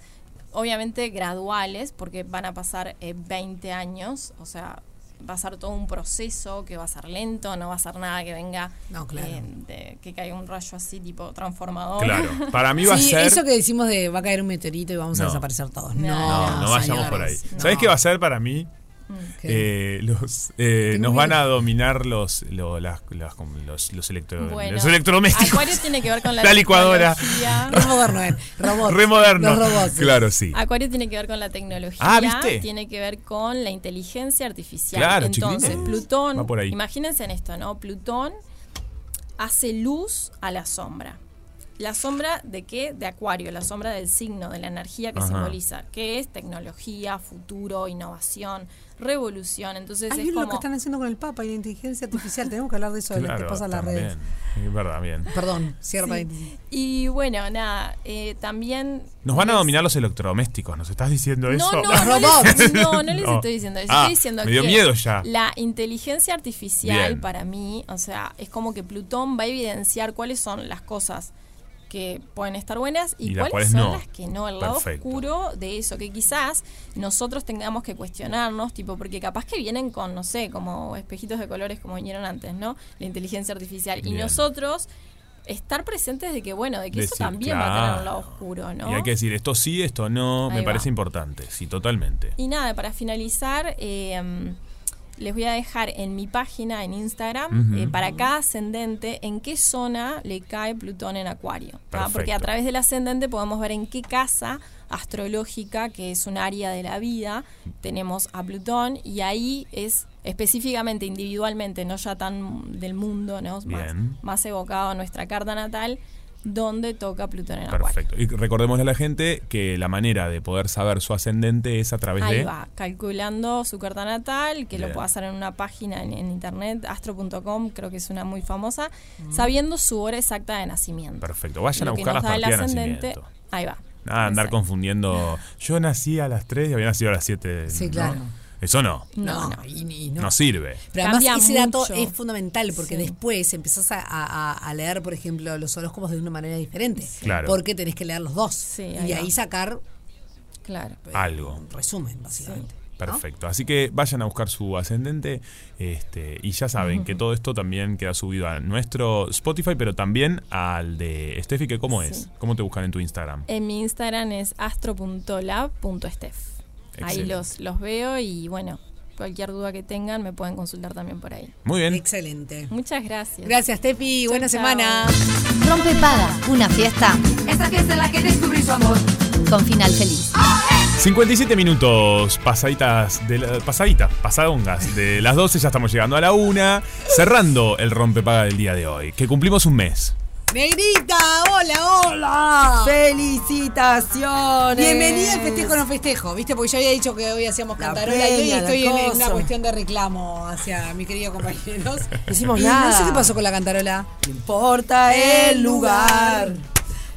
[SPEAKER 14] obviamente graduales, porque van a pasar eh, 20 años, o sea, va a ser todo un proceso que va a ser lento, no va a ser nada que venga,
[SPEAKER 2] No, claro.
[SPEAKER 14] eh, de- que caiga un rayo así tipo transformador.
[SPEAKER 3] Claro, para mí va a
[SPEAKER 2] Sí,
[SPEAKER 3] ser-
[SPEAKER 2] Eso que decimos de va a caer un meteorito y vamos a
[SPEAKER 3] No.
[SPEAKER 2] desaparecer todos. No,
[SPEAKER 3] No, no, vayamos por ahí.
[SPEAKER 2] señores, no.
[SPEAKER 3] ¿Sabes qué va a ser para mí? Eh, los, eh, nos van a dominar los, lo- las- las- los, los, electro-
[SPEAKER 14] Bueno,
[SPEAKER 3] los electrodomésticos.
[SPEAKER 14] Acuario tiene que ver con la,
[SPEAKER 3] La licuadora.
[SPEAKER 14] tecnología.
[SPEAKER 3] Re moderno, eh. Robots. Re moderno. Los robots. Claro, sí.
[SPEAKER 14] Acuario tiene que ver con la tecnología.
[SPEAKER 3] Ah, ¿viste?
[SPEAKER 14] Tiene que ver con la inteligencia artificial.
[SPEAKER 3] Claro,
[SPEAKER 14] Entonces,
[SPEAKER 3] chiquilines.
[SPEAKER 14] Plutón.
[SPEAKER 3] Va por ahí.
[SPEAKER 14] Imagínense en esto, ¿no? Plutón hace luz a la sombra. ¿La sombra de qué? De Acuario, la sombra del signo, de la energía que
[SPEAKER 16] Ajá.
[SPEAKER 14] simboliza, que es tecnología, futuro, innovación, revolución. Entonces
[SPEAKER 2] Hay
[SPEAKER 14] es
[SPEAKER 2] lo
[SPEAKER 14] como
[SPEAKER 2] que están haciendo con el Papa y la inteligencia artificial. Tenemos que hablar de eso, de lo que
[SPEAKER 3] Claro,
[SPEAKER 2] pasa en las
[SPEAKER 3] también.
[SPEAKER 2] redes.
[SPEAKER 3] Es verdad, bien.
[SPEAKER 2] Perdón, cierra
[SPEAKER 14] Sí.
[SPEAKER 2] paréntesis.
[SPEAKER 14] Y bueno, nada, eh, también...
[SPEAKER 3] Nos van a dominar los electrodomésticos, ¿nos estás diciendo eso?
[SPEAKER 14] No, no, no, les, no, no les estoy diciendo eso.
[SPEAKER 3] Ah,
[SPEAKER 14] estoy diciendo
[SPEAKER 3] me dio
[SPEAKER 14] que
[SPEAKER 3] miedo ya.
[SPEAKER 14] la inteligencia artificial
[SPEAKER 3] Bien.
[SPEAKER 14] para mí, o sea, es como que Plutón va a evidenciar cuáles son las cosas que pueden estar buenas y,
[SPEAKER 16] Y las
[SPEAKER 14] cuáles,
[SPEAKER 16] cuales
[SPEAKER 14] son
[SPEAKER 16] no.
[SPEAKER 14] las que no, el lado
[SPEAKER 16] Perfecto.
[SPEAKER 14] oscuro de eso, que quizás nosotros tengamos que cuestionarnos, tipo, porque capaz que vienen con, no sé, como espejitos de colores como vinieron antes, ¿no? La inteligencia artificial. Y
[SPEAKER 3] Bien.
[SPEAKER 14] nosotros estar presentes de que, bueno, de que eso
[SPEAKER 3] Decir,
[SPEAKER 14] también va a tener un lado
[SPEAKER 3] claro.
[SPEAKER 14] oscuro, ¿no?
[SPEAKER 3] Y hay que decir, esto sí, esto no,
[SPEAKER 14] Ahí
[SPEAKER 3] me
[SPEAKER 14] va.
[SPEAKER 3] parece importante, sí, totalmente.
[SPEAKER 14] Y nada, para finalizar, eh, les voy a dejar en mi página, en Instagram,
[SPEAKER 3] Ujú.
[SPEAKER 14] eh, para cada ascendente, en qué zona le cae Plutón en Acuario. ¿tá? Porque a
[SPEAKER 16] Perfecto.
[SPEAKER 14] través del ascendente podemos ver en qué casa astrológica, que es un área de la vida, tenemos a Plutón y ahí es específicamente, individualmente, no ya tan del mundo, ¿no? Más,
[SPEAKER 3] Bien.
[SPEAKER 14] más evocado a nuestra carta natal, donde toca Plutón en Acuario.
[SPEAKER 3] Perfecto. Y recordémosle a la gente que la manera de poder saber su ascendente es a través
[SPEAKER 14] Ahí
[SPEAKER 3] de...
[SPEAKER 14] va, calculando su carta natal, que
[SPEAKER 3] Bien.
[SPEAKER 14] lo puede hacer en una página en, en internet, astro.com, creo que es una muy famosa, sabiendo su hora exacta de nacimiento.
[SPEAKER 3] Perfecto, Mm. vayan
[SPEAKER 14] Lo
[SPEAKER 3] a
[SPEAKER 14] que
[SPEAKER 3] buscar
[SPEAKER 14] nos
[SPEAKER 3] las
[SPEAKER 14] da el
[SPEAKER 3] partidas de
[SPEAKER 14] ascendente.
[SPEAKER 3] nacimiento.
[SPEAKER 14] Ahí va.
[SPEAKER 3] Nada, Ah, andar confundiendo. Yo nací a las 3 y había nacido a las 7.
[SPEAKER 2] Sí,
[SPEAKER 3] ¿no?
[SPEAKER 2] claro.
[SPEAKER 3] Eso no.
[SPEAKER 2] No, no, y, y no.
[SPEAKER 3] No sirve.
[SPEAKER 2] Pero además
[SPEAKER 14] Cambia
[SPEAKER 2] ese dato
[SPEAKER 14] mucho.
[SPEAKER 2] es fundamental porque
[SPEAKER 14] Sí.
[SPEAKER 2] después empezás a, a- a leer, por ejemplo, los horóscopos de una manera diferente.
[SPEAKER 3] Claro.
[SPEAKER 2] Porque tenés que leer los dos.
[SPEAKER 14] ahí
[SPEAKER 2] y ahí
[SPEAKER 14] va.
[SPEAKER 2] sacar
[SPEAKER 14] Claro.
[SPEAKER 3] Algo.
[SPEAKER 2] resumen, básicamente.
[SPEAKER 3] Perfecto. Así que vayan a buscar su ascendente. Este, y ya saben que todo esto también queda subido a nuestro Spotify, pero también al de Steffi, que cómo es. ¿Cómo te buscan en tu Instagram?
[SPEAKER 14] En mi Instagram es astro.lab.steph. Ahí
[SPEAKER 3] Excelente.
[SPEAKER 14] los, los veo y bueno, cualquier duda que tengan me pueden consultar también por ahí.
[SPEAKER 3] Muy bien.
[SPEAKER 2] Excelente.
[SPEAKER 14] Muchas gracias.
[SPEAKER 2] Gracias, Tefi. Buena semana.
[SPEAKER 7] Rompe paga, una fiesta.
[SPEAKER 1] Esa fiesta en la que descubrí su amor.
[SPEAKER 7] Con final feliz.
[SPEAKER 3] 57 minutos pasaditas de la, pasadita, pasadongas de las 12 ya estamos llegando a la 1, cerrando el rompepaga del día de hoy, que cumplimos un mes.
[SPEAKER 2] Negrita, hola, hola.
[SPEAKER 16] Felicitaciones.
[SPEAKER 2] Bienvenida al festejo no festejo, ¿viste? Porque yo había dicho que hoy hacíamos cantarola y hoy
[SPEAKER 16] peña, la
[SPEAKER 2] estoy en, en
[SPEAKER 16] cosa.
[SPEAKER 2] una cuestión de reclamo hacia mis queridos compañeros.
[SPEAKER 16] No hicimos
[SPEAKER 2] Y
[SPEAKER 16] nada.
[SPEAKER 2] No sé qué pasó con la cantarola.
[SPEAKER 16] No importa el lugar,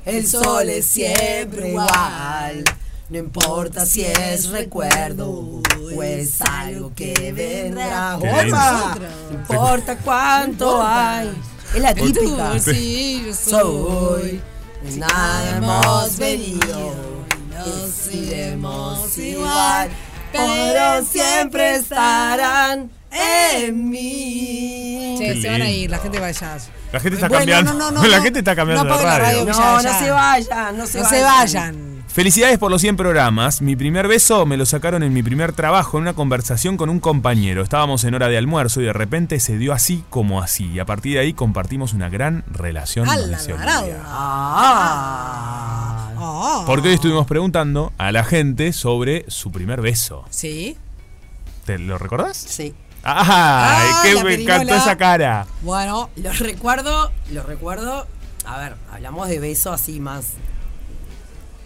[SPEAKER 16] el sol es siempre igual. No importa si es recuerdo o es algo que vendrá.
[SPEAKER 2] Qué lindo.
[SPEAKER 16] ¡Opa! No Ah, importa cuánto hay. Es la
[SPEAKER 2] Tú,
[SPEAKER 16] típica.
[SPEAKER 2] sí, yo
[SPEAKER 16] Soy.
[SPEAKER 2] soy.
[SPEAKER 16] Nada hemos venido. Nos iremos igual. Pero siempre estarán en mí.
[SPEAKER 2] Che,
[SPEAKER 3] Qué
[SPEAKER 2] se van a ir,
[SPEAKER 3] lindo.
[SPEAKER 2] la gente va allá.
[SPEAKER 3] La gente está
[SPEAKER 2] Bueno,
[SPEAKER 3] cambiando.
[SPEAKER 2] no, no, no,
[SPEAKER 3] la
[SPEAKER 2] no.
[SPEAKER 3] gente está cambiando
[SPEAKER 2] No
[SPEAKER 3] de
[SPEAKER 2] apaguen la
[SPEAKER 3] radio.
[SPEAKER 2] radio, que
[SPEAKER 16] No,
[SPEAKER 2] ya,
[SPEAKER 16] no
[SPEAKER 2] ya.
[SPEAKER 16] se vayan, no se
[SPEAKER 2] No
[SPEAKER 16] vayan.
[SPEAKER 2] se vayan.
[SPEAKER 3] Felicidades por los 100 programas. Mi primer beso me lo sacaron en mi primer trabajo, en una conversación con un compañero. Estábamos en hora de almuerzo y de repente se dio así como así. Y a partir de ahí compartimos una gran relación. nos
[SPEAKER 2] la
[SPEAKER 3] dice Olivia.
[SPEAKER 2] Marauda. Ah.
[SPEAKER 3] Porque hoy estuvimos preguntando a la gente sobre su primer beso.
[SPEAKER 2] Sí.
[SPEAKER 3] ¿Te lo recordás?
[SPEAKER 16] Sí.
[SPEAKER 3] ¡Ay,
[SPEAKER 16] Ah,
[SPEAKER 3] qué
[SPEAKER 16] la
[SPEAKER 3] me encantó
[SPEAKER 16] pirinola.
[SPEAKER 3] esa cara!
[SPEAKER 2] Bueno,
[SPEAKER 16] los recuerdo, los recuerdo. A ver, hablamos de beso así más.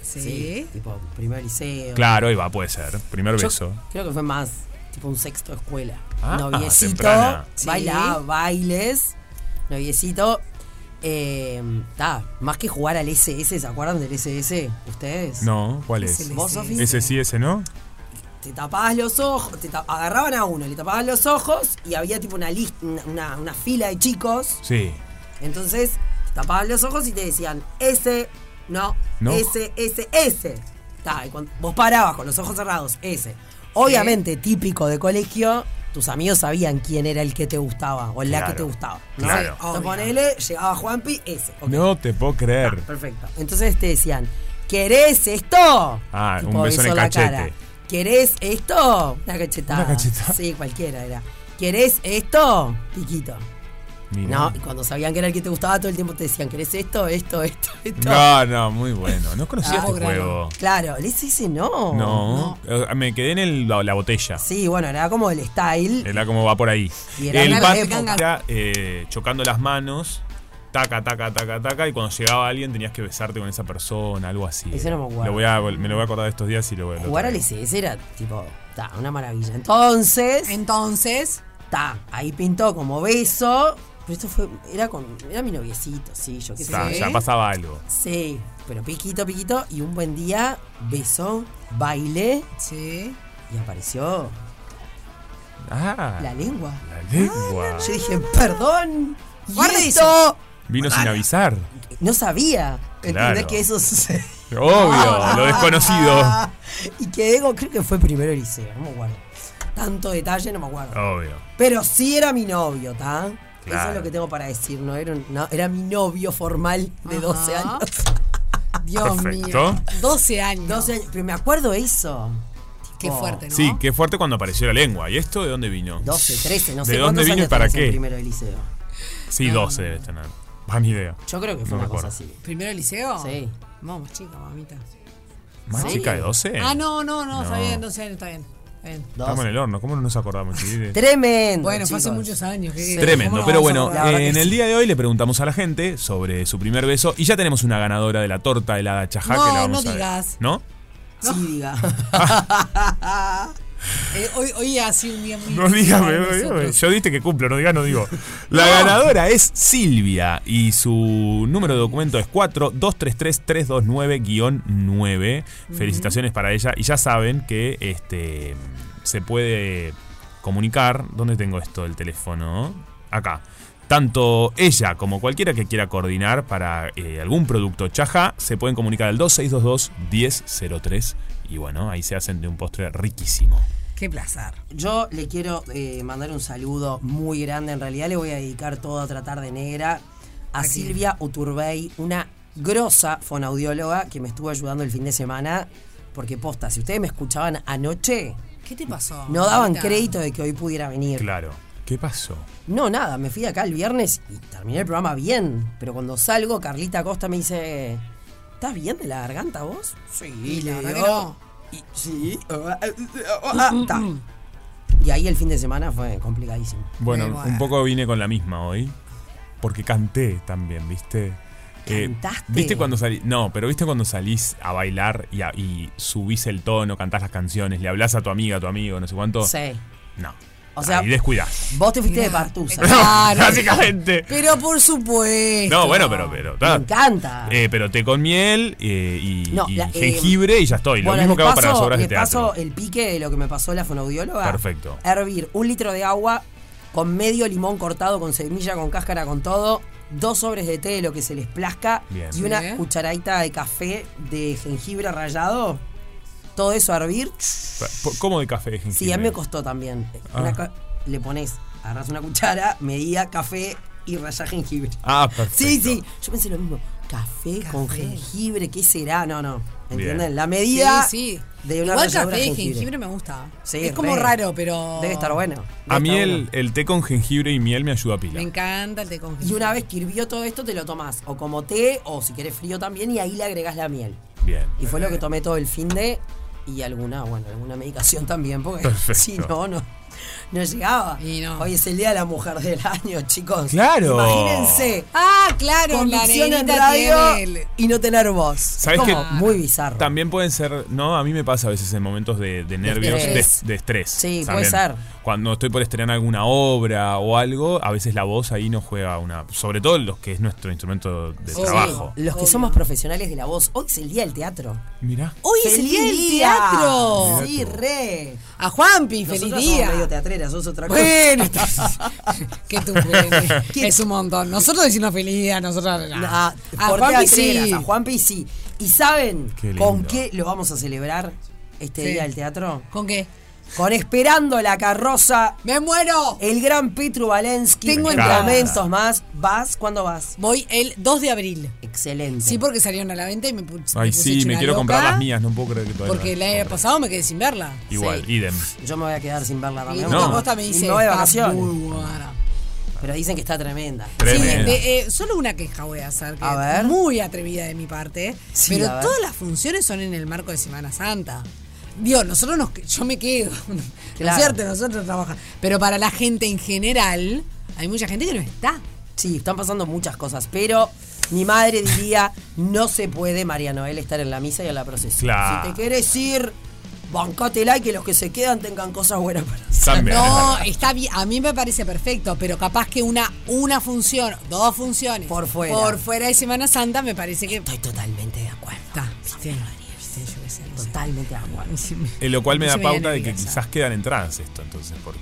[SPEAKER 16] Sí. tipo, primer liceo.
[SPEAKER 3] Claro, ahí va, puede ser. Primer
[SPEAKER 16] Yo
[SPEAKER 3] beso.
[SPEAKER 16] Creo que fue más tipo un sexto de escuela.
[SPEAKER 3] Ah,
[SPEAKER 16] noviecito,
[SPEAKER 3] temprana.
[SPEAKER 16] baila,
[SPEAKER 3] Sí.
[SPEAKER 16] bailes, noviecito. Eh, ta, más que jugar al SS, ¿se acuerdan del SS? ¿Ustedes?
[SPEAKER 3] No, ¿cuál
[SPEAKER 16] ¿Qué es
[SPEAKER 3] es?
[SPEAKER 16] el ¿Vos, Sofi?
[SPEAKER 3] Ese sí, ese no.
[SPEAKER 16] te tapabas los ojos, te ta- agarraban a uno, le tapabas los ojos y había tipo una, lista, una, una- una fila de chicos.
[SPEAKER 3] Sí.
[SPEAKER 16] Entonces te tapabas los ojos y te decían, ese, no,
[SPEAKER 3] No.
[SPEAKER 16] ese, ese, ese. Ta, y cuando vos parabas con los ojos cerrados, ese. Obviamente, típico de colegio, tus amigos sabían quién era el que te gustaba o la
[SPEAKER 3] Claro.
[SPEAKER 16] que te gustaba. ¿no?
[SPEAKER 3] Claro.
[SPEAKER 16] Entonces, ponele, llegaba Juanpi, ese. ok.
[SPEAKER 3] No te puedo creer.
[SPEAKER 16] Perfecto. Entonces te decían, ¿querés esto?
[SPEAKER 3] Ah,
[SPEAKER 16] Tipo,
[SPEAKER 3] un beso en el
[SPEAKER 16] la cara.
[SPEAKER 3] cachete.
[SPEAKER 16] ¿Querés esto? Una cachetada.
[SPEAKER 3] Una cachetada.
[SPEAKER 16] Sí, cualquiera era. ¿Querés esto? Piquito.
[SPEAKER 3] Mira.
[SPEAKER 16] No, y cuando sabían que era el que te gustaba, todo el tiempo te decían, ¿querés esto, esto, esto, esto?
[SPEAKER 3] No, no, muy bueno. No conocía
[SPEAKER 16] Ah,
[SPEAKER 3] este
[SPEAKER 16] grano.
[SPEAKER 3] juego.
[SPEAKER 16] Claro, el ese no.
[SPEAKER 3] No. Eh, Me quedé en el- la, la botella.
[SPEAKER 16] Sí, bueno, era como el style.
[SPEAKER 3] Era como va por ahí.
[SPEAKER 16] Y era
[SPEAKER 3] el
[SPEAKER 16] la
[SPEAKER 3] pato
[SPEAKER 16] época.
[SPEAKER 3] era, eh, chocando las manos, taca, taca, taca, taca, y cuando llegaba alguien tenías que besarte con esa persona, algo así.
[SPEAKER 16] Ese no me acuerdo.
[SPEAKER 3] Lo voy a, me lo voy a acordar estos días y lo voy a...
[SPEAKER 16] Jugar al SS era tipo, ta, una maravilla. Entonces. Entonces. Ta, ahí pintó como beso. Pero esto fue. Era con. Era mi noviecito, sí, yo qué sé.
[SPEAKER 3] Ta, ya pasaba algo.
[SPEAKER 16] Sí, pero piquito, piquito. Y un buen día, beso, baile. Sí. Y apareció
[SPEAKER 3] Ah,
[SPEAKER 16] la lengua.
[SPEAKER 3] la lengua.
[SPEAKER 16] Yo dije, perdón. ¿y
[SPEAKER 2] Guarde
[SPEAKER 16] esto?
[SPEAKER 3] Vino sin avisar.
[SPEAKER 16] No sabía. Entendés
[SPEAKER 3] Claro.
[SPEAKER 16] que eso sucede.
[SPEAKER 3] Obvio, lo desconocido.
[SPEAKER 16] Y que digo, creo que fue primero el liceo, no me acuerdo. Tanto detalle, no me acuerdo.
[SPEAKER 3] Obvio.
[SPEAKER 16] Pero sí era mi novio, ¿tá? Eso
[SPEAKER 3] Claro.
[SPEAKER 16] es lo que tengo para decir, ¿no? Era, un- no, era mi novio formal de 12
[SPEAKER 2] Ajá.
[SPEAKER 16] años.
[SPEAKER 2] Dios
[SPEAKER 3] Perfecto.
[SPEAKER 2] mío.
[SPEAKER 16] 12 años. 12 años. Pero me acuerdo eso.
[SPEAKER 2] Qué fuerte,
[SPEAKER 3] Sí, qué fuerte cuando apareció la lengua. ¿Y esto de dónde vino?
[SPEAKER 16] 12, 13, no sé
[SPEAKER 3] ¿De dónde
[SPEAKER 16] cuántos
[SPEAKER 3] vino y
[SPEAKER 16] años
[SPEAKER 3] para
[SPEAKER 16] tenés en
[SPEAKER 3] qué?
[SPEAKER 16] primero de liceo.
[SPEAKER 3] Sí, 12 debes tener. Va ni idea.
[SPEAKER 16] Yo creo que fue
[SPEAKER 3] No
[SPEAKER 16] una cosa
[SPEAKER 3] recuerdo.
[SPEAKER 16] así.
[SPEAKER 2] ¿Primero el liceo?
[SPEAKER 16] Sí.
[SPEAKER 2] Vamos, chica, mamita.
[SPEAKER 3] ¿Más
[SPEAKER 2] ¿Sí?
[SPEAKER 3] chica de 12?
[SPEAKER 2] Ah, no, no, no, está
[SPEAKER 3] No.
[SPEAKER 2] bien, 12 años, está bien. Está bien.
[SPEAKER 3] Estamos en el horno, ¿cómo no nos acordamos? chiquilines?
[SPEAKER 16] Tremendo.
[SPEAKER 2] Bueno, fue hace
[SPEAKER 16] chicos.
[SPEAKER 2] muchos años. ¿qué-
[SPEAKER 16] Sí.
[SPEAKER 3] Tremendo,
[SPEAKER 2] cómo
[SPEAKER 3] pero
[SPEAKER 2] nos vamos a
[SPEAKER 3] bueno,
[SPEAKER 2] acordar?
[SPEAKER 3] en el día de hoy le preguntamos a la gente sobre su primer beso y ya tenemos una ganadora de la torta helada chajá
[SPEAKER 2] No,
[SPEAKER 3] que la vamos
[SPEAKER 2] no
[SPEAKER 3] a ver.
[SPEAKER 2] digas.
[SPEAKER 3] ¿No?
[SPEAKER 16] Sí, diga.
[SPEAKER 2] Eh, hoy, hoy ha sido un día muy
[SPEAKER 3] No
[SPEAKER 2] difícil
[SPEAKER 3] digas,
[SPEAKER 2] para
[SPEAKER 3] me- me-
[SPEAKER 2] nosotros.
[SPEAKER 3] me- yo diste que cumplo, no digas, no digo. La ganadora es Silvia y su número de documento es 4-233-329-9. Felicitaciones para ella y ya saben que este se puede comunicar. ¿Dónde tengo esto del teléfono? Acá. Tanto ella como cualquiera que quiera coordinar para eh, algún producto chaja se pueden comunicar al 2622-1003 y bueno, ahí se hacen de un postre riquísimo.
[SPEAKER 16] Qué placer. Yo le quiero eh, mandar un saludo muy grande. En realidad le voy a dedicar todo a tratar de negra a
[SPEAKER 2] Aquí.
[SPEAKER 16] Silvia Uturbey, una grosa fonaudióloga que me estuvo ayudando el fin de semana. Porque posta, si ustedes me escuchaban anoche,
[SPEAKER 2] ¿Qué te pasó?
[SPEAKER 16] no daban
[SPEAKER 2] mamita?
[SPEAKER 16] crédito de que hoy pudiera venir.
[SPEAKER 3] Claro. ¿Qué pasó?
[SPEAKER 16] No, nada, me fui acá el viernes y terminé el programa bien. Pero cuando salgo, Carlita Costa me dice: ¿Estás bien de la garganta vos? Sí,
[SPEAKER 2] la verdad que no.
[SPEAKER 16] Y, sí. ah, ah, ah, ta. Y ahí el fin de semana fue complicadísimo.
[SPEAKER 3] Bueno, un poco vine con la misma hoy. Porque canté también, ¿viste? Eh,
[SPEAKER 16] ¿Cantaste?
[SPEAKER 3] ¿Viste cuando salís? No, pero ¿viste cuando salís a bailar y, a- y subís el tono, cantás las canciones, le hablas a tu amiga, a tu amigo, no sé cuánto?
[SPEAKER 16] Sí.
[SPEAKER 3] No.
[SPEAKER 16] O sea,
[SPEAKER 3] Ahí descuidás.
[SPEAKER 16] Vos te fuiste de Partusa.
[SPEAKER 3] Claro. Básicamente.
[SPEAKER 2] Pero por supuesto.
[SPEAKER 3] No, bueno, pero. pero
[SPEAKER 16] Me encanta.
[SPEAKER 3] Eh, pero té con miel eh, y,
[SPEAKER 16] No,
[SPEAKER 3] y
[SPEAKER 16] la- eh,
[SPEAKER 3] jengibre y ya estoy. Lo
[SPEAKER 16] Bueno,
[SPEAKER 3] mismo
[SPEAKER 16] les
[SPEAKER 3] que hago para
[SPEAKER 16] paso-
[SPEAKER 3] las obras de
[SPEAKER 16] les
[SPEAKER 3] teatro.
[SPEAKER 16] paso Eh, el pique de lo que me pasó la fonoaudióloga.
[SPEAKER 3] Perfecto.
[SPEAKER 16] Hervir un litro de agua con medio limón cortado, con semilla, con cáscara, con todo. Dos sobres de té de lo que se les plazca.
[SPEAKER 3] Bien.
[SPEAKER 16] Y una
[SPEAKER 3] Bien.
[SPEAKER 16] cucharadita de café de jengibre rallado. Todo eso a hervir.
[SPEAKER 3] ¿Cómo de café de jengibre?
[SPEAKER 16] Sí, a mí me costó también. Una
[SPEAKER 3] Ah.
[SPEAKER 16] ca- le pones, agarras una cuchara, medida, café y rallá jengibre.
[SPEAKER 3] Ah, perfecto.
[SPEAKER 16] Sí, sí. Yo pensé lo mismo. Café, con jengibre, ¿qué será? No, no. ¿Entienden?
[SPEAKER 3] Bien.
[SPEAKER 16] La medida
[SPEAKER 2] Sí, sí.
[SPEAKER 16] de una
[SPEAKER 2] Igual
[SPEAKER 16] ralladura
[SPEAKER 2] café
[SPEAKER 16] de
[SPEAKER 2] y
[SPEAKER 16] jengibre.
[SPEAKER 2] jengibre me gusta.
[SPEAKER 16] Sí,
[SPEAKER 2] es como
[SPEAKER 16] re.
[SPEAKER 2] raro, pero.
[SPEAKER 16] Debe estar bueno.
[SPEAKER 3] A mí el, el té con jengibre y miel me ayuda a
[SPEAKER 2] Me
[SPEAKER 3] pilar.
[SPEAKER 2] encanta el té con
[SPEAKER 16] Y
[SPEAKER 2] jengibre.
[SPEAKER 16] una vez que hirvió todo esto, te lo tomás o como té o si querés frío también y ahí le agregás la miel.
[SPEAKER 3] Bien.
[SPEAKER 16] Y fue lo que tomé todo el fin de y alguna, bueno, alguna medicación también, porque
[SPEAKER 3] Perfecto.
[SPEAKER 16] si no, no, no llegaba. Hoy es el Día de la Mujer del Año, chicos.
[SPEAKER 3] Claro.
[SPEAKER 16] Imagínense.
[SPEAKER 2] Ah, claro, la
[SPEAKER 16] Conducción en
[SPEAKER 2] nenita
[SPEAKER 16] radio
[SPEAKER 2] tiene el-
[SPEAKER 16] y no tener voz.
[SPEAKER 3] ¿Sabes
[SPEAKER 16] Como
[SPEAKER 3] qué?
[SPEAKER 16] Muy bizarro.
[SPEAKER 3] También pueden ser, no, a mí me pasa a veces en momentos de, de nervios, de de
[SPEAKER 16] estrés.
[SPEAKER 3] estrés. Sí,
[SPEAKER 16] puede ser.
[SPEAKER 3] Cuando estoy por estrenar alguna obra o algo, a veces la voz ahí no juega una, sobre todo los que es nuestro instrumento de
[SPEAKER 16] Sí,
[SPEAKER 3] trabajo.
[SPEAKER 16] Los que somos profesionales de la voz. Hoy es el día del teatro.
[SPEAKER 3] Mirá.
[SPEAKER 2] Hoy es el día del teatro.
[SPEAKER 16] Sí, re.
[SPEAKER 2] A Juanpi, feliz
[SPEAKER 16] Nosotras
[SPEAKER 2] día.
[SPEAKER 16] Somos medio teatreras, sos otra cosa.
[SPEAKER 2] Bueno, qué turbulente. es un montón. Nosotros decimos feliz día, nosotros.
[SPEAKER 16] Ah,
[SPEAKER 2] a
[SPEAKER 16] por
[SPEAKER 2] Juanpi
[SPEAKER 16] teatreras,
[SPEAKER 2] sí.
[SPEAKER 16] a Juanpi sí. ¿Y saben
[SPEAKER 3] Qué lindo.
[SPEAKER 16] con qué lo vamos a celebrar este
[SPEAKER 2] Sí.
[SPEAKER 16] día del teatro?
[SPEAKER 2] ¿Con qué?
[SPEAKER 16] Con Esperando la carroza. ¡Me muero! El gran Petru Valensky.
[SPEAKER 2] Tengo
[SPEAKER 16] en
[SPEAKER 2] entradas.
[SPEAKER 16] momentos más. ¿Vas? ¿Cuándo vas?
[SPEAKER 2] Voy el 2 de abril.
[SPEAKER 16] Excelente.
[SPEAKER 2] Sí, porque salieron a la venta y me puse.
[SPEAKER 3] Ay,
[SPEAKER 2] puse
[SPEAKER 3] sí,
[SPEAKER 2] hecha
[SPEAKER 3] me
[SPEAKER 2] una
[SPEAKER 3] quiero
[SPEAKER 2] loca,
[SPEAKER 3] comprar las mías, no puedo creer que todavía.
[SPEAKER 2] Porque
[SPEAKER 3] no.
[SPEAKER 2] el año pasado me quedé sin verla.
[SPEAKER 3] Igual, idem.
[SPEAKER 16] Yo me voy a quedar sin verla
[SPEAKER 2] Y
[SPEAKER 16] también.
[SPEAKER 3] No.
[SPEAKER 2] una posta me dice.
[SPEAKER 16] Me voy de
[SPEAKER 2] "Está
[SPEAKER 16] vacaciones".
[SPEAKER 2] muy buena.
[SPEAKER 16] Pero dicen que está tremenda.
[SPEAKER 2] Sí,
[SPEAKER 3] Tremenda.
[SPEAKER 2] de- eh, solo una queja voy a hacer, que
[SPEAKER 16] A ver.
[SPEAKER 2] es muy atrevida de mi parte,
[SPEAKER 16] Sí, a
[SPEAKER 2] pero
[SPEAKER 16] ver.
[SPEAKER 2] todas las funciones son en el marco de Semana Santa. Dios, nosotros nos, que- yo me quedo, ¿no es
[SPEAKER 16] Claro.
[SPEAKER 2] cierto? Nosotros trabajamos. Pero para la gente en general, hay mucha gente que no está.
[SPEAKER 16] Sí, están pasando muchas cosas, pero mi madre diría, no se puede, María Noel, estar en la misa y en la procesión.
[SPEAKER 3] Claro.
[SPEAKER 16] Si te querés ir, bancátela y que los que se quedan tengan cosas buenas para
[SPEAKER 3] También, es
[SPEAKER 2] No,
[SPEAKER 3] verdad.
[SPEAKER 2] está bien, a mí me parece perfecto, pero capaz que una, una función, dos funciones por
[SPEAKER 16] fuera.
[SPEAKER 2] por fuera de Semana Santa me parece que... Estoy
[SPEAKER 16] totalmente de acuerdo.
[SPEAKER 2] Está, viste, viste, yo qué sé, no sé.
[SPEAKER 16] Totalmente de acuerdo.
[SPEAKER 3] Eh, lo cual me da
[SPEAKER 2] Se me viene
[SPEAKER 3] pauta de que
[SPEAKER 2] nerviosa.
[SPEAKER 3] quizás quedan entradas esto, entonces, porque.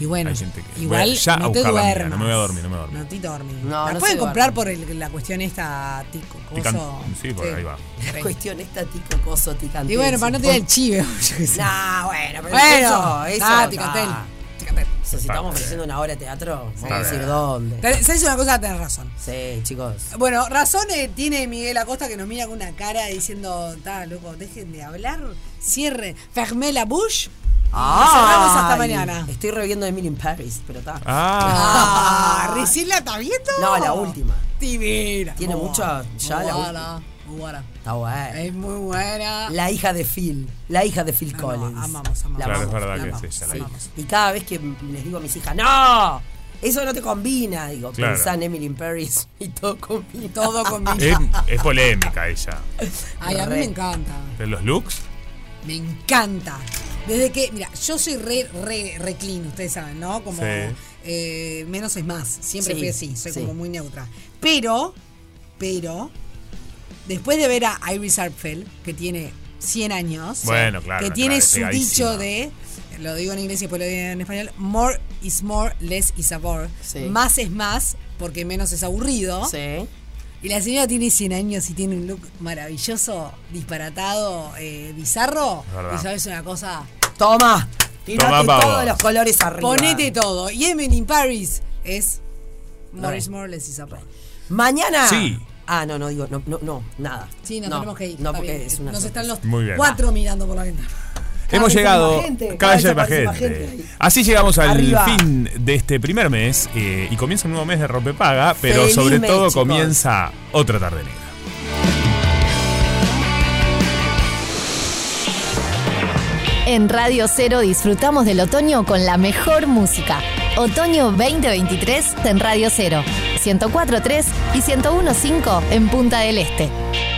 [SPEAKER 2] Y bueno,
[SPEAKER 3] hay gente que-
[SPEAKER 2] igual
[SPEAKER 3] Voy a- ya
[SPEAKER 2] no
[SPEAKER 3] a
[SPEAKER 2] te
[SPEAKER 3] buscar la mía,
[SPEAKER 2] duermas.
[SPEAKER 3] No me voy a dormir, no me voy a dormir.
[SPEAKER 2] No te dormís.
[SPEAKER 16] No,
[SPEAKER 2] La
[SPEAKER 16] no
[SPEAKER 2] pueden
[SPEAKER 16] se
[SPEAKER 2] comprar por el- la cuestión esta tico,
[SPEAKER 3] Pican-
[SPEAKER 2] coso.
[SPEAKER 3] Sí, por ahí va.
[SPEAKER 16] La cuestión está tico, coso, ticante.
[SPEAKER 2] Y bueno, para no tirar el chive.
[SPEAKER 16] Nah, bueno, pero
[SPEAKER 2] Bueno,
[SPEAKER 16] eso, eso.
[SPEAKER 2] nah,
[SPEAKER 16] nah.
[SPEAKER 2] ticantel,
[SPEAKER 16] O sea, si
[SPEAKER 2] Está
[SPEAKER 16] estamos
[SPEAKER 2] bien.
[SPEAKER 16] ofreciendo una hora de teatro, vamos
[SPEAKER 2] Está
[SPEAKER 16] a decir
[SPEAKER 2] bien.
[SPEAKER 16] dónde.
[SPEAKER 2] Tenés- ¿Sabes una cosa? Tenés razón.
[SPEAKER 16] Sí, chicos.
[SPEAKER 2] Bueno, razón eh, tiene Miguel Acosta que nos mira con una cara diciendo, está loco, dejen de hablar, cierre, fermé la bush. Cerramos hasta
[SPEAKER 16] Ay,
[SPEAKER 2] mañana.
[SPEAKER 16] Estoy reviendo Emily in Paris, pero está.
[SPEAKER 2] Ah, ¿recién la está viendo?
[SPEAKER 16] No, la última.
[SPEAKER 2] Tibera.
[SPEAKER 16] Tiene mucha- ya la
[SPEAKER 2] buena. Muy buena.
[SPEAKER 16] Está buena.
[SPEAKER 2] Es muy buena.
[SPEAKER 16] La hija de Phil, la hija de Phil Collins.
[SPEAKER 2] amamos, amamos.
[SPEAKER 16] La
[SPEAKER 3] Claro, es
[SPEAKER 16] amamos,
[SPEAKER 3] verdad
[SPEAKER 16] la
[SPEAKER 3] que
[SPEAKER 16] amamos,
[SPEAKER 3] sí, ya la
[SPEAKER 16] sí.
[SPEAKER 3] amamos.
[SPEAKER 16] Y cada vez que les digo a mis hijas, ¡No! Eso no te combina, digo,
[SPEAKER 3] Claro.
[SPEAKER 16] pensá en Emily in Paris y todo combina.
[SPEAKER 2] Todo
[SPEAKER 16] Ah.
[SPEAKER 2] combina.
[SPEAKER 3] Es, es polémica ella.
[SPEAKER 2] Ay, a mí
[SPEAKER 16] Re.
[SPEAKER 2] me encanta.
[SPEAKER 3] Pero los looks,
[SPEAKER 2] Me encanta. Desde que, mira, yo soy re, re, re clean, ustedes saben, ¿no? Como
[SPEAKER 3] Sí.
[SPEAKER 2] eh, menos es más. Siempre
[SPEAKER 16] Sí,
[SPEAKER 2] fui así, soy
[SPEAKER 16] sí.
[SPEAKER 2] como muy neutra. Pero, pero, después de ver a Iris Arpfeld, que tiene 100 años,
[SPEAKER 3] Bueno, claro,
[SPEAKER 2] que
[SPEAKER 3] una
[SPEAKER 2] tiene
[SPEAKER 3] clave
[SPEAKER 2] su
[SPEAKER 3] pegadísima.
[SPEAKER 2] dicho de, lo digo en inglés y después lo digo en español, more is more, less is more.
[SPEAKER 16] Sí.
[SPEAKER 2] Más es más, porque menos es aburrido.
[SPEAKER 16] Sí.
[SPEAKER 2] Y la señora tiene 100 años y tiene un look maravilloso, disparatado, eh, bizarro.
[SPEAKER 16] Es verdad.
[SPEAKER 2] Y sabes una cosa,
[SPEAKER 16] Toma,
[SPEAKER 3] Toma
[SPEAKER 16] tirate
[SPEAKER 3] pa'
[SPEAKER 16] todos
[SPEAKER 3] vos.
[SPEAKER 16] los colores arriba.
[SPEAKER 2] ponete todo. Y Emily in Paris es
[SPEAKER 16] Re.
[SPEAKER 2] Morris Morales y Zappa.
[SPEAKER 16] Mañana.
[SPEAKER 3] Sí.
[SPEAKER 16] Ah, no, no digo, no, no, no nada.
[SPEAKER 2] Sí, nos
[SPEAKER 16] no,
[SPEAKER 2] tenemos que ir.
[SPEAKER 16] No,
[SPEAKER 2] está
[SPEAKER 16] porque
[SPEAKER 2] bien.
[SPEAKER 16] es una.
[SPEAKER 2] Nos están los
[SPEAKER 3] Muy bien.
[SPEAKER 2] cuatro mirando por la ventana. Ah,
[SPEAKER 3] Hemos
[SPEAKER 16] vez hay
[SPEAKER 3] llegado.
[SPEAKER 16] más gente,
[SPEAKER 3] Cada
[SPEAKER 16] cada
[SPEAKER 3] vez hay
[SPEAKER 16] vez
[SPEAKER 3] más
[SPEAKER 16] aparece más
[SPEAKER 3] gente.
[SPEAKER 16] gente.
[SPEAKER 3] Así llegamos al
[SPEAKER 16] Arriba.
[SPEAKER 3] fin de este primer mes eh, y comienza un nuevo mes de rompepaga, pero
[SPEAKER 16] Feliz
[SPEAKER 3] sobre
[SPEAKER 16] mes,
[SPEAKER 3] todo
[SPEAKER 16] chicos.
[SPEAKER 3] comienza otra tarde negra.
[SPEAKER 7] En Radio Cero disfrutamos del otoño con la mejor música. Otoño 2023 en Radio Cero, 104.3 y 101.5 en Punta del Este.